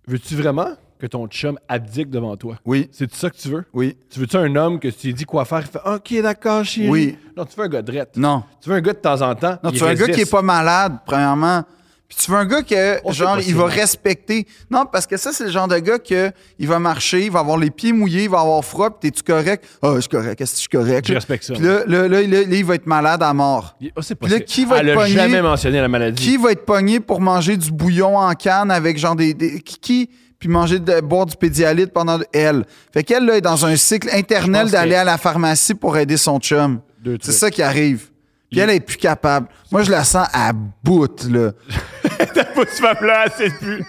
Veux-tu vraiment que ton chum abdique devant toi?
Oui,
C'est ça que tu veux?
oui.
Tu veux-tu un homme que tu lui dis quoi faire? Il fait OK, d'accord, chérie.
Oui.
Non, tu veux un gars de drette.
Non.
Tu veux un gars de temps en temps.
Non,
il
tu veux un gars qui est
résiste.
pas malade, premièrement. Puis tu veux un gars que,
Oh, c'est
genre, il va
possible.
respecter. Non, parce que ça, c'est le genre de gars que il va marcher, il va avoir les pieds mouillés, il va avoir froid, puis t'es-tu correct? Ah, je suis correct, est-ce que je suis correct?
Je respecte ça,
Puis là, là, là, là, là, il va être malade à mort.
Il- oh, c'est
Puis là,
possible.
qui va
Elle
être
a
pogné?
jamais mentionné la maladie.
Qui va être pogné pour manger du bouillon en canne avec, genre, des... des- qui, qui- Puis manger, de, boire du pédialyte pendant de- elle. Fait qu'elle, là, est dans un cycle
Je
internel
pense que-
d'aller à la pharmacie pour aider son chum.
Deux
C'est
trucs.
ça qui arrive. Puis elle est plus capable. Moi, je la sens à bout, là.
Faut que tu vas place, c'est plus.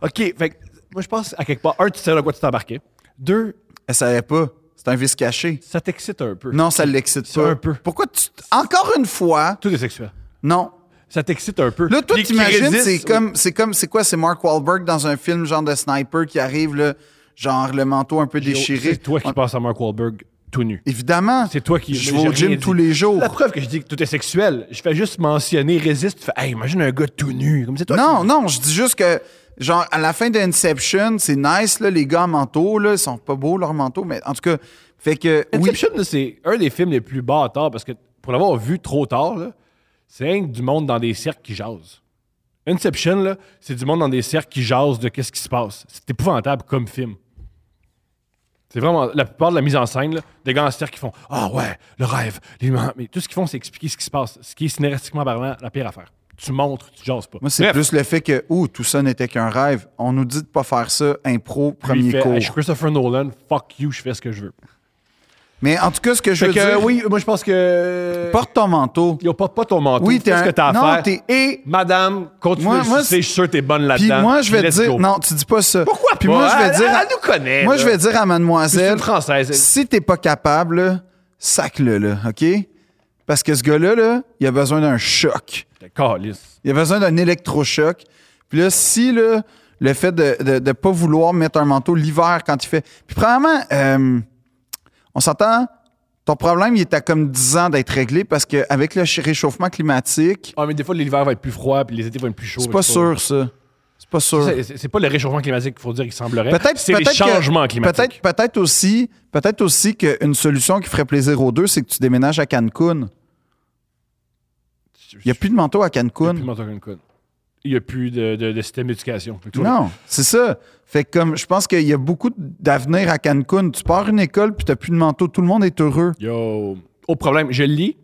OK, fait que moi, je pense à quelque part, un, tu sais de quoi tu t'embarquais. Deux,
Elle savait pas. C'est un vice caché.
ça t'excite un peu.
Non, ça l'excite
C'est
pas.
un peu.
Pourquoi tu. t- Encore une fois,
Tout est sexuel.
non.
Ça t'excite un peu.
Là, toi,
Les- qui
t'imagines,
résistent,
c'est
oui.
comme. C'est comme. C'est quoi? C'est Mark Wahlberg dans un film genre de sniper qui arrive, là, genre le manteau un peu déchiré.
C'est toi qui
Ouais.
passes à Mark Wahlberg tout nu.
Évidemment.
C'est toi qui.
Je
mais
vais
j'ai
au gym
rien
tous
dit.
les jours.
La preuve que je dis que tout est sexuel, je fais juste mentionner résiste. Tu fais, hey, imagine un gars tout nu. Comme c'est toi.
Non, non, je dis juste que. Genre, à la fin d'Inception, c'est nice, là, les gars en manteau, là, ils sont pas beaux, leurs manteaux, mais en tout cas, fait que, oui,
Inception, là, c'est un des films les plus bâtards parce que pour l'avoir vu trop tard, là, c'est rien que du monde dans des cercles qui jase. Inception, là, c'est du monde dans des cercles qui jase de qu'est-ce qui se passe. C'est épouvantable comme film. C'est vraiment la plupart de la mise en scène, là, des gars en cercle qui font Ah ouais, le rêve, les moments. Mais tout ce qu'ils font, c'est expliquer ce qui se passe, ce qui est cinérastiquement parlant la pire affaire. Tu montres, tu jases pas.
moi, c'est
Bref,
plus le fait que, ouh, tout ça n'était qu'un rêve. On nous dit de pas faire ça,
lui,
impro,
il
premier
fait,
cours.
Hey, Je suis Christopher Nolan, fuck you, je fais ce que je veux.
Mais en tout cas, ce que je
Fait
veux
que,
dire,
oui, moi je pense que.
porte ton manteau.
Yo, porte pas ton manteau.
Oui,
Oui,
t'es
Fais ce
un-
que t'as à
non,
faire.
t'es-
Et, madame, continue
Moi-
de
moi,
sucer, je suis sûr que t'es bonne
Puis
là-dedans.
moi, je vais
Let's
te dire,
go.
non, tu dis pas ça.
Pourquoi
Puis
pas?
moi, je vais
Elle-
dire,
elle nous connaît,
Moi,
là.
je vais dire à
C'est
mademoiselle,
une Française. elle.
si t'es pas capable, là, sac-le, là, OK? Parce que ce gars-là, là, il a besoin d'un choc.
Calisse.
Il a besoin d'un électrochoc. Puis là, si là, le fait de ne pas vouloir mettre un manteau l'hiver quand il fait. Puis, premièrement, euh, on s'entend, ton problème, il est à comme 10 ans d'être réglé parce qu'avec le réchauffement climatique,
Ah, mais des fois, l'hiver va être plus froid, puis les étés vont être plus chauds.
c'est pas sûr, ça. C'est pas sûr.
C'est- C'est c'est pas le réchauffement climatique qu'il faut dire qu'il semblerait.
Peut-être,
c'est
peut-être
les changements
que-
climatiques.
Peut-être, peut-être aussi, peut-être aussi qu'une solution qui ferait plaisir aux deux, c'est que tu déménages à Cancun. Il n'y a plus de manteau à
Il n'y
Cancun.
a plus de Cancun. Il y a plus de, de- de système d'éducation. Fait que toi,
Non, c'est ça. Fait que comme je pense qu'il y a beaucoup d'avenir à Cancun. Tu pars une école puis t'as plus de manteau, tout le monde est heureux.
Yo. Au problème, je le lis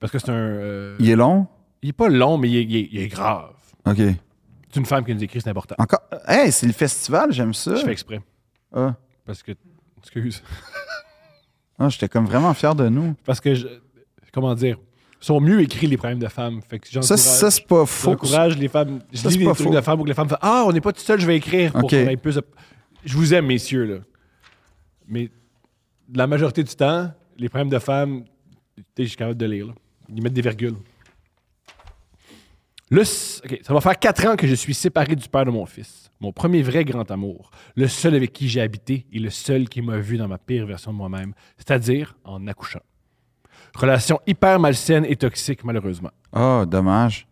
parce que c'est un. euh,
Il est long.
il est pas long, mais il est, il est- il est grave.
Ok.
C'est une femme qui nous écrit, c'est important.
Encore. Hey, c'est le festival, j'aime ça.
Je fais exprès.
Ah,
Parce que. Excuse.
Ah, j'étais comme vraiment fier de nous.
parce que je- comment dire sont mieux écrits les problèmes de femmes fait que
Ça,
j'encourage
ça c'est pas faux.
j'encourage les femmes je
Ça,
lis
c'est
des
pas
trucs
faux.
de femmes pour que les femmes font ah on n'est pas tout seul je vais écrire pour
Ok.
qu'on ait plus de- je vous aime messieurs là mais la majorité du temps les problèmes de femmes tu sais, je suis capable de lire là. ils mettent des virgules le, s- ok, ça va faire quatre ans que je suis séparé du père de mon fils. Mon premier vrai grand amour. Le seul avec qui j'ai habité et le seul qui m'a vu dans ma pire version de moi-même, c'est-à-dire en accouchant. Relation hyper malsaine et toxique, malheureusement.
Ah, dommage.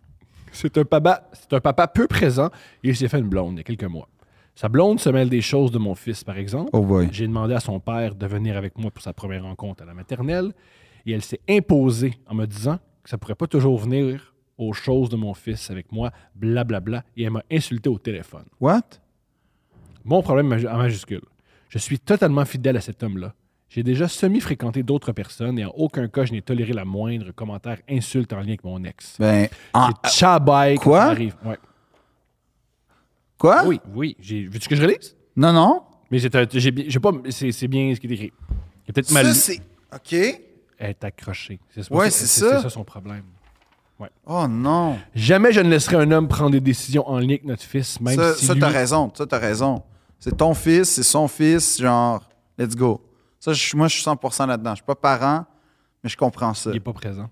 C'est un papa, c'est un papa peu présent et il s'est fait une blonde il y a quelques mois. Sa blonde se mêle des choses de mon fils, par exemple.
Oh boy.
J'ai demandé à son père de venir avec moi pour sa première rencontre à la maternelle et elle s'est imposée en me disant que ça pourrait pas toujours venir aux choses de mon fils avec moi, blablabla, et elle m'a insulté au téléphone.
What?
Mon problème maj- en majuscule. Je suis totalement fidèle à cet homme-là. J'ai déjà semi-fréquenté d'autres personnes et en aucun cas je n'ai toléré la moindre commentaire insulte en lien avec mon ex.
Ben, en-
C'est chabai quand
Quoi?
ça arrive. Ouais.
euh, quoi? Hein?
Oui, oui. J'ai- Veux-tu que je relise?
Non, non.
Mais c'est un- j'ai bien- j'ai pas. C'est c'est bien ce qui est écrit. Il y a peut-être mal.
Ça,
lu.
c'est. OK.
Elle est accrochée. C'est
Ouais,
c'est-
c'est
c'est-
ça.
c'est ça son problème.
Oh non.
Jamais je ne laisserai un homme prendre des décisions en lien avec notre fils, même
ça,
si
ça,
lui-
t'as raison. Ça, t'as raison. C'est ton fils, c'est son fils, genre, let's go. Ça, je suis- moi, je suis 100% là-dedans. Je suis pas parent, mais je comprends ça.
il n'est pas présent.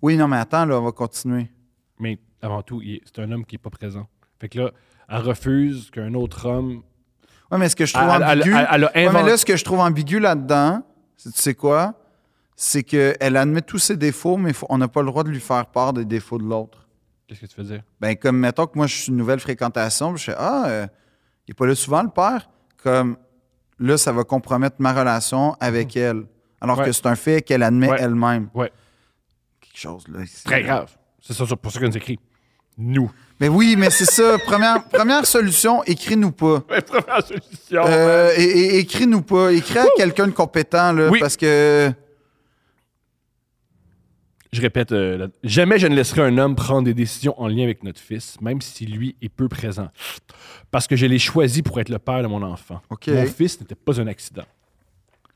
Oui, non, mais attends, là, on va continuer.
Mais avant tout, il est- c'est un homme qui n'est pas présent. Fait que là, elle refuse qu'un autre homme.
Ouais, mais ce que je trouve
Elle- elle-
ambigu.
elle- elle a
Ouais, mais
inventé-
là, ce que je trouve ambigu là-dedans, c'est- tu sais quoi? C'est qu'elle admet tous ses défauts, mais faut- on n'a pas le droit de lui faire part des défauts de l'autre.
Qu'est-ce que tu veux dire?
Ben, comme mettons que moi, je suis une nouvelle fréquentation, puis je fais Ah, euh, il n'est pas là souvent, le père. Comme là, ça va compromettre ma relation avec elle. Alors
Hmm. Ouais.
que c'est un fait qu'elle admet
Ouais.
elle-même.
Ouais.
Quelque chose, là. ici.
Très grave. C'est ça, c'est pour ça qu'on nous écrit. Nous.
Mais oui, mais c'est ça. première, première solution, écris-nous pas.
Ouais, première solution.
Euh, et, et- écris-nous pas. Écris à quelqu'un de compétent, là,
Oh, Oui.
parce que.
Je répète, euh, la- jamais je ne laisserai un homme prendre des décisions en lien avec notre fils, même si lui est peu présent. Parce que je l'ai choisi pour être le père de mon enfant.
OK.
Mon fils n'était pas un accident.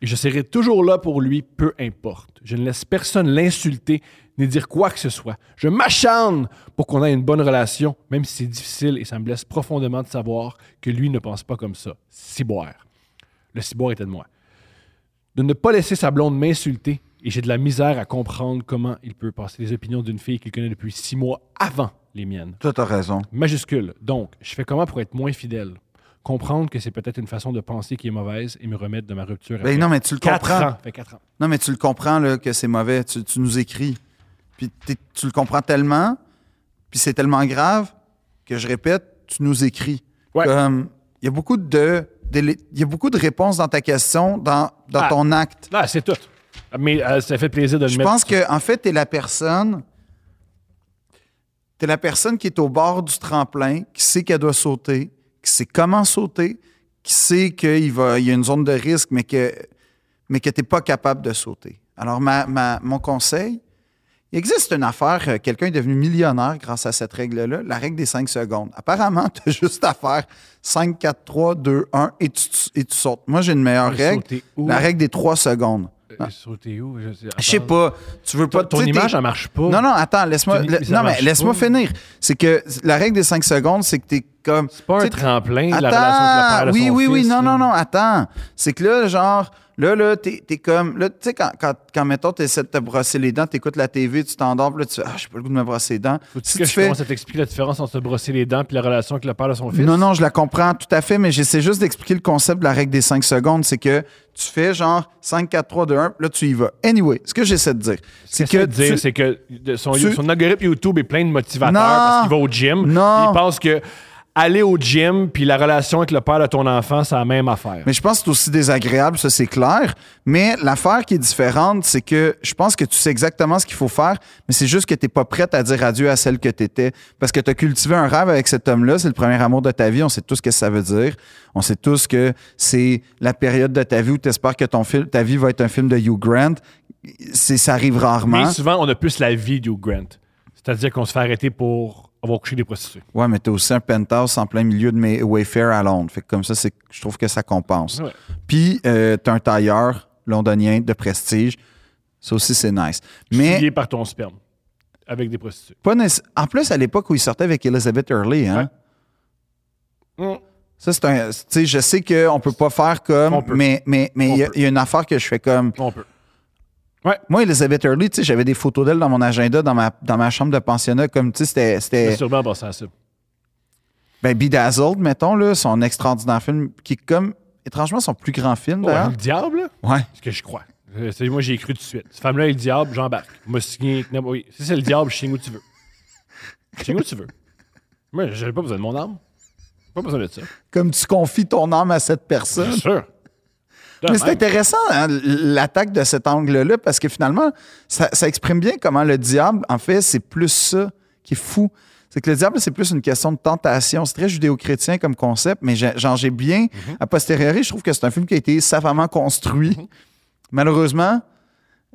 Et je serai toujours là pour lui, peu importe. Je ne laisse personne l'insulter ni dire quoi que ce soit. Je m'acharne pour qu'on ait une bonne relation, même si c'est difficile et ça me blesse profondément de savoir que lui ne pense pas comme ça. Ciboire. Le ciboire était de moi de ne pas laisser sa blonde m'insulter et j'ai de la misère à comprendre comment il peut passer les opinions d'une fille qu'il connaît depuis six mois avant les miennes.
Toi, t'as raison.
Majuscule. Donc, je fais comment pour être moins fidèle? Comprendre que c'est peut-être une façon de penser qui est mauvaise et me remettre de ma rupture.
Ben non, mais tu le
4
comprends.
ans. Fait quatre ans.
Non, mais tu le comprends là, que c'est mauvais. Tu, tu nous écris. Puis t'es- tu le comprends tellement, puis c'est tellement grave que je répète, tu nous écris.
Ouais.
Comme il y a beaucoup de d'élé- il y a beaucoup de réponses dans ta question, dans, dans
Ah.
ton acte.
Là, c'est tout. Mais euh, ça fait plaisir de le
Je
mettre.
pense que en fait, t'es la personne t'es la personne qui est au bord du tremplin, qui sait qu'elle doit sauter, qui sait comment sauter, qui sait qu'il va, il y a une zone de risque, mais que, mais que tu n'es pas capable de sauter. Alors, ma, ma- mon conseil, il existe une affaire, euh, quelqu'un est devenu millionnaire grâce à cette règle-là, la règle des 5 secondes. Apparemment, tu as juste à faire 5, 4, 3, 2, 1 et tu, et tu sautes. Moi, j'ai une meilleure
Sauter
règle,
où?
la règle des 3 secondes.
Euh, sauter où? Je sais,
Je sais pas, tu veux pas...
Ton, ton
tu sais, t'es-
image, elle marche pas.
non, non, attends, laisse-moi.
Tu dis-
la-
ça
non, mais
marche
laisse-moi
pas.
finir. C'est que la règle des 5 secondes, c'est que t'es comme.
C'est pas un
t'sais,
tremplin,
Attends,
la relation de la père et
oui,
son
oui, oui,
fils, là.
non, non, non, attends. C'est que là, genre, là, là, t'es t'es comme. Là, tu sais, quand, quand, quand, mettons, t'essaies de te brosser les dents, t'écoutes la TV, tu t'endors, puis là, tu fais, ah, j'ai pas le goût de me brosser les dents.
Faut-tu
Si
que
tu
je commence à t'expliquer la différence entre se brosser les dents et la relation avec le père de son fils?
non, non, je la comprends tout à fait, mais j'essaie juste d'expliquer le concept de la règle des 5 secondes. C'est que tu fais genre 5, 4, 3, 2, 1, là, tu y vas. Anyway, ce que j'essaie de dire,
C'est
c'est
que,
que.
dire,
tu-
c'est que de- son,
tu-
son algorithme YouTube est plein de motivateurs
Non.
parce qu'il va au gym.
Non.
Il pense que aller au gym puis la relation avec le père de ton enfant, c'est la même affaire.
Mais je pense que c'est aussi désagréable, ça c'est clair. Mais l'affaire qui est différente, c'est que je pense que tu sais exactement ce qu'il faut faire, mais c'est juste que tu pas prête à dire adieu à celle que tu étais. Parce que tu as cultivé un rêve avec cet homme-là, c'est le premier amour de ta vie, on sait tous ce que ça veut dire. On sait tous que c'est la période de ta vie où tu espères que ton film, ta vie va être un film de Hugh Grant. C'est, ça arrive
Mais
rarement.
souvent, on a plus la vie du Grant. C'est-à-dire qu'on se fait arrêter pour avoir couché des prostituées.
Ouais, mais t'as aussi un penthouse en plein milieu de mes Wayfair à Londres. Fait que comme ça, c'est, je trouve que ça compense.
Ouais.
Puis, euh, t'as un tailleur londonien de prestige. Ça aussi, c'est nice. Mais
Souillé par ton sperme. Avec des prostituées.
pas nécess- en plus, à l'époque où il sortait avec Elizabeth Hurley, hein,
Ouais. Mm.
ça, c'est un. Tu sais, je sais qu'on peut pas faire comme.
On peut.
Mais mais- mais
On
il y a-
peut.
il y, a une affaire que je fais comme.
On peut.
Moi, Elizabeth Hurley, tu sais, j'avais des photos d'elle dans mon agenda, dans ma, dans ma chambre de pensionnat. Comme, tu sais, c'était-
C'est
c'était.
sûrement passé à ça.
Ben, Bedazzled, mettons, là, son extraordinaire film, qui est comme. Étrangement, son plus grand film,
Oh, ouais,
d'ailleurs.
le diable, là?
Ouais.
ce que je crois. Euh, c'est- Moi, j'ai cru tout de suite. Cette femme-là est le diable, j'embarque. Moi, signé. non, Oui, si c'est le diable, je signe où tu veux. Je signe où tu veux. Moi, j'avais pas besoin de mon arme. Pas besoin de ça.
Comme tu confies ton âme à cette personne.
Bien sûr. De
Mais c'est
même.
intéressant, hein, l'attaque de cet angle-là, parce que finalement, ça, ça exprime bien comment le diable, en fait, c'est plus ça qui est fou. C'est que le diable, c'est plus une question de tentation. C'est très judéo-chrétien comme concept, mais j'ai- genre, j'ai bien,
Mhm.
à posteriori, je trouve que c'est un film qui a été savamment construit. Malheureusement,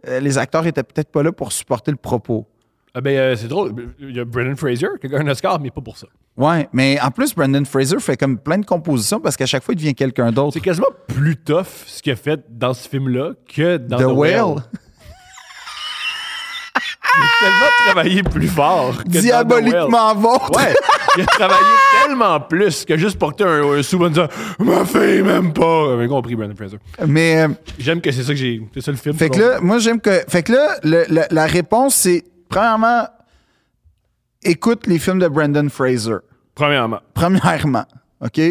euh, les acteurs étaient peut-être pas là pour supporter le propos.
Ah, ben, euh, c'est drôle. Il y a Brendan Fraser qui a gagné un Oscar, mais pas pour ça.
Ouais, mais en plus, Brandon Fraser fait comme plein de compositions parce qu'à chaque fois, il devient quelqu'un d'autre.
C'est quasiment plus tough ce qu'il a fait dans ce film-là que dans
The,
The,
Whale.
Whale. Il a tellement travaillé plus fort que dans The Whale.
diaboliquement vôtre.
Ouais, il a travaillé tellement plus que juste porter un, un sou en disant Ma fille m'aime pas. Vous avez compris, Brandon Fraser.
Mais. euh,
J'aime que c'est ça que j'ai. C'est ça le film.
Fait que là, moi, j'aime que. Fait que là, le- le- la réponse, c'est premièrement, écoute les films de Brandon Fraser.
Premièrement.
Premièrement, OK?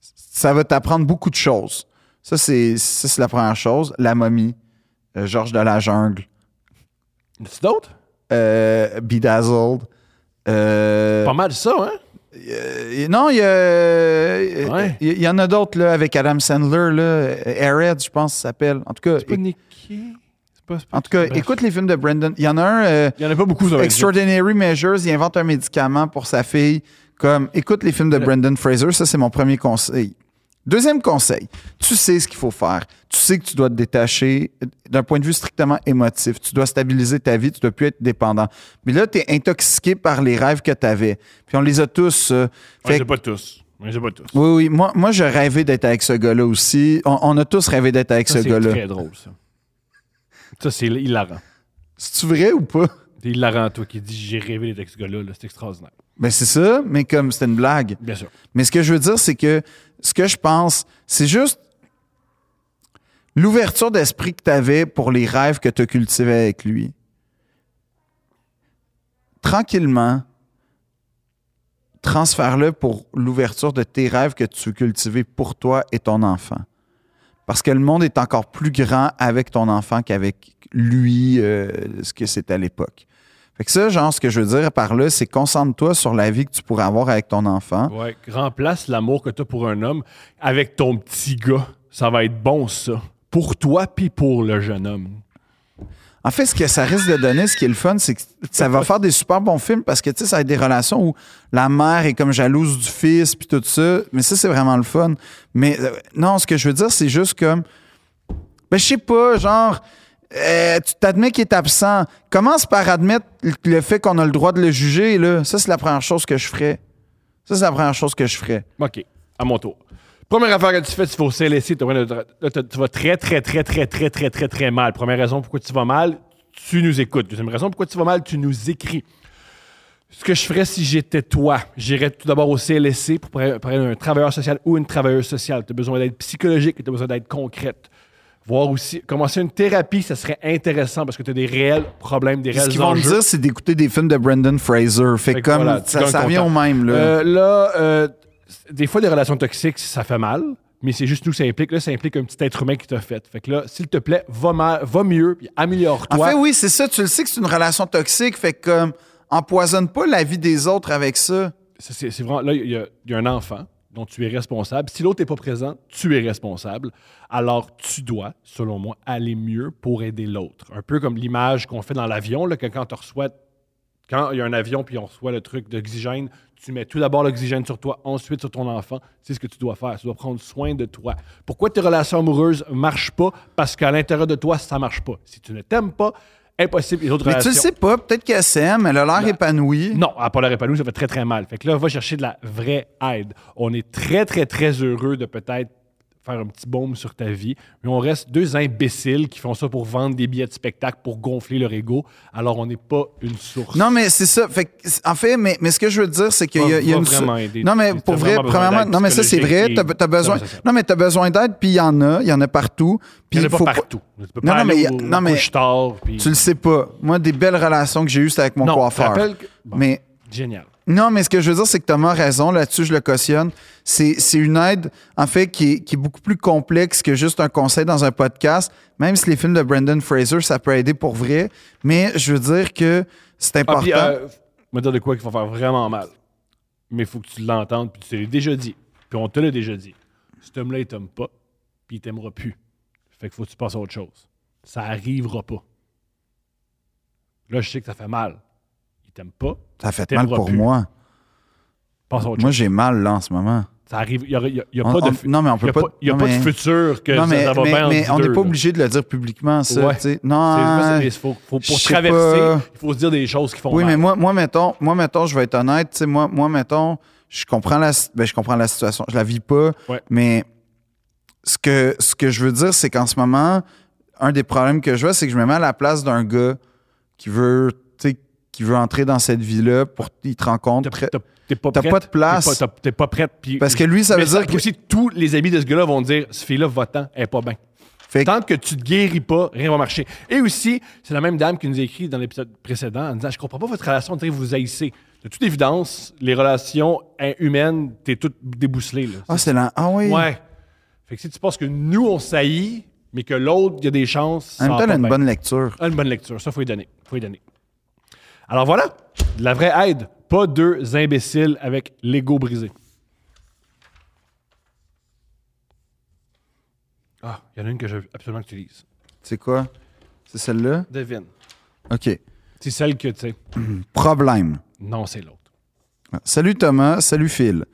Ça va t'apprendre beaucoup de choses. Ça, c'est ça, c'est la première chose. La momie, euh, Georges de la jungle,
C'est d'autres?
euh, Bedazzled. euh,
Pas mal ça, hein?
euh, non, il y a-
Ouais.
il y, en a d'autres là, avec Adam Sandler, là, euh, Airhead, je pense, que ça s'appelle. En tout cas,
Pas Nicky. C'est pas- c'est pas-
en tout cas
Bref.
écoute les films de Brandon. Il y en a un. euh,
Il y en a pas beaucoup, vous avez dit.
Extraordinary Measures, il invente un médicament pour sa fille. Comme, écoute les films de Brendan Fraser, ça c'est mon premier conseil. Deuxième conseil, tu sais ce qu'il faut faire. Tu sais que tu dois te détacher euh, d'un point de vue strictement émotif. Tu dois stabiliser ta vie, tu dois plus être dépendant. Mais là, tu es intoxiqué par les rêves que tu avais. Puis on les a tous. euh,
On les
fait
a pas tous. On les a pas tous.
oui, oui, moi, moi je rêvais d'être avec ce gars-là aussi. On, on a tous rêvé d'être avec
Ça,
ce
c'est
gars-là.
très drôle, ça. Ça, c'est hilarant.
C'est-tu vrai ou pas?
C'est hilarant, toi, qui dis j'ai rêvé d'être avec ce gars-là. là. C'est extraordinaire.
Ben c'est ça, mais comme c'était une blague.
Bien sûr.
Mais ce que je veux dire, c'est que ce que je pense, c'est juste l'ouverture d'esprit que tu avais pour les rêves que tu cultivais avec lui. Tranquillement, transfère-le pour l'ouverture de tes rêves que tu veux cultiver pour toi et ton enfant. Parce que le monde est encore plus grand avec ton enfant qu'avec lui, euh, ce que c'était à l'époque. Fait que ça, genre, ce que je veux dire par là, c'est concentre-toi sur la vie que tu pourrais avoir avec ton enfant.
Ouais, remplace l'amour que tu as pour un homme avec ton petit gars. Ça va être bon, ça. Pour toi, puis pour le jeune homme.
En fait, ce que ça risque de donner, ce qui est le fun, c'est que ça va faire des super bons films parce que, tu sais, ça va être des relations où la mère est comme jalouse du fils, puis tout ça. Mais ça, c'est vraiment le fun. Mais euh, non, ce que je veux dire, c'est juste comme. Ben, je sais pas, genre. euh, tu t'admets qu'il est absent. Commence par admettre le- le fait qu'on a le droit de le juger, là. Ça, c'est la première chose que je ferais. Ça, c'est la première chose que je ferais.
OK, à mon tour. Première affaire que tu fais, tu vas au CLSC, t'as rien de- là, t'as- tu vas très, très, très, très, très, très, très, très mal. Première raison pourquoi tu vas mal, tu nous écoutes. Deuxième raison pourquoi tu vas mal, tu nous écris. Ce que je ferais si j'étais toi, j'irais tout d'abord au CLSC pour parler parler d'un travailleur social ou une travailleuse sociale. Tu as besoin d'être psychologique, tu as besoin d'être concrète. Voir aussi, commencer une thérapie, ça serait intéressant parce que tu as des réels problèmes, des
Puis Ce
réels
qu'ils vont me
enjeux.
dire, c'est d'écouter des films de Brendan Fraser. Fait,
Fait que
comme
voilà, tu
ça,
gagnes
ça
ton
revient
temps.
au même, là.
Euh, là, euh, des fois, des relations toxiques, ça fait mal, mais c'est juste nous que ça implique. Là, ça implique un petit être humain qui t'a fait. Fait que là, s'il te plaît, va, mal, va mieux, puis
En
améliore-toi.
fait, oui, c'est ça. Tu le sais que c'est une relation toxique. Fait que, comme, empoisonne pas la vie des autres avec ça.
Ça, C'est c'est vraiment. Là, il y, a- il y a un enfant dont tu es responsable. Si l'autre n'est pas présent, tu es responsable. Alors, tu dois, selon moi, aller mieux pour aider l'autre. Un peu comme l'image qu'on fait dans l'avion, là, que quand on reçoit. Quand il y a un avion puis on reçoit le truc d'oxygène, tu mets tout d'abord l'oxygène sur toi, ensuite sur ton enfant. C'est ce que tu dois faire. Tu dois prendre soin de toi. Pourquoi tes relations amoureuses ne marchent pas? Parce qu'à l'intérieur de toi, ça ne marche pas. Si tu ne t'aimes pas, impossible. Les autres
Mais tu
relations.
le sais pas. Peut-être qu'elle s'aime. Elle a l'air épanouie.
Ben, Non, à Paul Repanou, ça fait très, très mal. Fait que là, va chercher de la vraie aide. On est très, très, très heureux de peut-être faire un petit baume sur ta vie, mais on reste deux imbéciles qui font ça pour vendre des billets de spectacle, pour gonfler leur ego, alors on n'est pas une source.
Non, mais c'est ça. Fait que, en fait, mais, mais ce que je veux dire, c'est qu'il y a,
Va-
il y a
va
une.
vraiment aider.
Non, mais
T'as
pour vrai,
vraiment besoin
premièrement,
d'aide
non, mais ça, c'est vrai.
psychologique
T'as,
et-
t'as besoin.
Non, mais ça, ça-
Non, mais t'as besoin d'aide, puis il y en a. Il y en a partout.
Il
Puis
n'y en a
faut
pas partout. Tu peux
Non,
pas
non, mais
aller
il y a-
au-
non,
au
mais-
couche-tard, puis-
Tu le sais pas. Moi, des belles relations que j'ai eues, c'était avec mon
Non, je te
coiffeur.
rappelle que- bon,
Mais.
Génial.
Non, mais ce que je veux dire, c'est que Thomas a raison. Là-dessus, je le cautionne. C'est c'est une aide, en fait, qui est, qui est beaucoup plus complexe que juste un conseil dans un podcast. Même si les films de Brendan Fraser, ça peut aider pour vrai. Mais je veux dire que c'est
Ah, euh,
important.
puis, euh, me dire de quoi qui va faire vraiment mal. mais il faut que tu l'entendes, puis tu te l'as déjà dit. Puis on te l'a déjà dit. Cet homme-là, il t'aime pas, puis il t'aimera plus. Fait que faut que tu passes à autre chose. Ça arrivera pas. Là, je sais que ça fait mal. Il t'aime pas,
Ça fait
T'aimeras
mal pour
plus.
moi.
passe à autre
Moi,
chose.
j'ai mal, là, en ce moment.
Ça arrive. Il y a, y a- y a
On-
pas
on-
de. fu-
non, mais on
y a
peut pas.
pas- y a
non,
pas
mais-
de futur que
non, mais,
ça, ça va
mais-
bien entre
mais
vous
on n'est
deux,
pas
là.
obligé de le dire publiquement, ça.
Ouais.
tu sais. Non,
C'est-
hein,
c'est- faut- faut-
je
pour
sais
traverser,
pas.
il faut se dire des choses qui font
Oui,
mal.
mais moi, moi, mettons, moi, mettons, je vais être honnête, tu sais, moi, moi, mettons, je comprends la, si- ben, je comprends la situation, je la vis pas,
Ouais.
mais ce que, ce que je veux dire, c'est qu'en ce moment, un des problèmes que je vois, c'est que je me mets à la place d'un gars qui veut, tu sais, qui veut entrer dans cette vie-là pour il te rencontre.
T'as-
très-
t'as- T'es pas
t'as
prête,
pas de place.
T'es pas, t'as- t'es pas prête. puis-
Parce que lui, ça
Mais
veut dire que-
aussi, tous les amis de ce gars-là vont dire ce fille-là, va-t'en, elle est pas bien.
Fait que-
Tant que tu te guéris pas, rien va marcher. Et aussi, c'est la même dame qui nous a écrit dans l'épisode précédent en disant Je comprends pas votre relation, on dirait que vous vous haïssez. De toute évidence, les relations hein, humaines, t'es toute débousselée. Là.
Ah, c'est là. Ah oui.
Ouais. Fait que si tu penses que nous, on s'haït, mais que l'autre, il y a des chances.
En même
ça va
temps, elle
pas
a une
bien.
bonne lecture.
Ah, Une bonne lecture, ça, faut y donner. Faut y donner. Alors voilà, de la vraie aide. Pas deux imbéciles avec l'ego brisé. Ah, il y en a une que je veux absolument que tu lises.
C'est quoi? C'est celle-là?
Devine.
OK.
C'est celle que, tu sais.
Problème.
Non, c'est l'autre.
Salut Thomas, salut Phil.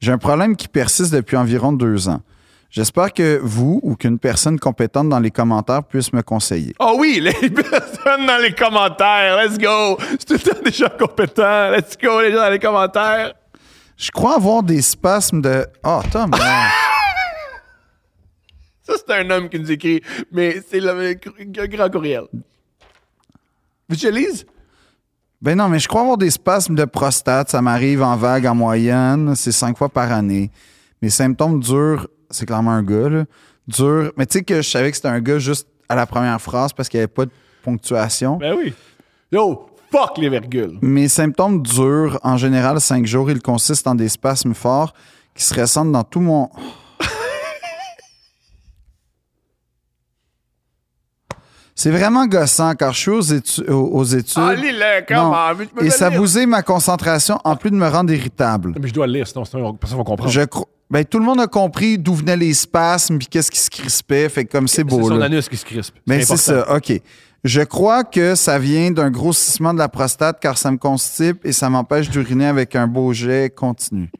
J'ai un problème qui persiste depuis environ deux ans. J'espère que vous ou qu'une personne compétente dans les commentaires puisse me conseiller.
Oh oui, les personnes dans les commentaires, let's go! C'est tout le temps des gens compétents, let's go, les gens dans les commentaires.
Je crois avoir des spasmes de... Ah, Thomas!
Ça, c'est un homme qui nous écrit, mais c'est le, le grand courriel. Visualise?
Ben non, mais je crois avoir des spasmes de prostate. Ça m'arrive en vague en moyenne. C'est cinq fois par année. Mes symptômes durent, c'est clairement un gars, là, durent. Mais tu sais que je savais que c'était un gars juste à la première phrase parce qu'il n'y avait pas de ponctuation.
Ben oui. Yo, fuck les virgules.
Mes symptômes durent en général cinq jours. Ils consistent en des spasmes forts qui se ressentent dans tout mon. C'est vraiment gossant car je suis aux, étu- aux- aux études.
Ah, le
Non.
mais tu me fais
Et ça
lire.
bousille ma concentration en plus de me rendre irritable.
Mais je dois le lire, sinon, sinon personne va comprendre.
Je cro- ben, tout le monde a compris d'où venaient les spasmes puis qu'est-ce qui se crispait. Fait que comme c'est
C'est
beau.
son
là.
anus qui se crispe.
Mais
important.
c'est ça, OK. Je crois que ça vient d'un grossissement de la prostate car ça me constipe et ça m'empêche d'uriner avec un beau jet continu.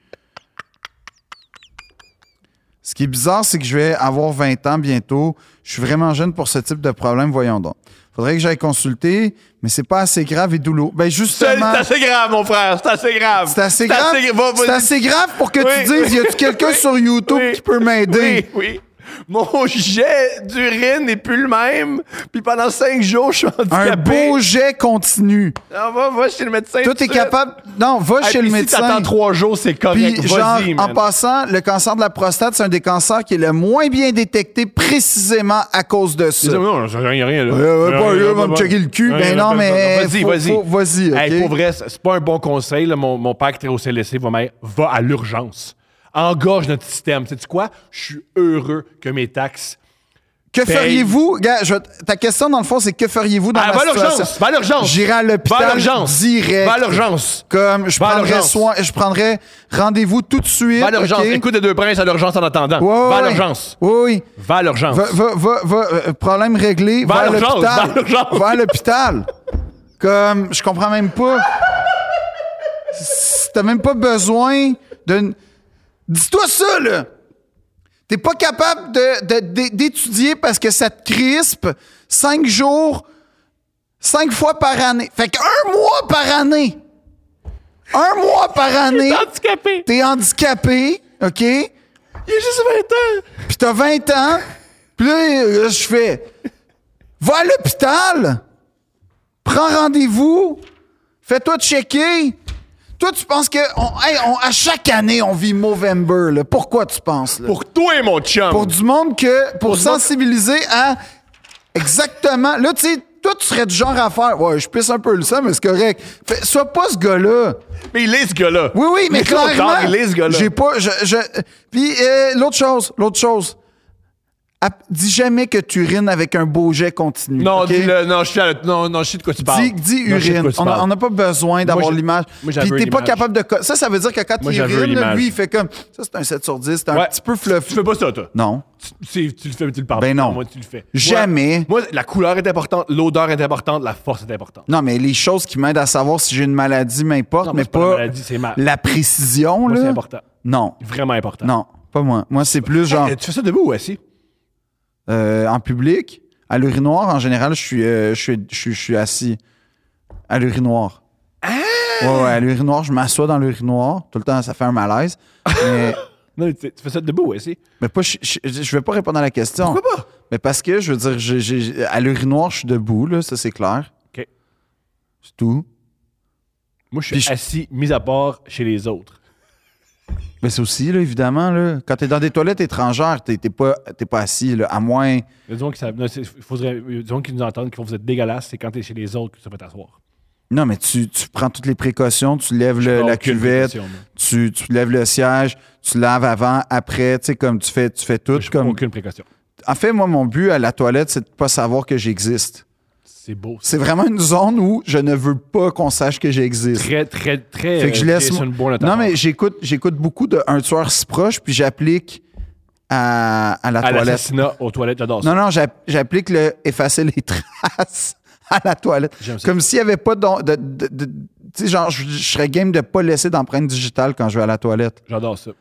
Ce qui est bizarre, c'est que je vais avoir 20 ans bientôt. Je suis vraiment jeune pour ce type de problème, voyons donc. Faudrait que j'aille consulter, mais c'est pas assez grave et douloureux. Ben
C'est c'est
justement,
assez grave, mon frère. C'est assez grave.
c'est assez grave.
va- va-
C'est assez grave pour que
Oui.
tu dises, y a-tu quelqu'un sur YouTube
Oui.
qui peut m'aider?
Oui, oui. Mon jet d'urine n'est plus le même. Puis pendant cinq jours, je suis
Un
handicapé.
beau jet continu.
Ah, va, va chez le médecin.
Toi,
tout
t'es
de
capable. Non, va
suite. Ah,
chez le
puis Si
médecin.
t'attends trois jours, c'est correct.
Puis, genre,
Vas-y,
en
man.
passant, le cancer de la prostate, c'est un des cancers qui est le moins bien détecté précisément à cause de ça.
Non, non, il n'y a rien, là.
Ouais, ouais, pas
Rien,
là,
rien,
va me
pas-
checker le cul.
rien,
Ben
rien,
non,
pas-
mais
Vas-y,
faut-
vas-y.
faut- vas-y,
Hey,
ok?
pour vrai, c'est c'est pas un bon conseil. là. Mon, mon père qui était au CLSC va, m'aider. va à l'urgence. Engorge notre système. Sais-tu quoi? Je suis heureux que mes taxes.
Que
paye.
feriez-vous? Gars, je vais- ta question, dans le fond, c'est que feriez-vous dans
Ah,
la
va à
situation?
l'urgence! Va à l'urgence!
J'irai à
Va à
l'hôpital
l'urgence!
direct.
Va à l'urgence!
Comme, je
Va à
prendrais
l'urgence.
soin, je prendrais rendez-vous tout de suite.
Va à l'urgence!
ok?
Écoute les deux princes à l'urgence en attendant.
Ouais, ouais,
va à
ouais.
l'urgence!
Oui, oui.
Va à l'urgence!
Va, va, va, va, euh, problème réglé.
Va
Va,
à
à
l'urgence,
l'hôpital.
va à l'urgence.
Va à l'hôpital. Comme, je comprends même pas. Si T'as même pas besoin de. Dis-toi ça, là. T'es pas capable de- de- d'é- d'étudier parce que ça te crispe cinq jours, cinq fois par année. Fait qu'un mois par année. Un mois par année,
handicapé!
t'es handicapé, OK?
Il a juste 20 ans!
Puis t'as 20 ans. Puis là, euh, je fais Va à l'hôpital. Prends rendez-vous. Fais-toi checker. Toi, tu penses que on- hey, on- à chaque année, on vit Movember. Là. Pourquoi tu penses? là?
Pour toi, mon chum!
Pour du monde que. Pour,
du monde-
sensibiliser à exactement. Là, tu sais, toi, tu serais du genre à faire. Ouais, je pisse un peu le sang, mais c'est correct. Fais- sois pas ce gars-là.
Mais il est ce gars-là!
Oui, oui, mais
Il est trop tard,
clairement,
Il est ce gars-là!
j'ai pas, je, je- puis euh, l'autre chose, l'autre chose, App- Dis jamais que tu urines avec un beau jet continu.
Non,
ok?
dis-le, non, je suis à la- non, non, je sais de quoi tu parles.
Dis, dis
Non, je sais de
urine.
quoi tu
On a-
parles.
on n'a pas besoin d'avoir
j'ai-
l'image.
moi,
Puis
j'avais
t'es pas
l'image.
capable de. co- Ça, ça veut dire que quand
Moi,
tu
j'avais
urines, là,
l'image.
lui, il fait comme. Ça, c'est un 7 sur 10, c'est un
Ouais.
petit peu
Tu
fluffy.
fais pas ça, toi.
Non.
Tu, tu- tu le fais, mais tu le parles.
Ben non.
Moi, tu le fais. Moi-
Jamais.
Moi, la couleur est importante, l'odeur est importante, la force est importante.
Non, mais les choses qui m'aident à savoir si j'ai une maladie m'importent,
Non,
mais
c'est pas la
pas
maladie, c'est mal.
la précision.
Moi,
là.
c'est important.
Non.
Vraiment important.
Non, pas moi. Moi, c'est plus genre
Eh, Tu fais ça debout ou assis?
euh, en public. À l'urinoir, en général, je suis, euh, je suis, je suis- je suis assis. À l'urinoir. Ah! Ouais, ouais, à l'urinoir, je m'assois dans l'urinoir. Tout le temps, ça fait un malaise. Mais,
Non, tu, tu fais ça debout ou assis?
mais pas, je, je, je vais pas répondre à la question.
Pourquoi pas?
Mais parce que, je veux dire, j'ai- j'ai- à l'urinoir, je suis debout, là, ça c'est clair.
OK.
C'est tout.
Moi, je suis
Puis je-
assis, mis à part chez les autres.
Mais c'est aussi, là, évidemment, là, quand t'es dans des toilettes étrangères, t'es t'es pas, t'es pas assis, là, à moins.
Il y a des gens qui, savent- non, c'est- faudrait- il y a des gens qui nous entendent, qui vont vous être dégueulasse, c'est quand t'es chez les autres que tu peux t'asseoir.
Non, mais tu, tu prends toutes les précautions, tu lèves le-
Aucune
la cuvette,
précaution, moi.
tu, tu lèves le siège, tu laves avant, après, tu sais, comme tu fais, tu fais tout.
Je prends
Comme...
aucune précaution.
En fait, moi, mon but à la toilette, c'est de pas savoir que j'existe.
C'est beau.
C'est vraiment une zone où je ne veux pas qu'on sache que j'existe.
Très, très, très.
Fait que je
euh,
laisse.
Jason
mon-
Bourne à ta
non,
part.
mais j'écoute, j'écoute beaucoup de Un tueur si proche, puis j'applique à, à la
À
toilette.
l'assassinat, aux toilettes, j'adore ça.
Non, non, j'app- j'applique le effacer les traces à la toilette.
J'aime ça.
Comme s'il n'y avait pas d'on- de. de- de- tu sais, genre, je je serais game de pas laisser d'empreinte digitale quand je vais à la toilette.
J'adore ça.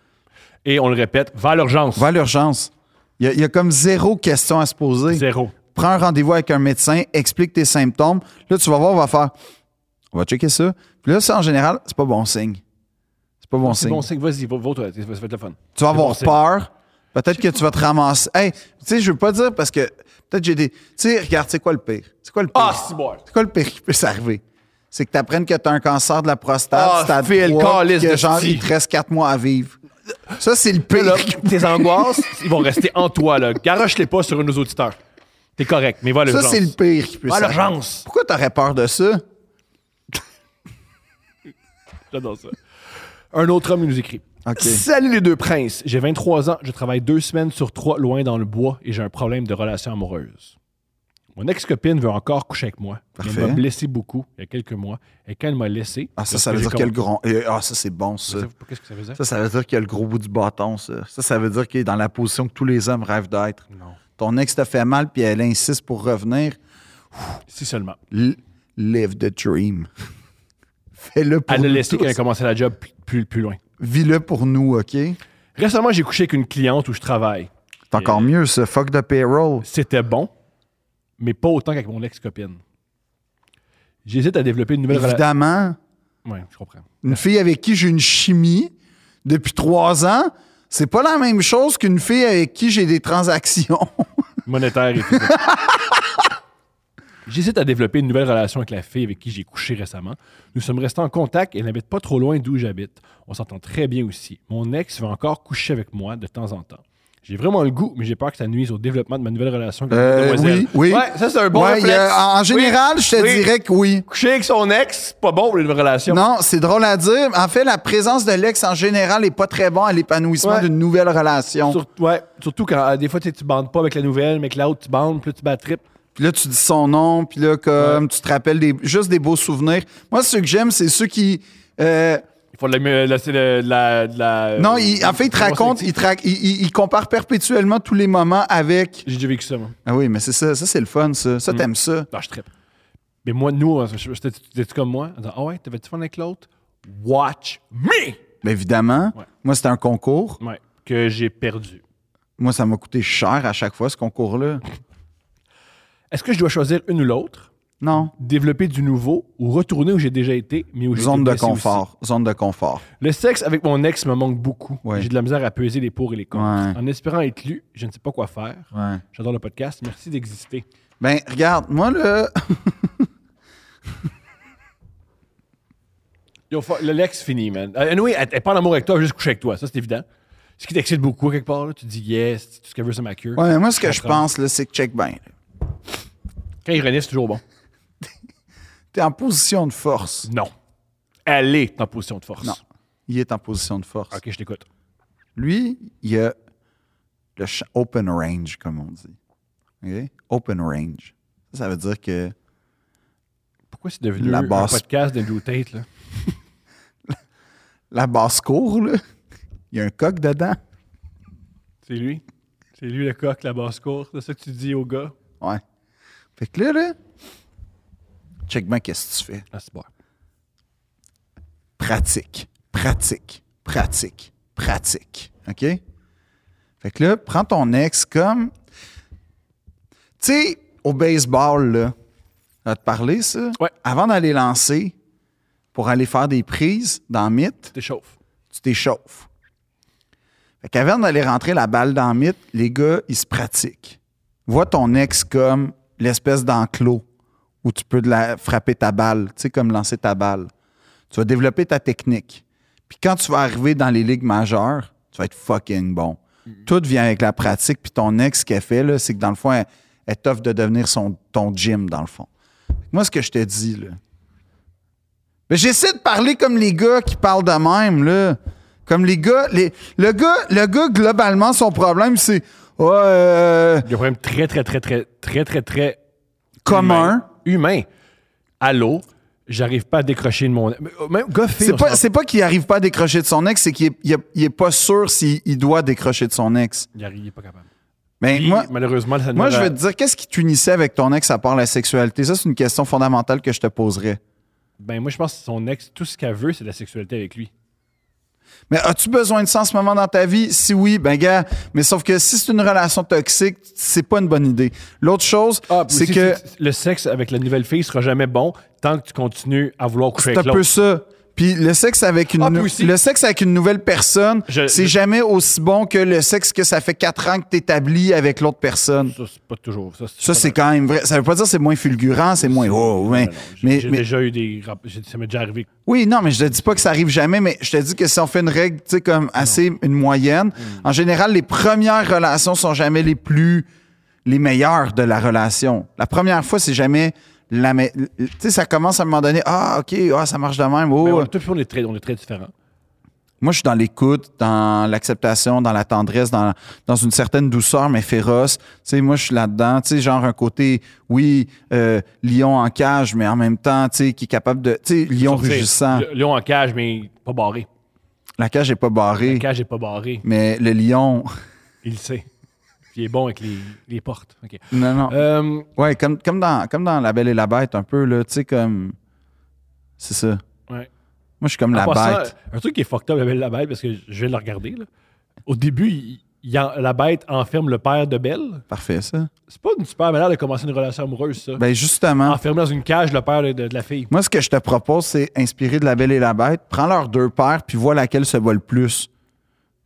Et on le répète, va à l'urgence.
Va à l'urgence. Il y, a- il y a comme zéro question à se poser.
Zéro.
Prends un rendez-vous avec un médecin, explique tes symptômes. Là, tu vas voir, on va faire. On va checker ça. Puis là, ça, en général, c'est pas bon signe. C'est pas bon
C'est
signe.
bon, c'est que vas-y, va, va aux toilettes, ça va être le fun.
Tu
C'est
vas avoir
bon signe.
peur. Peut-être que tu vas te ramasser. Hey, tu sais, je veux pas dire parce que peut-être j'ai des. Tu sais, regarde, c'est quoi le pire? C'est quoi le pire?
Ah, c'est bon.
C'est quoi le pire qui peut s'arriver? C'est que tu apprennes que tu as un cancer de la prostate,
Ah,
stade
Phil,
3,
calisse
que
de
genre,
sti.
il te reste 4 mois à vivre. Ça, c'est le
Puis là,
pire.
tes angoisses, ils vont rester en toi, là. Garoche-les pas sur nos auditeurs. T'es correct, mais va à
Ça,
l'urgence.
c'est le pire qui peut
Va à
s'arriver.
l'urgence.
Pourquoi t'aurais peur de ça?
J'adore ça. Un autre homme il nous écrit.
Ok.
Salut les deux princes. J'ai 23 ans, je travaille deux semaines sur trois loin dans le bois et j'ai un problème de relation amoureuse. Mon ex-copine veut encore coucher avec moi. mais
Parfait.
Elle m'a blessé beaucoup il y a quelques mois et quand elle m'a laissé.
Ah, ça,
lorsque
ça veut
j'ai
dire qu'il y a le
commencé-
gros. eh, Ah, ça, c'est bon, ça.
Qu'est-ce que ça veut dire?
Ça, ça veut dire qu'il y a le gros bout du bâton, ça. Ça, ça veut dire qu'il est dans la position que tous les hommes rêvent d'être.
Non.
Ton ex t'a fait mal, puis elle insiste pour revenir.
Si seulement.
L- live the dream. Fais-le pour
Elle a
nous.
laissé
tous.
qu'elle a commencé la job plus- plus, plus loin.
Vis-le pour nous, OK? C'est
Récemment, j'ai couché avec une cliente où je travaille.
encore mieux, ce fuck de payroll.
C'était bon, mais pas autant qu'avec mon ex-copine. J'hésite à développer une nouvelle relation.
Évidemment,
Oui, je comprends.
une fille avec qui j'ai une chimie depuis trois ans, c'est pas la même chose qu'une fille avec qui j'ai des transactions.
monétaire et physique. J'hésite à développer une nouvelle relation avec la fille avec qui j'ai couché récemment. Nous sommes restés en contact et elle n'habite pas trop loin d'où j'habite. On s'entend très bien aussi. Mon ex veut encore coucher avec moi de temps en temps. J'ai vraiment le goût, mais j'ai peur que ça nuise au développement de ma nouvelle relation avec la
Euh,
demoiselle.
oui, oui.
Ouais, ça c'est un bon
Ouais, il y
réflexe.
a- en, en
Oui,
général, je te
oui.
dirais que oui.
Coucher avec son ex, c'est pas bon pour les nouvelles relations.
Non, c'est drôle à dire. En fait, la présence de l'ex en général est pas très bon à l'épanouissement
Ouais.
d'une nouvelle relation.
Surt- ouais, surtout quand euh, des fois tu sais, tu bandes pas avec la nouvelle, mais que l'autre tu bandes, plus tu bats trip.
Puis là, tu dis son nom, puis là, comme tu te rappelles des, juste des beaux souvenirs. Moi, ceux que j'aime, c'est ceux qui. euh,
Il faut de la, mu- la- c'est de la- de la-
non, il- en fait, ils te racontent, ils, te rac- ils- ils- ils comparent perpétuellement tous les moments avec.
J'ai déjà vécu ça, moi.
Ah oui, mais c'est ça, ça c'est le fun, ça.
Mm.
Ça, t'aimes ça.
Non, je trippe. Mais moi, nous, on- je- j'étais- t'étais-tu comme moi? On disait, Ah ouais, t'avais-tu fun avec l'autre? Watch me!
Ben, évidemment.
Ouais.
Moi, c'était un concours.
Ouais, que j'ai perdu.
Moi, ça m'a coûté cher à chaque fois, ce concours-là.
Est-ce que je dois choisir une ou l'autre?
Non.
Développer du nouveau ou retourner où j'ai déjà été, mais où j'ai
Zone
été
de
blessé
confort. Zone de confort.
aussi? Le sexe avec mon ex me manque beaucoup.
Ouais.
J'ai de la misère à peser les pour et les contre.
Ouais.
En espérant être lu, je ne sais pas quoi faire.
Ouais.
J'adore le podcast. Merci d'exister.
Ben, regarde, moi, là.
Yo, fa- le Lex fini, man. Euh, Anyway, elle n'est pas en amour avec toi, elle veut juste coucher avec toi. Ça, c'est évident. Ce qui t'excite beaucoup quelque part, là, tu dis yes, tout ce qu'elle veut, c'est ma queue.
Ouais, mais moi, ce que je
comprends.
pense, là, c'est que check bien.
Quand il renifle, c'est toujours bon.
T'es en position de force.
Non. Elle est en position de force.
Non. Il est en position de force.
OK, je t'écoute.
Lui, il a le ch- open range, comme on dit. OK? Open range. Ça, ça veut dire que
Pourquoi c'est devenu
La
un
basse.
podcast d'Andrew Tate, là?
la basse-cour, là, il y a un coq dedans.
C'est lui. C'est lui le coq, la basse courte. C'est ça que tu dis au gars.
Ouais. Fait que là, là, check bien qu'est-ce que tu fais.
Ah, c'est bon.
pratique, pratique, pratique, pratique. OK? Fait que là, prends ton ex comme. Tu sais, au baseball, là, on va te parler, ça.
Ouais.
Avant d'aller lancer, pour aller faire des prises dans le mythe,
T'échauffes.
tu t'échauffes. Fait qu'avant d'aller rentrer la balle dans le mythe, les gars, ils se pratiquent. Vois ton ex comme l'espèce d'enclos où tu peux de la, frapper ta balle, tu sais, comme lancer ta balle. Tu vas développer ta technique. Puis quand tu vas arriver dans les ligues majeures, tu vas être fucking bon. Tout vient avec la pratique. Puis ton ex, ce qu'elle fait, là, c'est que dans le fond, elle, elle t'offre de devenir son, ton gym, dans le fond. Moi, ce que je te dis, là, mais j'essaie de parler comme les gars qui parlent de même, là. Comme les gars, les, le gars, le gars, globalement, son problème, c'est ouais, euh,
Il y a un problème très, très, très, très, très, très, très
commun.
Humain. Allô? J'arrive pas à décrocher de mon. Mais, euh, Même gars, fille,
C'est
on
pas,
s'en-
c'est pas qu'il arrive pas à décrocher de son ex, c'est qu'il est, il est- il est pas sûr s'il il doit décrocher de son ex.
Il arrive, il est pas capable.
Mais
Puis,
moi,
malheureusement, ça
moi,
demande
je
à-
vais te dire, qu'est-ce qui t'unissait avec ton ex à part la sexualité? Ça, c'est une question fondamentale que je te poserais.
Ben, moi, je pense que son ex, tout ce qu'elle veut, c'est de la sexualité avec lui.
Mais as-tu besoin de ça en ce moment dans ta vie? Si oui, ben gars, mais sauf que si c'est une relation toxique, c'est pas une bonne idée. L'autre chose,
Ah,
c'est que...
le sexe avec la nouvelle fille sera jamais bon tant que tu continues à vouloir coucher
C'est un
avec
peu
l'autre.
ça. Puis le sexe avec une
Ah,
nou-
puis aussi-
le sexe avec une nouvelle personne,
Je-
c'est
je-
jamais aussi bon que le sexe que ça fait quatre ans que t'établis avec l'autre personne.
Ça, c'est pas toujours. Ça, c'est,
Ça
pas
c'est
vrai.
quand même vrai. Ça veut pas dire que c'est moins fulgurant, c'est moins oh, ouais.
Non, non, j'ai,
mais,
j'ai
mais-
déjà eu des. rap- j'ai- Ça m'est déjà arrivé.
oui, non, mais je te dis pas que ça arrive jamais, mais je te dis que si on fait une règle, tu sais comme assez une moyenne,
Mm.
en général les premières relations sont jamais les plus les meilleures de la relation. La première fois, c'est jamais la me- tu sais ça commence à un moment donné, ah OK, ah ça marche de même. oh.
Mais on, tout, on, est très, on est très différents.
Moi, je suis dans l'écoute, dans l'acceptation, dans la tendresse, dans, dans une certaine douceur, mais féroce. Tu sais, moi, je suis là-dedans. Tu sais, genre un côté, oui, euh, lion en cage, mais en même temps, tu sais, qui est capable de... Tu sais, lion
Sortir.
rugissant.
Le lion en cage, mais pas barré.
La cage n'est pas barrée,
La cage est pas barrée.
mais le lion...
Il le sait. Puis il est bon avec les, les portes. OK.
Non, non.
Euh,
Ouais, comme, comme, dans, comme dans La Belle et la Bête, un peu, là. Tu sais, comme... C'est ça.
ouais.
Moi, je suis comme
En
la
passant,
bête.
Un truc qui est fucked up, la belle la bête, parce que je vais le regarder. là. Au début, il- il en- la bête enferme le père de Belle.
Parfait, ça.
C'est pas une super manière de commencer une relation amoureuse, ça.
Ben, justement...
Enfermer dans une cage le père de, de- de la fille.
Moi, ce que je te propose, c'est inspiré de La Belle et la Bête. Prends leurs deux paires, puis vois laquelle se voit le plus.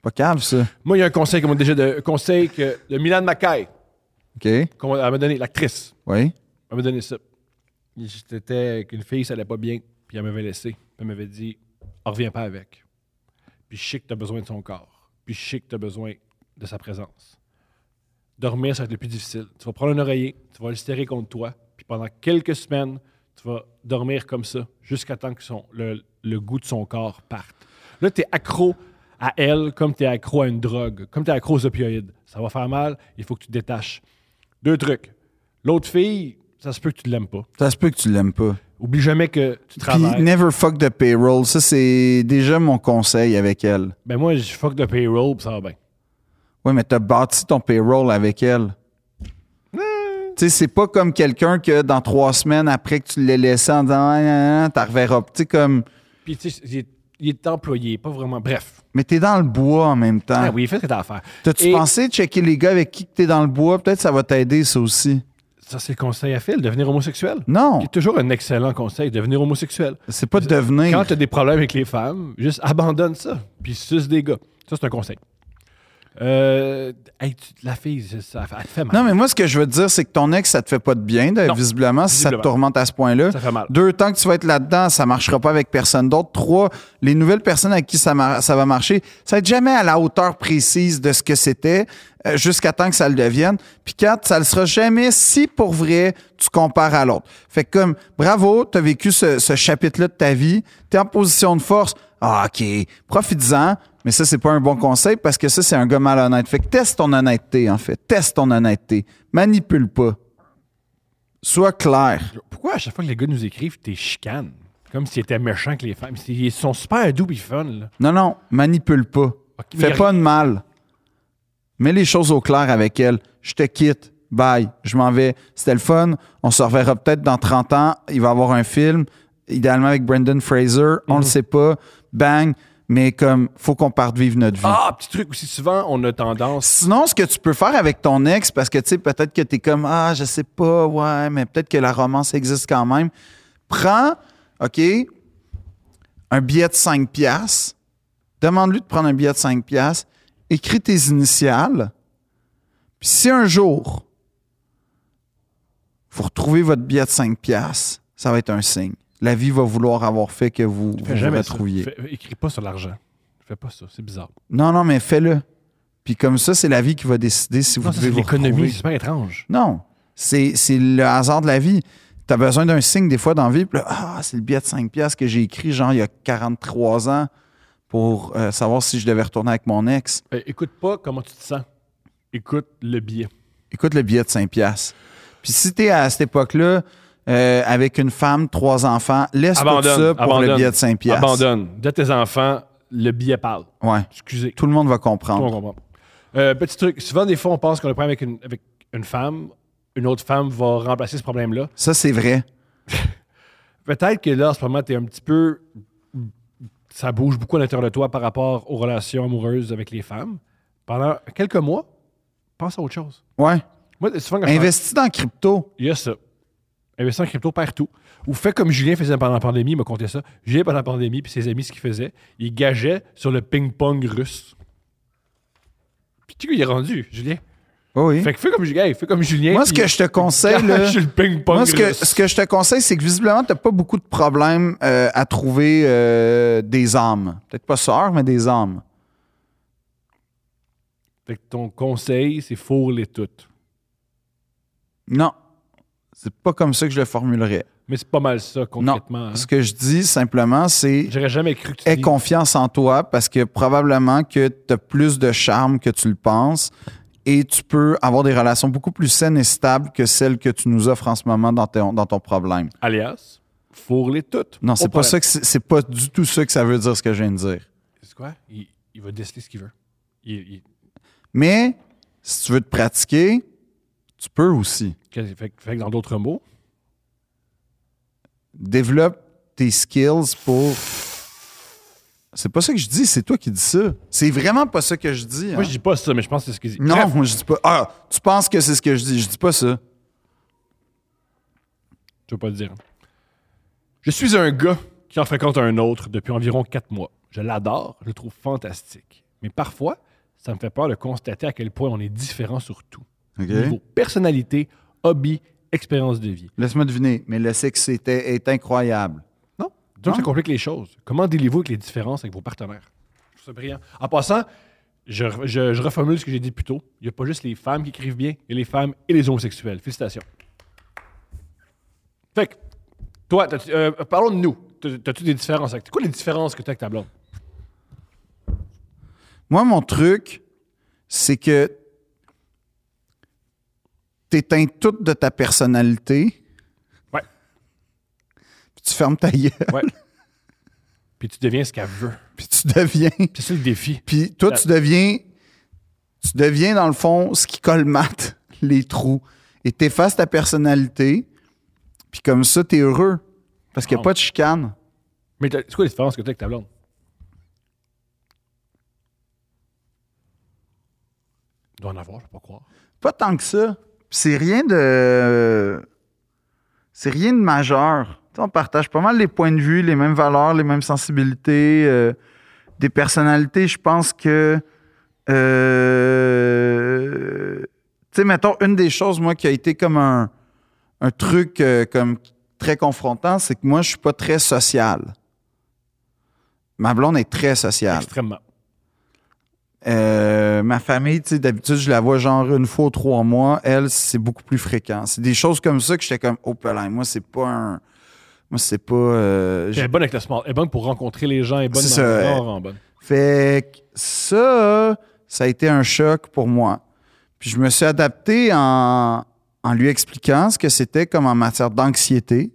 Pas cave, ça.
Moi, il y a un conseil qu'on m'a déjà de, un conseil que, de Milan Mackay,
OK?
qu'on m'a elle m'a donné, l'actrice.
Oui.
Elle m'a donné ça. J'étais avec une fille, ça allait pas bien, puis elle m'avait laissé. Puis Elle m'avait dit, on revient pas avec. Puis je sais que t'as besoin de son corps. Puis je sais que t'as besoin de sa présence. Dormir, ça va être le plus difficile. Tu vas prendre un oreiller, tu vas le serrer contre toi, puis pendant quelques semaines, tu vas dormir comme ça jusqu'à temps que son, le, le goût de son corps parte. Là, t'es accro à elle comme t'es accro à une drogue, comme t'es accro aux opioïdes. Ça va faire mal, il faut que tu te détaches. Deux trucs. L'autre fille, ça se peut que tu ne l'aimes pas.
Ça se peut que tu l'aimes pas.
Oublie jamais que tu
Puis
travailles.
never fuck the payroll. Ça, c'est déjà mon conseil avec elle.
Ben moi, je fuck de payroll, puis ça va bien.
Oui, mais t'as bâti ton payroll avec elle. Tu sais, c'est pas comme quelqu'un que dans trois semaines après que tu l'aies laissé en disant, Ah, ah, ah, t'en reverras. Tu sais, comme,
Puis tu sais, il est, il est employé, pas vraiment. Bref.
mais t'es dans le bois en même temps.
Ah oui, fais ce que t'as à faire.
T'as-tu
Et
pensé checker les gars avec qui que t'es dans le bois? Peut-être ça va t'aider, ça aussi.
Ça, c'est le conseil à Phil, devenir homosexuel.
Non.
Qui est toujours un excellent conseil, devenir homosexuel.
C'est pas de devenir.
Quand t'as des problèmes avec les femmes, juste abandonne ça, puis suce des gars. Ça, c'est un conseil. Euh, hey, tu- la fille, ça, ça- elle te fait mal.
Non, mais moi, ce que je veux te dire, c'est que ton ex, ça te fait pas de bien, de-
Non.
visiblement, si ça te
Visiblement.
tourmente à ce point-là.
Ça fait mal.
Deux, tant que tu vas être là-dedans, ça marchera pas avec personne d'autre. Trois, les nouvelles personnes à qui ça, mar- ça va marcher, ça va être jamais à la hauteur précise de ce que c'était euh, jusqu'à temps que ça le devienne. Puis quatre, ça le sera jamais si pour vrai tu compares à l'autre. Fait que comme, bravo, t'as vécu ce, ce chapitre-là de ta vie, t'es en position de force. Ah, OK, profites-en, mais ça, c'est pas un bon conseil parce que ça, c'est un gars malhonnête. Fait que teste ton honnêteté, en fait. Teste ton honnêteté. Manipule pas. Sois clair.
Pourquoi à chaque fois que les gars nous écrivent, t'es chicane? Comme s'ils étaient méchants que les femmes. C'est- Ils sont super doux pis fun, là.
Non, non, manipule pas.
Ok, mais y
Fais
a-
pas de mal. Mets les choses au clair avec elle. Je te quitte. Bye. Je m'en vais. C'était le fun. On se reverra peut-être dans 30 ans. Il va y avoir un film, idéalement avec Brendan Fraser.
Mhm.
On le sait pas. Bang. Mais comme, faut qu'on parte vivre notre vie.
Ah, petit truc aussi souvent, on a tendance.
Sinon, ce que tu peux faire avec ton ex, parce que tu sais, peut-être que t'es comme Ah, je sais pas, ouais, mais peut-être que la romance existe quand même. Prends, OK, un billet de 5 piastres. Demande-lui de prendre un billet de 5 piastres. Écris tes initiales. Puis si un jour, vous retrouvez votre billet de 5 piastres, ça va être un signe. La vie va vouloir avoir fait que vous vous, vous
jamais
retrouviez.
ça. Fais- écris pas sur l'argent. Fais pas ça, c'est bizarre.
Non, non, mais fais-le. Puis comme ça, c'est la vie qui va décider si vous
Non, ça,
devez
c'est
vous
l'économie,
retrouver.
c'est super étrange.
Non, c'est c'est le hasard de la vie. Tu as besoin d'un signe des fois dans la vie. Puis là, ah, c'est le billet de 5 piastres que j'ai écrit genre il y a 43 ans pour euh, savoir si je devais retourner avec mon ex.
Euh, écoute pas comment tu te sens. Écoute le billet.
Écoute le billet de 5 piastres. Puis si tu es à cette époque-là euh, avec une femme, trois enfants, laisse tout
Abandonne.
ça pour
abandonne,
le billet de 5 piastres.
Abandonne. De tes enfants, le billet parle.
Ouais.
Excusez.
Tout le monde va
Tout le
comprendre.
monde comprend. Euh, petit truc, souvent des fois on pense qu'on a un problème avec une, avec une femme, une autre femme va remplacer ce problème-là.
Ça, c'est vrai.
Peut-être que là, en ce moment, t'es un petit peu. Ça bouge beaucoup à l'intérieur de toi par rapport aux relations amoureuses avec les femmes. Pendant quelques mois, pense à autre chose.
Ouais.
Moi, souvent, quand je parle-
Investis dans crypto.
il y a ça. Investir en crypto perd tout. Ou fait comme Julien faisait pendant la pandémie, il m'a conté ça. Julien, pendant la pandémie, puis ses amis, ce qu'ils faisaient, ils gageaient sur le ping-pong russe. Puis tu sais qu'il est rendu, Julien.
Oh oui.
Fait que fais comme Julien. Fais comme Julien.
Moi, ce
puis-
que je te conseille, là,
Gage le ping-pong
moi, ce que,
russe.
ce que je te conseille, c'est que visiblement, tu n'as pas beaucoup de problèmes euh, à trouver euh, des âmes. Peut-être pas sœurs, mais des âmes.
Fait que ton conseil, c'est fourre-les toutes.
Non. C'est pas comme ça que je le formulerais.
Mais c'est pas mal ça,
Non.
concrètement. hein.
Ce que je dis simplement, c'est
J'aurais jamais cru que tu
aie
dis-
confiance en toi parce que probablement que tu as plus de charme que tu le penses et tu peux avoir des relations beaucoup plus saines et stables que celles que tu nous offres en ce moment dans ton, dans ton problème.
alias, fourre-les toutes.
Non,
Au
c'est pas,
problème.
ça que c'est c'est pas du tout ça que ça veut dire ce que je viens de dire.
C'est quoi? Il, il va déceler ce qu'il veut. Il- il-
Mais si tu veux te pratiquer, tu peux aussi.
que- Fait, que- fait que dans d'autres mots,
Développe tes skills pour. C'est pas ça que je dis, c'est toi qui dis ça. C'est vraiment pas ça que je dis.
moi
hein.
je dis pas ça, mais je pense que c'est ce qu'il dit.
Non,
Bref,
moi, je dis pas. Ah, tu penses que c'est ce que je dis. Je dis pas ça.
Je veux pas le dire. Je suis un gars qui en fréquente un autre depuis environ quatre mois. Je l'adore, je le trouve fantastique. Mais parfois, ça me fait peur de constater à quel point on est différent sur tout.
OK?
Niveau personnalité, hobby, expérience de vie.
Laisse-moi deviner, mais le sexe était, est incroyable.
Non. Donc,
Non.
ça complique les choses. Comment dealez-vous avec les différences avec vos partenaires? Je trouve ça brillant. En passant, je, je- je reformule ce que j'ai dit plus tôt. Il n'y a pas juste les femmes qui écrivent bien, il y a les femmes et les homosexuels. Félicitations. Fait que, toi, t'as-tu- euh, parlons de nous. T'as- T'as-tu des différences? avec- C'est quoi les différences que tu as avec ta blonde?
Moi, mon truc, c'est que t'éteins toute de ta personnalité.
Ouais.
Puis tu fermes ta gueule,
Ouais. Puis tu deviens ce qu'elle veut.
puis tu deviens.
C'est ça le défi.
Puis toi, tu deviens, tu deviens dans le fond ce qui colmate les trous. Et t'effaces ta personnalité. Puis comme ça, t'es heureux. Parce qu'il n'y a
Wow.
pas de chicane.
Mais t'as- c'est quoi les différences que tu as avec ta blonde? Il doit en avoir, je ne peux pas croire.
Pas tant que ça. Puis c'est rien de. C'est rien de majeur. Tu sais, on partage pas mal les points de vue, les mêmes valeurs, les mêmes sensibilités, euh, des personnalités. Je pense que. euh, tu sais, mettons, une des choses, moi, qui a été comme un, un truc euh, comme très confrontant, c'est que moi, je suis pas très social. Ma blonde est très sociale.
Extrêmement.
Euh, ma famille, tu sais, d'habitude, je la vois genre une fois ou trois ben mois. Elle, c'est beaucoup plus fréquent. C'est des choses comme ça que j'étais comme, oh, pelain, moi, c'est pas un. Moi, c'est pas. euh,
Elle est bonne avec le small. Elle est bonne pour rencontrer les gens. Elle est bonne
C'est
dans le
ça,
genre, en bonne.
Fait que ça, ça a été un choc pour moi. Puis je me suis adapté en, en lui expliquant ce que c'était comme en matière d'anxiété,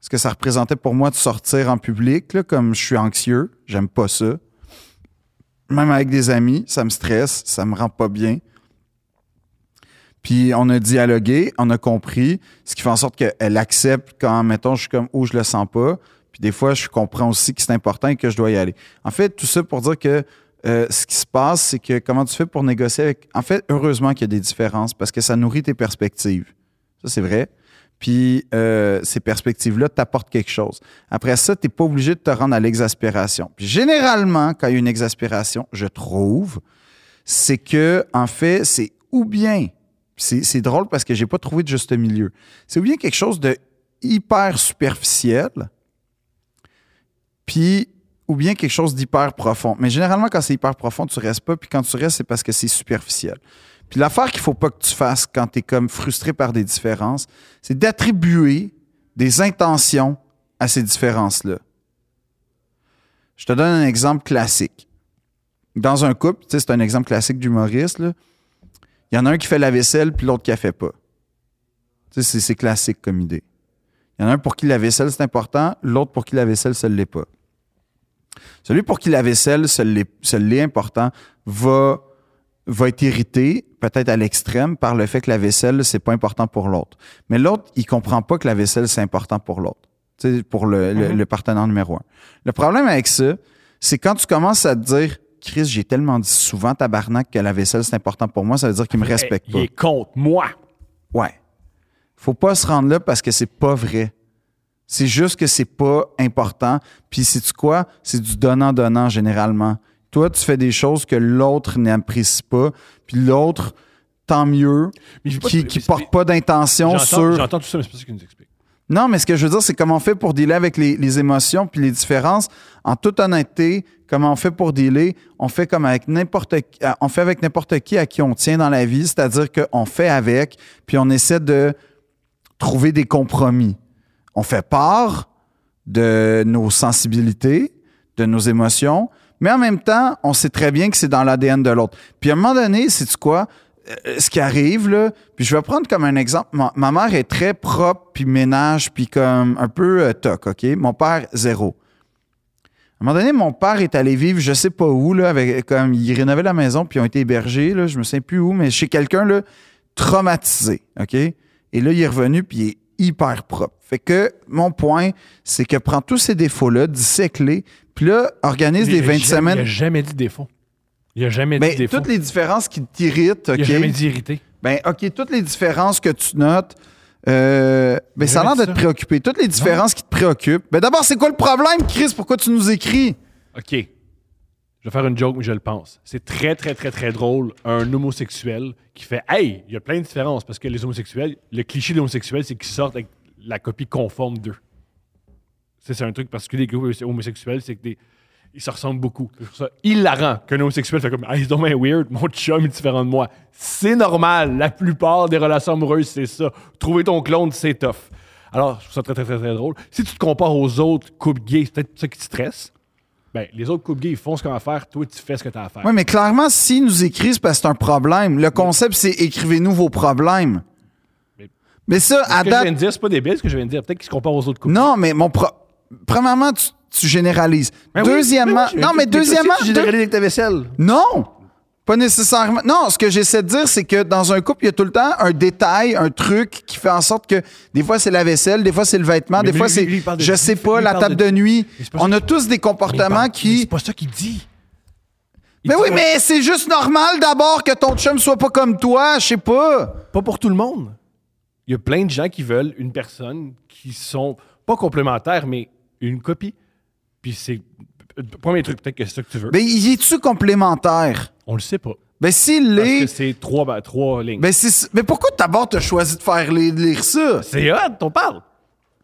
ce que ça représentait pour moi de sortir en public, là, comme je suis anxieux, j'aime pas ça. Même avec des amis, ça me stresse, ça me rend pas bien. Puis on a dialogué, on a compris, ce qui fait en sorte qu'elle accepte quand, mettons, je suis comme, oh, je le sens pas. Puis des fois, je comprends aussi que c'est important et que je dois y aller. En fait, tout ça pour dire que euh, ce qui se passe, c'est que comment tu fais pour négocier avec. En fait, heureusement qu'il y a des différences parce que ça nourrit tes perspectives. Ça, c'est vrai. Puis euh, ces perspectives-là t'apportent quelque chose. Après ça, tu n'es pas obligé de te rendre à l'exaspération. Puis généralement, quand il y a une exaspération, je trouve, c'est que, en fait, c'est ou bien, c'est c'est drôle parce que j'ai pas trouvé de juste milieu, c'est ou bien quelque chose de hyper superficiel, puis ou bien quelque chose d'hyper profond. Mais généralement, quand c'est hyper profond, tu restes pas, puis quand tu restes, c'est parce que c'est superficiel. Puis l'affaire qu'il faut pas que tu fasses quand tu es comme frustré par des différences, c'est d'attribuer des intentions à ces différences-là. Je te donne un exemple classique. Dans un couple, tu sais, c'est un exemple classique d'humoriste, là. il y en a un qui fait la vaisselle, puis l'autre qui la fait pas. Tu sais, c'est- c'est classique comme idée. Il y en a un pour qui la vaisselle, c'est important, l'autre pour qui la vaisselle, ça ne l'est pas. Celui pour qui la vaisselle, ça l'est ça l'est important, va, va être irrité, peut-être à l'extrême, par le fait que la vaisselle, c'est pas important pour l'autre. Mais l'autre, il comprend pas que la vaisselle, c'est important pour l'autre. Tu sais, pour le, le-
Mhm.
le partenaire numéro un. Le problème avec ça, c'est quand tu commences à te dire, Chris, j'ai tellement dit souvent tabarnak que la vaisselle, c'est important pour moi, ça veut dire qu'il me respecte
Eh,
pas.
Il est contre moi.
Ouais. Faut pas se rendre là parce que c'est pas vrai. C'est juste que c'est pas important. Puis c'est tu quoi? C'est du donnant-donnant généralement. Toi, tu fais des choses que l'autre n'apprécie pas, puis l'autre, tant mieux,
Mais je sais pas-
qui, qui
mais-
porte pas d'intention
J'entends
sur.
j'entends tout ça, mais c'est pas ça qu'il nous explique.
Non, mais ce que je veux dire, c'est comment on fait pour dealer avec les, les émotions puis les différences. En toute honnêteté, comment on fait pour dealer, on fait comme avec n'importe qui, euh, on fait avec n'importe qui à qui on tient dans la vie, c'est-à-dire qu'on fait avec, puis on essaie de trouver des compromis. On fait part de nos sensibilités, de nos émotions, mais en même temps, on sait très bien que c'est dans l'ADN de l'autre. Puis à un moment donné, c'est quoi? Euh, ce qui arrive, là, puis je vais prendre comme un exemple. Ma, ma mère est très propre, puis ménage, puis comme un peu euh, toc, OK? Mon père, zéro. À un moment donné, mon père est allé vivre, je sais pas où, là, avec, comme, il rénovait la maison, puis ils ont été hébergés, là, je me sais plus où, mais chez quelqu'un, là, traumatisé, OK? Et là, il est revenu, puis il est hyper propre. Fait que mon point, c'est que prends tous ces défauts-là, dissèque-les, puis là, organise
Il
des
a
20
jamais- Il a
semaines.
jamais dit défaut. Il a jamais dit
Mais
défaut.
toutes les différences qui t'irritent, OK?
Il a jamais dit irrité.
Ben, OK, toutes les différences que tu notes, euh, ben, ça a l'air
Jamais
de
dit
te
ça.
préoccuper. Toutes les différences qui te préoccupent. Ben, d'abord, c'est quoi le problème, Chris? Pourquoi tu nous écris?
OK. Je vais faire une joke, mais je le pense. C'est très, très, très, très drôle, un homosexuel qui fait Hey, il y a plein de différences parce que les homosexuels, le cliché de l'homosexuel, c'est qu'ils sortent avec la copie conforme d'eux. Ça, c'est un truc particulier des groupes homosexuels, c'est que des. Ils se ressemblent beaucoup. C'est pour ça hilarant qu'un homosexuel fait comme Hey, c'est donc bien weird, mon chum est différent de moi. C'est normal, la plupart des relations amoureuses, c'est ça. Trouver ton clone, c'est tough. Alors, je trouve ça très, très, très, très drôle. Si tu te compares aux autres couples gays, c'est peut-être ça qui te stresse. Ben, les autres couples gays, ils font ce qu'on a à faire. Toi, tu fais ce que tu as à faire.
Oui, mais clairement, s'ils nous écrivent, c'est parce que c'est un problème. Le concept, c'est écrivez-nous vos problèmes.
Mais-
Mais ça, à
ce que je viens
date.
de dire, c'est pas débile ce que je viens de dire. Peut-être qu'ils se comparent aux autres couples.
Non, mais mon. pro- Premièrement, tu, tu généralises.
Ben oui,
deuxièmement.
ben oui, je-
non, mais
toi aussi,
deuxièmement.
Tu généralises avec ta vaisselle.
Non! Pas nécessairement. Non, ce que j'essaie de dire, c'est que dans un couple, il y a tout le temps un détail, un truc qui fait en sorte que des fois c'est la vaisselle, des fois c'est le vêtement,
Mais
des
lui,
fois
lui,
c'est,
lui, il parle de-
je sais
lui,
pas,
il
la
parle
table
de-
de nuit.
Mais c'est pas
On
ça-
a tous des comportements
C'est
qui.
pas ça qu'il dit. Il
Mais
dit
oui,
un-
mais c'est juste normal d'abord que ton chum soit pas comme toi, je sais pas.
Pas pour tout le monde. Il y a plein de gens qui veulent une personne qui sont pas complémentaires, mais une copie. Puis c'est. Premier truc, peut-être que c'est ça que tu veux.
Ben, y est-tu complémentaire?
On le sait pas.
Ben, s'il
Parce que
l'est.
c'est trois, ben, trois lignes.
Ben, c'est... mais pourquoi d'abord t'as choisi de faire lire, lire ça?
C'est hot, on parle.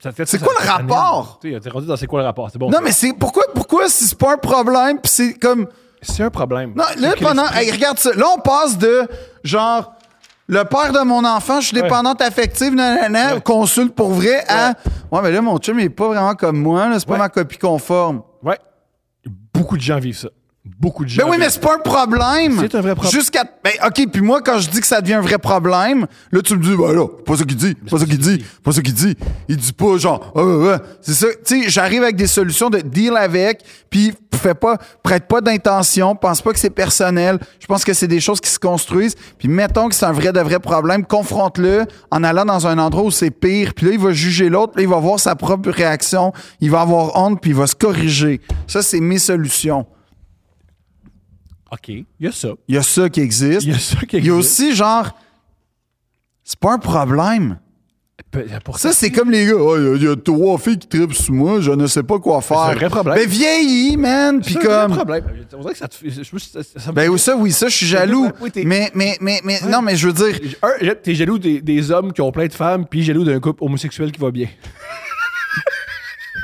Ça te fait-
C'est
ça-
quoi le
ça t'amène.
rapport?
Tu sais, t'es rendu dans c'est quoi le rapport? C'est bon.
Non,
ça.
mais c'est. Pourquoi, pourquoi si c'est pas un problème, pis c'est comme.
C'est un problème.
Non, là,
C'est que
pendant.
l'esprit-
hey, regarde ça. Là, on passe de genre. Le père de mon enfant, je suis dépendante affective, nanana,
Ouais.
consulte pour vrai, à Ouais, mais là, mon chum, il est pas vraiment comme moi. là. C'est pas
Ouais.
ma copie conforme.
Ouais. Beaucoup de gens vivent ça. Beaucoup de gens.
Ben oui,
vivent
mais c'est pas un problème.
C'est un vrai problème.
Jusqu'à. Ben, OK, puis moi, quand je dis que ça devient un vrai problème, là, tu me dis, ben là, pas ça qu'il dit, pas ça qu'il dit, pas ça qu'il dit. Il dit pas, genre, Ah, ouais, ouais. C'est ça. Tu sais, j'arrive avec des solutions de deal avec, puis fais pas, prête pas d'intention, pense pas que c'est personnel. Je pense que c'est des choses qui se construisent. Puis mettons que c'est un vrai de vrai problème, confronte-le en allant dans un endroit où c'est pire, puis là, il va juger l'autre, puis là, il va voir sa propre réaction, il va avoir honte, puis il va se corriger. Ça, c'est mes solutions.
OK. Il y a ça.
Il y a ça qui existe.
Il y a ça qui existe.
Il y a aussi genre. C'est pas un problème.
Pe- Pour
Ça, c'est comme les gars. Oh, il y a- il y, a trois filles qui tripent sous moi, je ne sais pas quoi faire.
un vrai problème.
Ben vieillis, man. Puis
C'est un vrai
comme.
problème. On dirait que ça te. je me suis- ça- ça me-
Ben oui, ça, oui, ça, je suis jaloux.
Oui, t'es-
mais, mais, mais, mais, non, mais je veux dire.
Un, j'ai- t'es jaloux des, des hommes qui ont plein de femmes, puis jaloux d'un couple homosexuel qui va bien.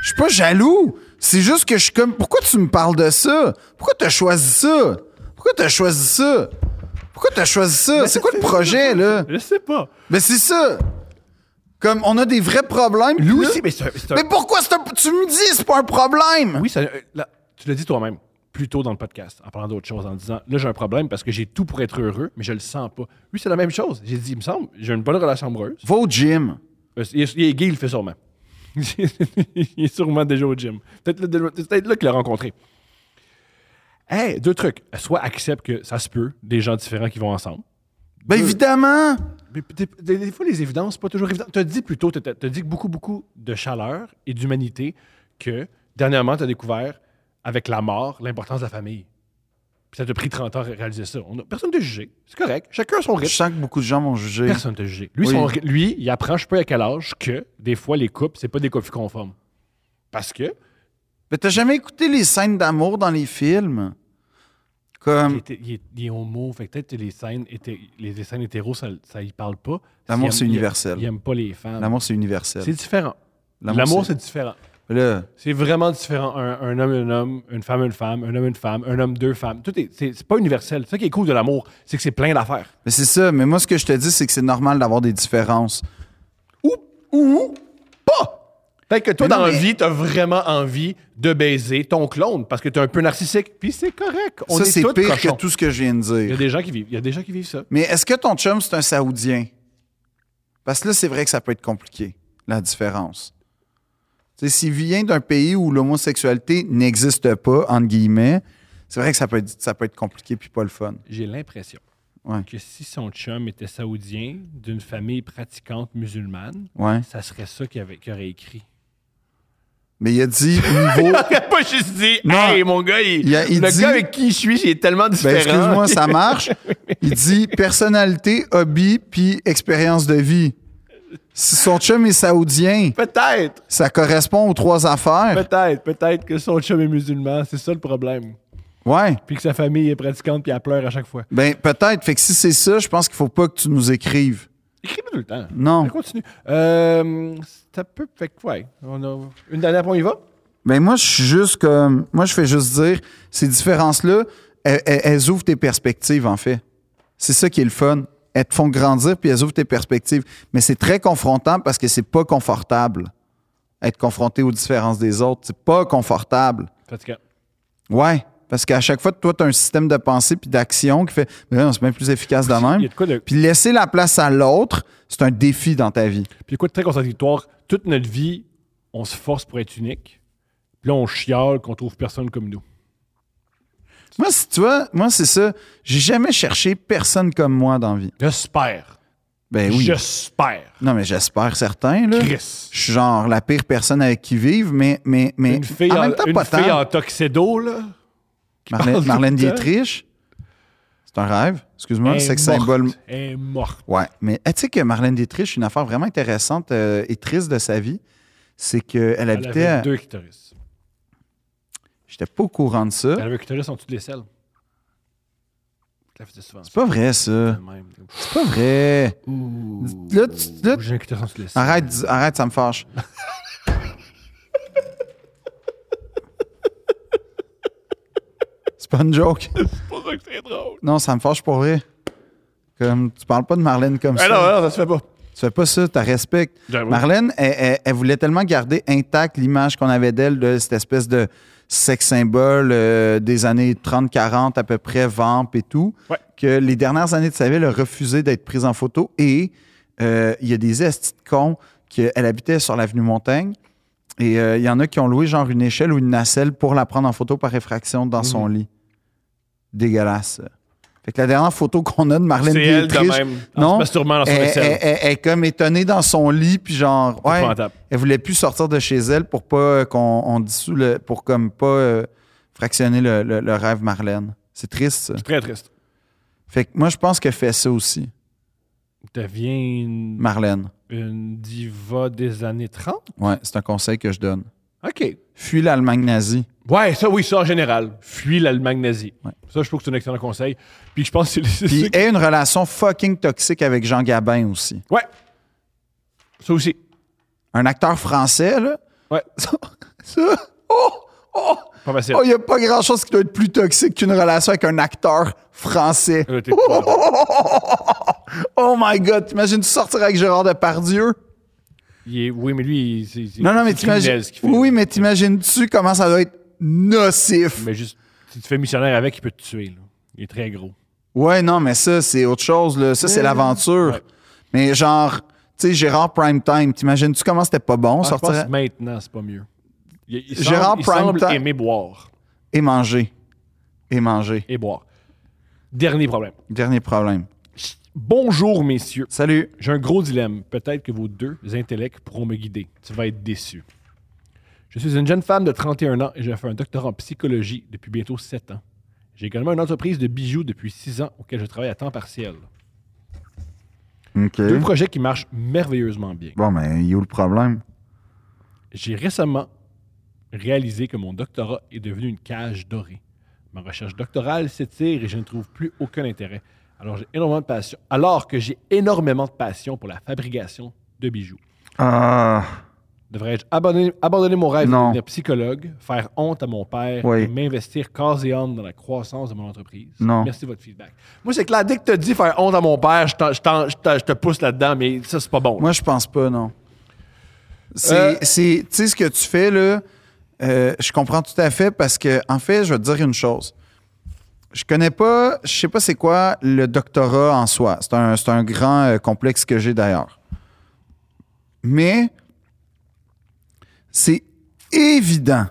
Je suis pas jaloux. C'est juste que je suis comme. Pourquoi tu me parles de ça? Pourquoi t'as choisi ça? Pourquoi t'as choisi ça? Pourquoi t'as choisi
Ben,
ça? C'est quoi le projet, là?
Je sais pas.
Ben c'est ça. Comme on a des vrais problèmes. puis
Lui
là-
aussi, mais c'est un- c'est un-
Mais pourquoi c'est un- tu me dis c'est pas un problème?
Oui, ça- euh, là, tu l'as dit toi-même, plus tôt dans le podcast, en parlant d'autre chose, en disant là, j'ai un problème parce que j'ai tout pour être heureux, mais je le sens pas. Lui, c'est la même chose. J'ai dit, il me semble, j'ai une bonne relation amoureuse.
Va au gym.
Euh, Il est, il est gay, il le fait sûrement. il est sûrement déjà au gym. Peut-être là, c'est peut-être là qu'il l'a rencontré. Hey, deux trucs. Soit accepte que ça se peut, des gens différents qui vont ensemble.
Ben évidemment.
Mais p- des, des- des fois, les évidences, c'est pas toujours évident. Tu as dit plus tôt, tu as dit que beaucoup, beaucoup de chaleur et d'humanité que dernièrement, tu as découvert avec la mort l'importance de la famille. Puis ça t'a pris 30 ans à réaliser ça. On a- personne ne t'a jugé. C'est correct. Chacun a son
Je
rythme.
sens que beaucoup de gens m'ont jugé.
Personne ne t'a jugé. Lui,
Oui.
son ry- lui, il apprend, je sais pas à quel âge, que des fois, les couples, c'est pas des couples conformes. Parce que
Mais t'as jamais écouté les scènes d'amour dans les films?
il,
Comme
était- il est, il est homo, fait que peut-être que les scènes, hété- les, les scènes hétéros, ça, ça y parle pas. Il
L'amour,
aime-
c'est
il-
universel.
Il aime pas les femmes.
l'amour c'est
C'est
universel.
différent.
L'amour,
L'amour,
c'est-
c'est différent.
Là,
C'est vraiment différent. Un, un homme, un homme, une femme, une femme, un homme, une femme, un homme, deux femmes. Tout est, c'est, c'est pas universel. C'est ça qui est cool de l'amour, c'est que c'est plein d'affaires.
mais c'est ça. Mais moi ce que je te dis c'est que c'est normal d'avoir des différences.
Ou, ou, pas! Peut-être que toi,
Mais non,
dans la
mais-
vie, t'as vraiment envie de baiser ton clone parce que t'es un peu narcissique. Puis c'est correct. On
ça
est
c'est
tous
pire
cochons.
que tout ce que je viens de
Il y a
dire.
des gens qui vivent. Il y a des gens qui vivent ça.
Mais est-ce que ton chum c'est un saoudien? Parce que là c'est vrai que ça peut être compliqué la différence. Tu sais, s'il vient d'un pays où l'homosexualité n'existe pas entre guillemets, c'est vrai que ça peut être, ça peut être compliqué puis pas le fun.
J'ai l'impression
Ouais.
que si son chum était saoudien d'une famille pratiquante musulmane,
Ouais.
ça serait ça qu'il, avait, qu'il aurait écrit.
Mais il a dit niveau. Ben,
Il aurait pas juste dit,
Non.
hey, mon gars, il-
Il a- il
le
dit-
gars avec qui je suis, il est tellement différent.
ben, excuse-moi, ça marche. Il dit personnalité, hobby, puis expérience de vie. Si son chum est saoudien,
Peut-être,
ça correspond aux trois affaires.
peut-être, peut-être que son chum est musulman, c'est ça le problème.
Ouais.
Puis que sa famille est pratiquante puis elle pleure à chaque fois.
Ben, peut-être. Fait que si c'est ça, je pense qu'il faut pas que tu nous écrives.
Écris-moi tout le temps.
Non.
On continue. Euh, ça peut. Fait que, ouais. On a... Une dernière, point, on y va?
Ben, moi, je suis juste comme. Moi, je fais juste dire, ces différences-là, elles, elles- elles ouvrent tes perspectives, en fait. C'est ça qui est le fun. Elles te font grandir puis elles ouvrent tes perspectives. Mais c'est très confrontant parce que c'est pas confortable. Être confronté aux différences des autres, c'est pas confortable.
Fatigant.
Ouais. Parce qu'à chaque fois, toi, tu as un système de pensée puis d'action qui fait Mais non, c'est même plus efficace de
Il
même.
y a de quoi de, puis
Puis laisser la place à l'autre, c'est un défi dans ta vie.
il y a de quoi de très contradictoire. Toute notre vie, on se force pour être unique. Puis là, on chiale qu'on trouve personne comme nous.
Moi, si tu vois, moi, c'est ça. J'ai jamais cherché personne comme moi dans la vie.
J'espère.
Ben oui.
J'espère.
Non, mais j'espère certain, là.
Chris.
Je suis genre la pire personne avec qui vivre, mais, mais, mais
Une fille
en
en,
même temps,
une
pas
fille
tant.
en tuxedo, là. qui parle
Marlène,
tout
Marlène
le temps.
Dietrich, c'est un rêve. Excuse-moi,
Elle
c'est que
est
symbole.
morte. Elle est morte.
Ouais, mais eh, tu sais que Marlène Dietrich, une affaire vraiment intéressante euh, et triste de sa vie, c'est qu'elle
Elle
habitait.
avait
à-
deux clitoris.
J'étais pas au courant de ça.
Elle avait un clitoris en dessous des selles. Je la faisais souvent.
C'est pas vrai, ça.
ça, de même.
C'est pas vrai.
Ouh.
Là, tu- là, tu-
J'ai un clitoris en dessous des selles.
Arrête, dis- arrête, ça me fâche. C'est pas une joke.
C'est pour ça que c'est drôle.
Non, ça me fâche pour vrai. Comme, tu parles pas de Marlène comme
Ah
ça.
non, non, ça se fait pas.
Tu fais pas ça, tu la respectes.
J'avoue.
Marlène, elle, elle- elle voulait tellement garder intacte l'image qu'on avait d'elle de cette espèce de sex symbole euh, des années 30-40 à peu près, vamp et tout,
Ouais.
que les dernières années de sa vie, elle a refusé d'être prise en photo et euh, il y a des estis de cons qu'elle habitait sur l'avenue Montaigne et euh, il y en a qui ont loué genre une échelle ou une nacelle pour la prendre en photo par réfraction dans son
Mhm.
lit. Dégueulasse. ça. Fait que la dernière photo qu'on a de Marlène
C'est elle de
Dietrich,
même.
Non.
Non. Se sûrement dans son
elle, elle-
Ah, Excel.
elle- elle est comme étonnée dans son lit, puis genre, ouais,
Épouvantable.
elle voulait plus sortir de chez elle pour pas euh, qu'on on dissout le, pour comme pas euh, fractionner le, le- le rêve Marlène. C'est triste, ça.
C'est très triste.
Fait que moi, je pense qu'elle fait ça aussi,
Deviens une,
Marlène.
une diva des années 30?
Ouais, c'est un conseil que je donne.
OK.
Fuis l'Allemagne nazie.
Ouais, ça, oui, ça, en général. Fuis l'Allemagne nazie.
Ouais.
Ça, je trouve que c'est un excellent conseil. Puis je pense que c'est...
Puis
c'est-
aie une relation fucking toxique avec Jean Gabin aussi.
Ouais. Ça aussi.
Un acteur français, là.
Ouais.
Ça, ça- oh, oh,
Pas facile.
oh, il n'y a pas grand-chose qui doit être plus toxique qu'une relation avec un acteur français.
Euh, t'es pas-
Oh my God, t'imagines-tu sortir avec Gérard Depardieu?
Il est- Oui, mais lui, il- c'est... c'est-
Non, non, mais
c'est criminel,
t'imagines...
ce qu'il fait.
Oui, mais t'imagines-tu comment ça doit être nocif?
Mais juste, si tu fais missionnaire avec, il peut te tuer. là. Il est très gros.
Ouais, non, mais ça, c'est autre chose, là. Ça, c'est l'aventure.
Ouais.
Mais genre, tu sais, Gérard Primetime, t'imagines-tu comment c'était pas bon
Ah, je pense
sortir
que maintenant, c'est pas mieux. Il, il semble-
Gérard
il
Prime
semble
Time.
aimer boire.
et manger? Et manger.
Et boire. Dernier problème.
Dernier problème.
Bonjour, messieurs.
Salut.
J'ai un gros dilemme. Peut-être que vos deux intellects pourront me guider. Tu vas être déçu. Je suis une jeune femme de 31 ans et j'ai fait un doctorat en psychologie depuis bientôt 7 ans. J'ai également une entreprise de bijoux depuis 6 ans auquel je travaille à temps partiel.
OK.
Deux projets qui marchent merveilleusement bien.
Bon, mais il est où le problème?
J'ai récemment réalisé que mon doctorat est devenu une cage dorée. Ma recherche doctorale s'étire et je ne trouve plus aucun intérêt. Alors j'ai énormément de passion. Alors que j'ai énormément de passion pour la fabrication de bijoux.
Ah,
Devrais-je abandonner, abandonner mon rêve
Non.
de devenir psychologue, faire honte à mon père
Oui.
et m'investir corps et âme dans la croissance de mon entreprise?
Non.
Merci de votre feedback. Moi, c'est clair, dès que tu dis faire honte à mon père, je, t'en- je t'en- je t'en- je te pousse là-dedans, mais ça, c'est pas bon.
moi, je pense pas, non.
Euh,
C'est, c'est- tu sais, ce que tu fais, là, euh, je comprends tout à fait parce que, en fait, je vais te dire une chose. Je connais pas, je sais pas c'est quoi le doctorat en soi. C'est un, c'est un grand euh, complexe que j'ai d'ailleurs. Mais c'est évident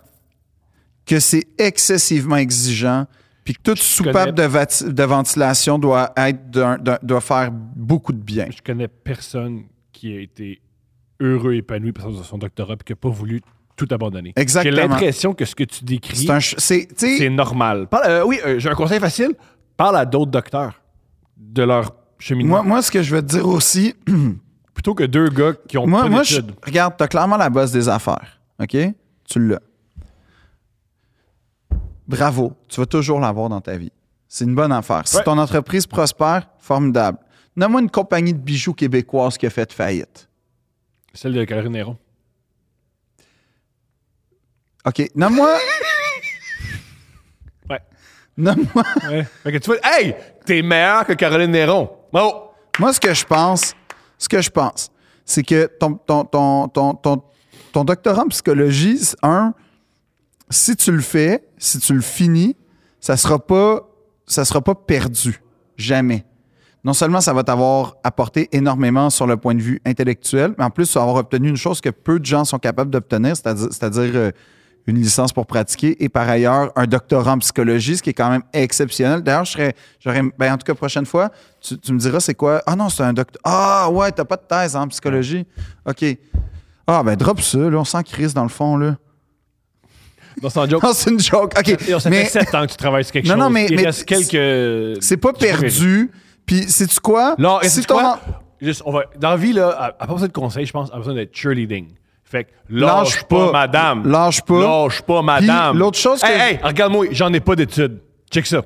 que c'est excessivement exigeant puis que toute soupape
connais-
de, vati- de ventilation doit, être d'un- d'un- doit faire beaucoup de bien.
Je connais personne qui a été heureux, épanoui par son- son doctorat et qui n'a pas voulu tout abandonner.
Exactement.
J'ai l'impression que ce que tu décris,
C'est un... ch- C'est, tu sais,
c'est normal. Parle- euh, oui, euh, j'ai un conseil facile. Parle à d'autres docteurs de leur cheminement.
Moi, moi, ce que je veux te dire aussi,
plutôt que deux gars qui ont
moi,
pas
moi je,
d'études.
regarde, t'as clairement la bosse des affaires. OK? Tu l'as. Bravo. Tu vas toujours l'avoir dans ta vie. C'est une bonne affaire. Si
Ouais.
ton entreprise prospère, formidable. Nomme-moi une compagnie de bijoux québécoise qui a fait faillite.
Celle de Catherine Néron.
OK? Nomme-moi.
Ouais.
Nomme-moi.
ouais. Fait que tu vois, hey, t'es meilleur que Caroline Néron. Bravo.
Moi, ce que je pense, ce que je pense, c'est que ton, ton, ton, ton, ton, ton doctorat en psychologie, c'est un, si tu le fais, si tu le finis, ça sera pas, ça sera pas perdu. Jamais. Non seulement ça va t'avoir apporté énormément sur le point de vue intellectuel, mais en plus, tu vas avoir obtenu une chose que peu de gens sont capables d'obtenir, c'est-à-dire, c'est-à-dire euh, une licence pour pratiquer et par ailleurs un doctorat en psychologie, ce qui est quand même exceptionnel. D'ailleurs, je serais, j'aurais, ben, en tout cas, prochaine fois, tu, tu me diras c'est quoi. Ah non, c'est un doctorat. Ah ouais, t'as pas de thèse en psychologie. OK. Ah ben, drop ça, là, on s'en crise dans le fond, là.
Dans son joke.
Non, c'est une joke. OK.
Et on ça
mais
fait sept ans que tu travailles sur quelque
Non,
chose.
non, mais-
Il
mais
reste quelques.
c'est pas perdu. Puis, sais-tu quoi?
Non, et
Si
c'est
ton en-
quoi? Juste, on va, dans la vie, là, à, à pas besoin de conseils, je pense, à besoin de cheerleading. Fait que lâche,
Lâche
pas,
pas.
madame.
Lâche pas.
Lâche pas, madame.
Puis, l'autre chose que-
Hey, hey, regarde-moi, j'en ai pas d'études. Check ça.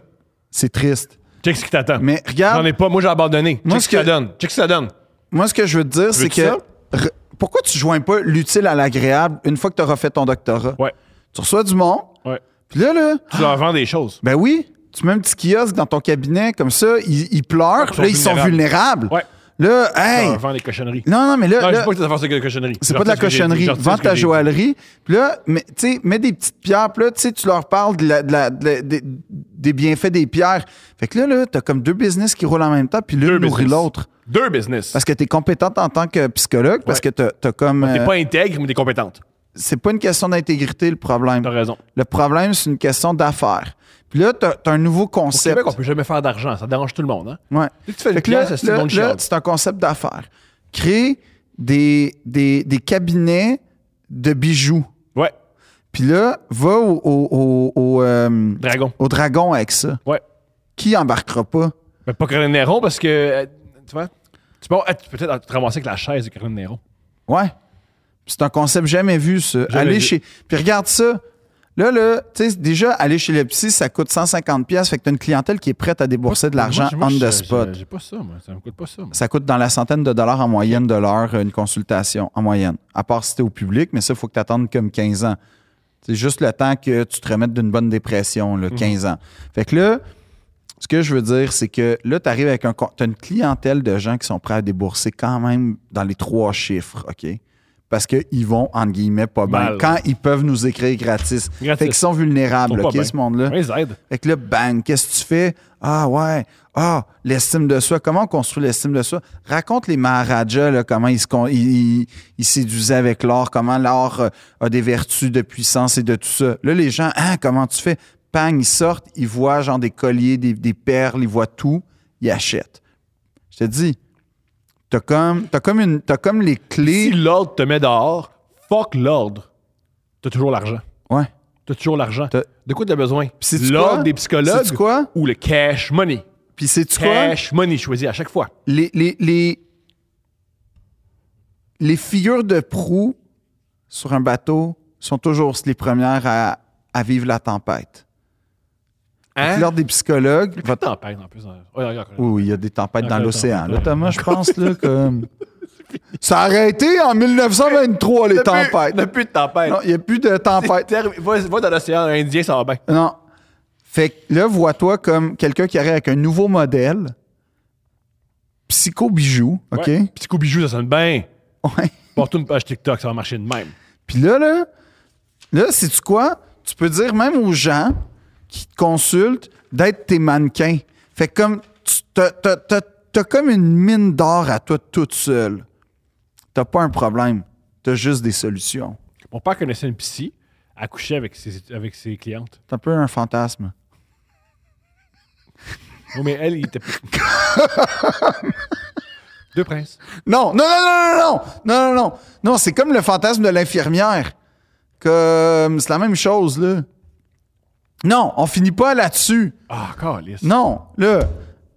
C'est triste.
Check ce qui t'attend.
Mais regarde-
J'en ai pas, moi j'ai abandonné.
Moi,
Check
ce
ce que ça
que-
donne. Check ce que ça donne.
Moi, ce que je veux te dire, c'est
Veux-tu
que. re- pourquoi tu joins pas l'utile à l'agréable une fois que tu auras fait ton doctorat?
Ouais.
Tu reçois du monde,
Ouais.
puis là, là,
Tu leur vends des choses.
ben oui, tu mets un petit kiosque dans ton cabinet, comme ça, ils, ils
Ils
pleurent, puis
sont
là, ils sont vulnérables.
Ouais.
Là, hey!
Vends des cochonneries.
Non, non, mais là,
Non, je
là,
dis pas que t'as affaires de cochonneries.
c'est pas de la cochonnerie. Vends ta joaillerie. Puis là, mais, tu sais, mets des petites pierres. Puis là, tu sais, tu leur parles de la- de la- de la- des- des bienfaits des pierres. Fait que là, là, t'as comme deux business qui roulent en même temps, puis l'une
Deux
nourrit
business.
l'autre.
Deux business.
Parce que t'es compétente en tant que psychologue, parce que
Ouais.
t'as t'as comme...
T'es
euh,
pas intègre, mais t'es compétente.
c'est pas une question d'intégrité, le problème.
T'as raison.
Le problème, c'est une question d'affaires. Puis là, t'as t'as un nouveau
Au
concept.
Québec, on peut jamais faire d'argent. Ça dérange tout le monde. Hein?
Ouais.
Dès que tu fais
Fait
une
que là,
pièce, c'est
là-
le monde
là,
chiale.
c'est un concept d'affaires. Créer des, des, des cabinets de bijoux.
Ouais,
Puis là, va au, au, au, au, euh,
dragon.
au dragon avec ça.
Ouais.
Qui embarquera pas?
Mais pas Caroline Néron parce que. euh, Tu vois? Tu peux ah, tu peux peut-être te ramasser avec la chaise de Caroline Néron.
Ouais. C'est un concept jamais vu, ça.
Jamais
aller
vu.
chez. Puis regarde ça. Là, là, tu sais, déjà, aller chez le psy, ça coûte 150$. piastres, Fait que t'as une clientèle qui est prête à débourser de
Moi,
l'argent
moi,
on
je-
the
je-
spot.
J'ai pas ça, moi. Ça me coûte pas ça. moi.
Ça coûte dans la centaine de dollars en moyenne de l'heure euh, une consultation, en moyenne. À part si t'es au public, mais ça, il faut que tu attendes comme 15 ans. C'est juste le temps que tu te remettes d'une bonne dépression,
Mhm.
là, 15 ans. Fait que là, ce que je veux dire, c'est que là, tu arrives avec un. con- t'as une clientèle de gens qui sont prêts à débourser quand même dans les trois chiffres, OK? Parce qu'ils vont, entre guillemets, pas bien.
Mal.
Quand ils peuvent nous écrire gratis.
Gratis.
Fait qu'ils sont vulnérables,
Ils sont
OK,
pas
ce
bien.
monde-là.
Ouais, ils aident.
Fait que là, bang, qu'est-ce que tu fais? Ah ouais, ah, l'estime de soi. Comment on construit l'estime de soi? Raconte les Maharajas, là, comment ils, se con- ils, ils- ils séduisaient avec l'or, comment l'or euh, a des vertus de puissance et de tout ça. Là, les gens, ah, comment tu fais? Bang, ils sortent, ils voient genre des colliers, des, des perles, ils voient tout, ils achètent. Je te dis, t'as comme, t'as comme, une, t'as comme les
Si
clés.
l'ordre te met dehors, fuck l'ordre. T'as toujours l'argent.
Ouais.
T'as toujours l'argent.
T'as-
De quoi t'as besoin?
sais-tu quoi?
L'ordre des psychologues
Sais-tu quoi?
ou le cash money?
Puis c'est-tu quoi?
Cash money choisi à chaque fois.
les, les, les, les figures de proue sur un bateau sont toujours les premières à, à vivre la tempête.
Hein?
Lors des
Pas
psychologues, votre-
de tempête en plus. hein. Ouais, regarde, regarde.
oui, il y a des tempêtes dans
Encore
l'océan.
tempête,
Là,
ouais.
Thomas, je pense là, que ça a arrêté en 1923 les
T'as plus-
tempêtes.
T'as plus de tempête.
Non, il n'y a plus de tempête.
Terminé. Va, va dans l'océan Indien, ça va bien.
Non. Fait que là, vois-toi comme quelqu'un qui arrive avec un nouveau modèle, psycho-bijou, OK?
Ouais. Petit coup bijou, ça sonne bien.
Ouais.
Porte une page TikTok, ça va marcher de même.
Puis là, là, là, sais-tu quoi? Tu peux dire même aux gens qui te consultent d'être tes mannequins. Fait que comme tu- t'as- t'as t'as- t'as comme une mine d'or à toi toute seule. T'as pas un problème. T'as juste des solutions.
Mon père connaissait une psy, elle couchait avec ses, avec ses clientes.
T'as un peu un fantasme.
Non, mais elle, il était. Deux princes.
Non, non, non, non, non, non, non, non, non. Non, c'est comme le fantasme de l'infirmière. Comme c'est la même chose, là. Non, on finit pas là-dessus.
Ah, calice.
Non, là.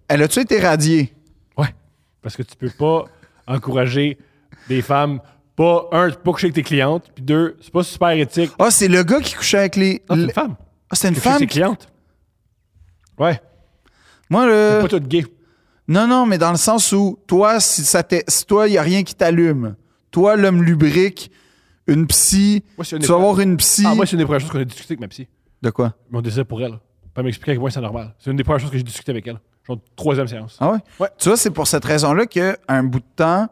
Elle a-tu été radiée?
Ouais. Parce que tu peux pas encourager des femmes, pas, un, pas coucher avec tes clientes, puis deux, c'est pas super éthique.
Ah, c'est le gars qui couchait avec les.
Non, c'est une
le-
femme.
Ah, c'est une
Coucher avec
femme.
ses
qui-
clientes. Ouais.
Moi, le.
Pas toutes gays.
Non, non, mais dans le sens où, toi, si, ça t'est- si toi, il n'y a rien qui t'allume. Toi, l'homme lubrique, une psy.
Moi, c'est
tu
une
vas
épreuve.
avoir une psy.
Ah, moi, c'est une des premières choses qu'on a discuté avec ma psy.
De quoi?
Mon désir pour elle. Pas m'expliquer à quel point c'est normal. C'est une des premières choses que j'ai discuté avec elle. Genre, troisième séance.
Ah ouais?
Ouais.
Tu vois, c'est pour cette raison-là qu'un bout de temps.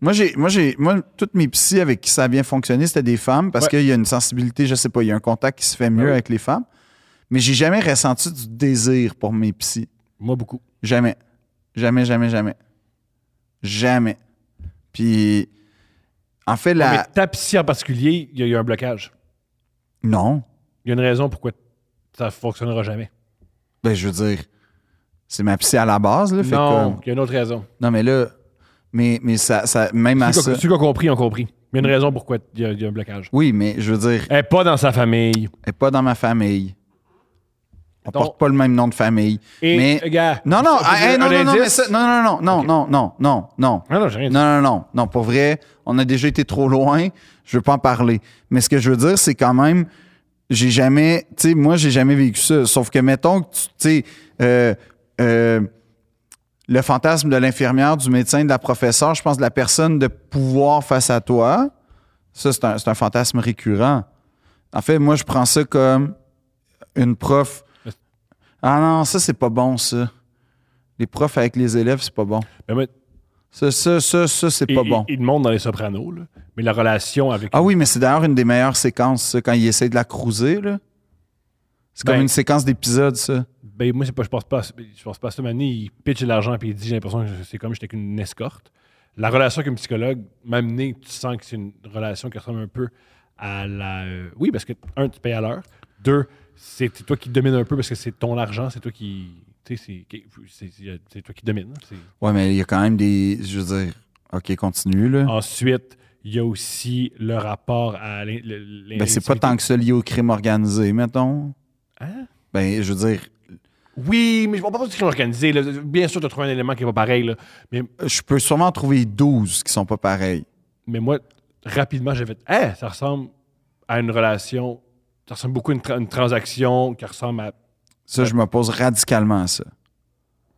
Moi, j'ai, moi, j'ai, moi, toutes mes psys avec qui ça a bien fonctionné, c'était des femmes parce
Ouais.
qu'il y a une sensibilité, je sais pas, il y a un contact qui se fait mieux
oui.
avec les femmes. Mais j'ai jamais ressenti du désir pour mes psys.
Moi, beaucoup.
Jamais. Jamais, jamais, jamais. Jamais. Puis, en fait,
Mais
la.
ta psy en particulier, il y a eu un blocage.
Non.
Il y a une raison pourquoi ça fonctionnera jamais.
Ben, je veux dire, c'est ma psy à la base, là. Fait
non,
que-
il y a une autre raison.
non, mais là. Mais, mais ça, ça. Même à
Ceux qui
ça.
ont- ceux qui ont compris ont compris. Il y a une raison pourquoi il y a, il y a un blocage.
Oui, mais je veux dire,
Elle n'est pas dans sa famille.
elle est pas dans ma famille. On
Mettons-
porte pas le même nom de famille.
Et,
mais.
gars,
Non, non, ah, hey, non, non, non, mais ça- non, non, non, non,
Ok.
non, non, non, non.
Non, non, j'ai rien dit.
Non, non, non, non, pour vrai, on a déjà été trop loin, je veux pas en parler. Mais ce que je veux dire, c'est quand même, j'ai jamais, tu sais, moi, j'ai jamais vécu ça. Sauf que, mettons que, tu tu sais, euh, euh, le fantasme de l'infirmière, du médecin, de la professeure, je pense de la personne de pouvoir face à toi, ça, c'est un, c'est un fantasme récurrent. En fait, moi, je prends ça comme une prof. Ah non, ça, c'est pas bon, ça. Les profs avec les élèves, c'est pas bon.
Mais moi,
Ça, ça, ça, ça, c'est pas
il,
bon.
Il, il monte dans les Sopranos, là. mais la relation avec.
Ah oui, mais c'est d'ailleurs une des meilleures séquences, ça, quand il essaie de la cruiser, là. C'est comme
Ben-
une séquence d'épisodes, ça.
Ben, moi, c'est pas, je pense pas, à- je pense pas à ça. Mané, il pitch de l'argent puis il dit J'ai l'impression que c'est comme j'étais qu'une escorte. La relation avec un psychologue, même né, tu sens que c'est une relation qui ressemble un peu à la. euh, oui, parce que, un, tu payes à l'heure. Deux, c'est toi qui domine un peu parce que c'est ton argent, c'est toi qui. Tu sais, c'est- c'est c'est- c'est toi qui domine. hein, c'est-
Ouais, mais il y a quand même des. Je veux dire. OK, continue,
Ah,
là.
Ensuite, il y a aussi le rapport à l'in- le- l'intimité.
ben, c'est pas tant que ça lié au crime organisé, mettons.
Hein?
Ben, je veux dire,
Oui, mais je ne parle pas du crime organisé. là. Bien sûr, tu as trouvé un élément qui n'est pas pareil. là. Mais,
je peux sûrement en trouver 12 qui sont pas pareils.
mais moi, rapidement, j'ai fait Hein, ça ressemble à une relation. Ça ressemble beaucoup à une, tra- une transaction qui ressemble à.
Ça, je m'oppose radicalement à ça.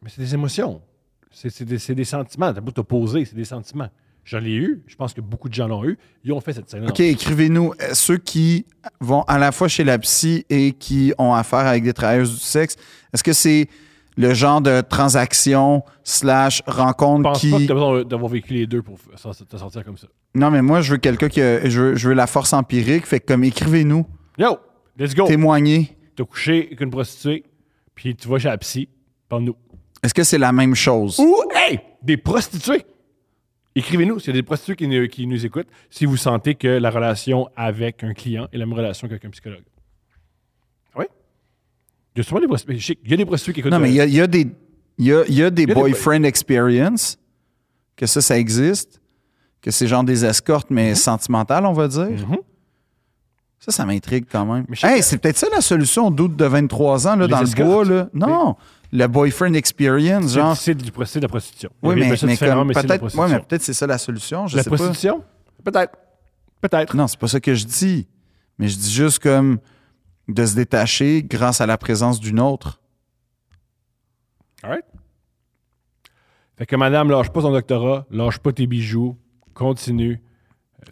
Mais c'est des émotions. C'est c'est des, c'est des sentiments. T'as beau t'opposer, c'est des sentiments. J'en ai eu. Je pense que beaucoup de gens l'ont eu. Ils ont fait cette scène-là.
OK, écrivez-nous euh, ceux qui vont à la fois chez la psy et qui ont affaire avec des travailleuses du sexe. Est-ce que c'est le genre de transaction slash
Je
rencontre
pense
qui...
pas que t'as besoin d'avoir vécu les deux pour f- te sentir comme ça.
Non, mais moi, je veux quelqu'un qui... a- je, veux, je veux la force empirique. Fait que comme, écrivez-nous,
Yo, let's go.
témoignez.
t'as couché avec une prostituée, puis tu vas chez la psy, parle-nous.
Est-ce que c'est la même chose?
Ou, hey, des prostituées! Écrivez-nous s'il y a des prostituées qui nous, qui nous écoutent, si vous sentez que la relation avec un client est la même relation qu'avec un psychologue. Ah Oui? Il y a sûrement des prostituées. je sais- Il y a des prostituées qui écoutent.
Non, mais il y a, il y a des, il y a- il y a des
des
boyfriend experience, que ça, ça existe, que c'est genre des escortes, mais
Mm-hmm.
sentimentales, on va dire.
Mhm.
Ça, ça m'intrigue quand même.
Mais je sais
Hey,
que-
c'est peut-être ça la solution d'août de 23 ans là,
Les
dans
escortes.
le bois. Là. Non, le boyfriend experience,
euh,
genre.
C'est du procès de la prostitution. Il
Oui,
y a
mais,
des personnes
mais
différentes,
comme
mais c'est de la
peut-être ouais, mais
prostitution.
peut-être c'est ça la solution. Je
la
sais pas.
prostitution? Peut-être. Peut-être.
Non, c'est pas ça que je dis. Mais je dis juste comme de se détacher grâce à la présence d'une autre.
All right. Fait que madame, lâche pas ton doctorat, lâche pas tes bijoux, continue.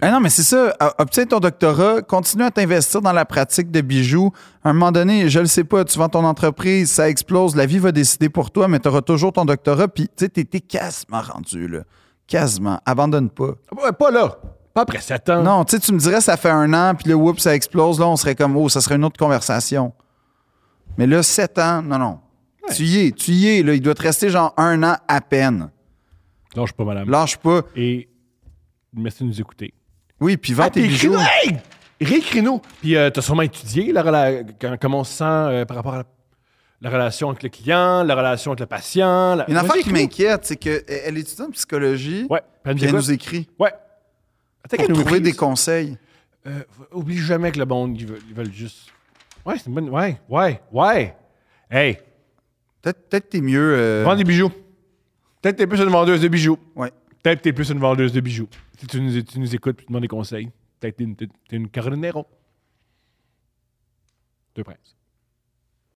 Ah non, mais c'est ça. O- Obtiens ton doctorat, continue à t'investir dans la pratique de bijoux. À un moment donné, je le sais pas, tu vends ton entreprise, ça explose, la vie va décider pour toi, mais tu auras toujours ton doctorat, puis tu sais, t'es t'es quasiment rendu, là. Quasiment. Abandonne pas.
Ah, ouais, Pas là. Pas après 7 ans.
Non, tu sais, tu me dirais, ça fait un an, puis le whoop, ça explose, là, on serait comme, oh, ça serait une autre conversation. Mais là, sept ans, non, non. Tu y es, tu y es, là. Il doit te rester genre un an à peine.
Lâche pas, madame.
Lâche pas.
Et merci de nous écouter.
Oui, puis vends Ah,
Ah,
tes bijoux.
Hey! Réécris-nous. Puis euh, t'as sûrement étudié la rela- quand- comment on se sent euh, par rapport à la, la relation avec le client, la relation avec le patient. la-
Une affaire
Vas-y,
qui
écris-nous.
m'inquiète, c'est qu'elle étudie en psychologie.
Ouais. Puis elle nous
Puis elle
écoute.
nous écrit
Ouais. Attends
pour
qu'elle nous
trouver des
méprise.
conseils.
Euh, oublie jamais que le monde, ils veulent, ils veulent juste. Ouais, c'est une bonne. Ouais, ouais, ouais. Hey,
Peut-être peut-être t'es mieux. euh,
vends des bijoux. Peut-être t'es plus une vendeuse de bijoux.
Ouais.
Peut-être t'es plus une vendeuse de bijoux. Si tu nous, tu nous écoutes et tu demandes des conseils, peut-être t'es une, t'es- t'es une Carolinero. Deux princes.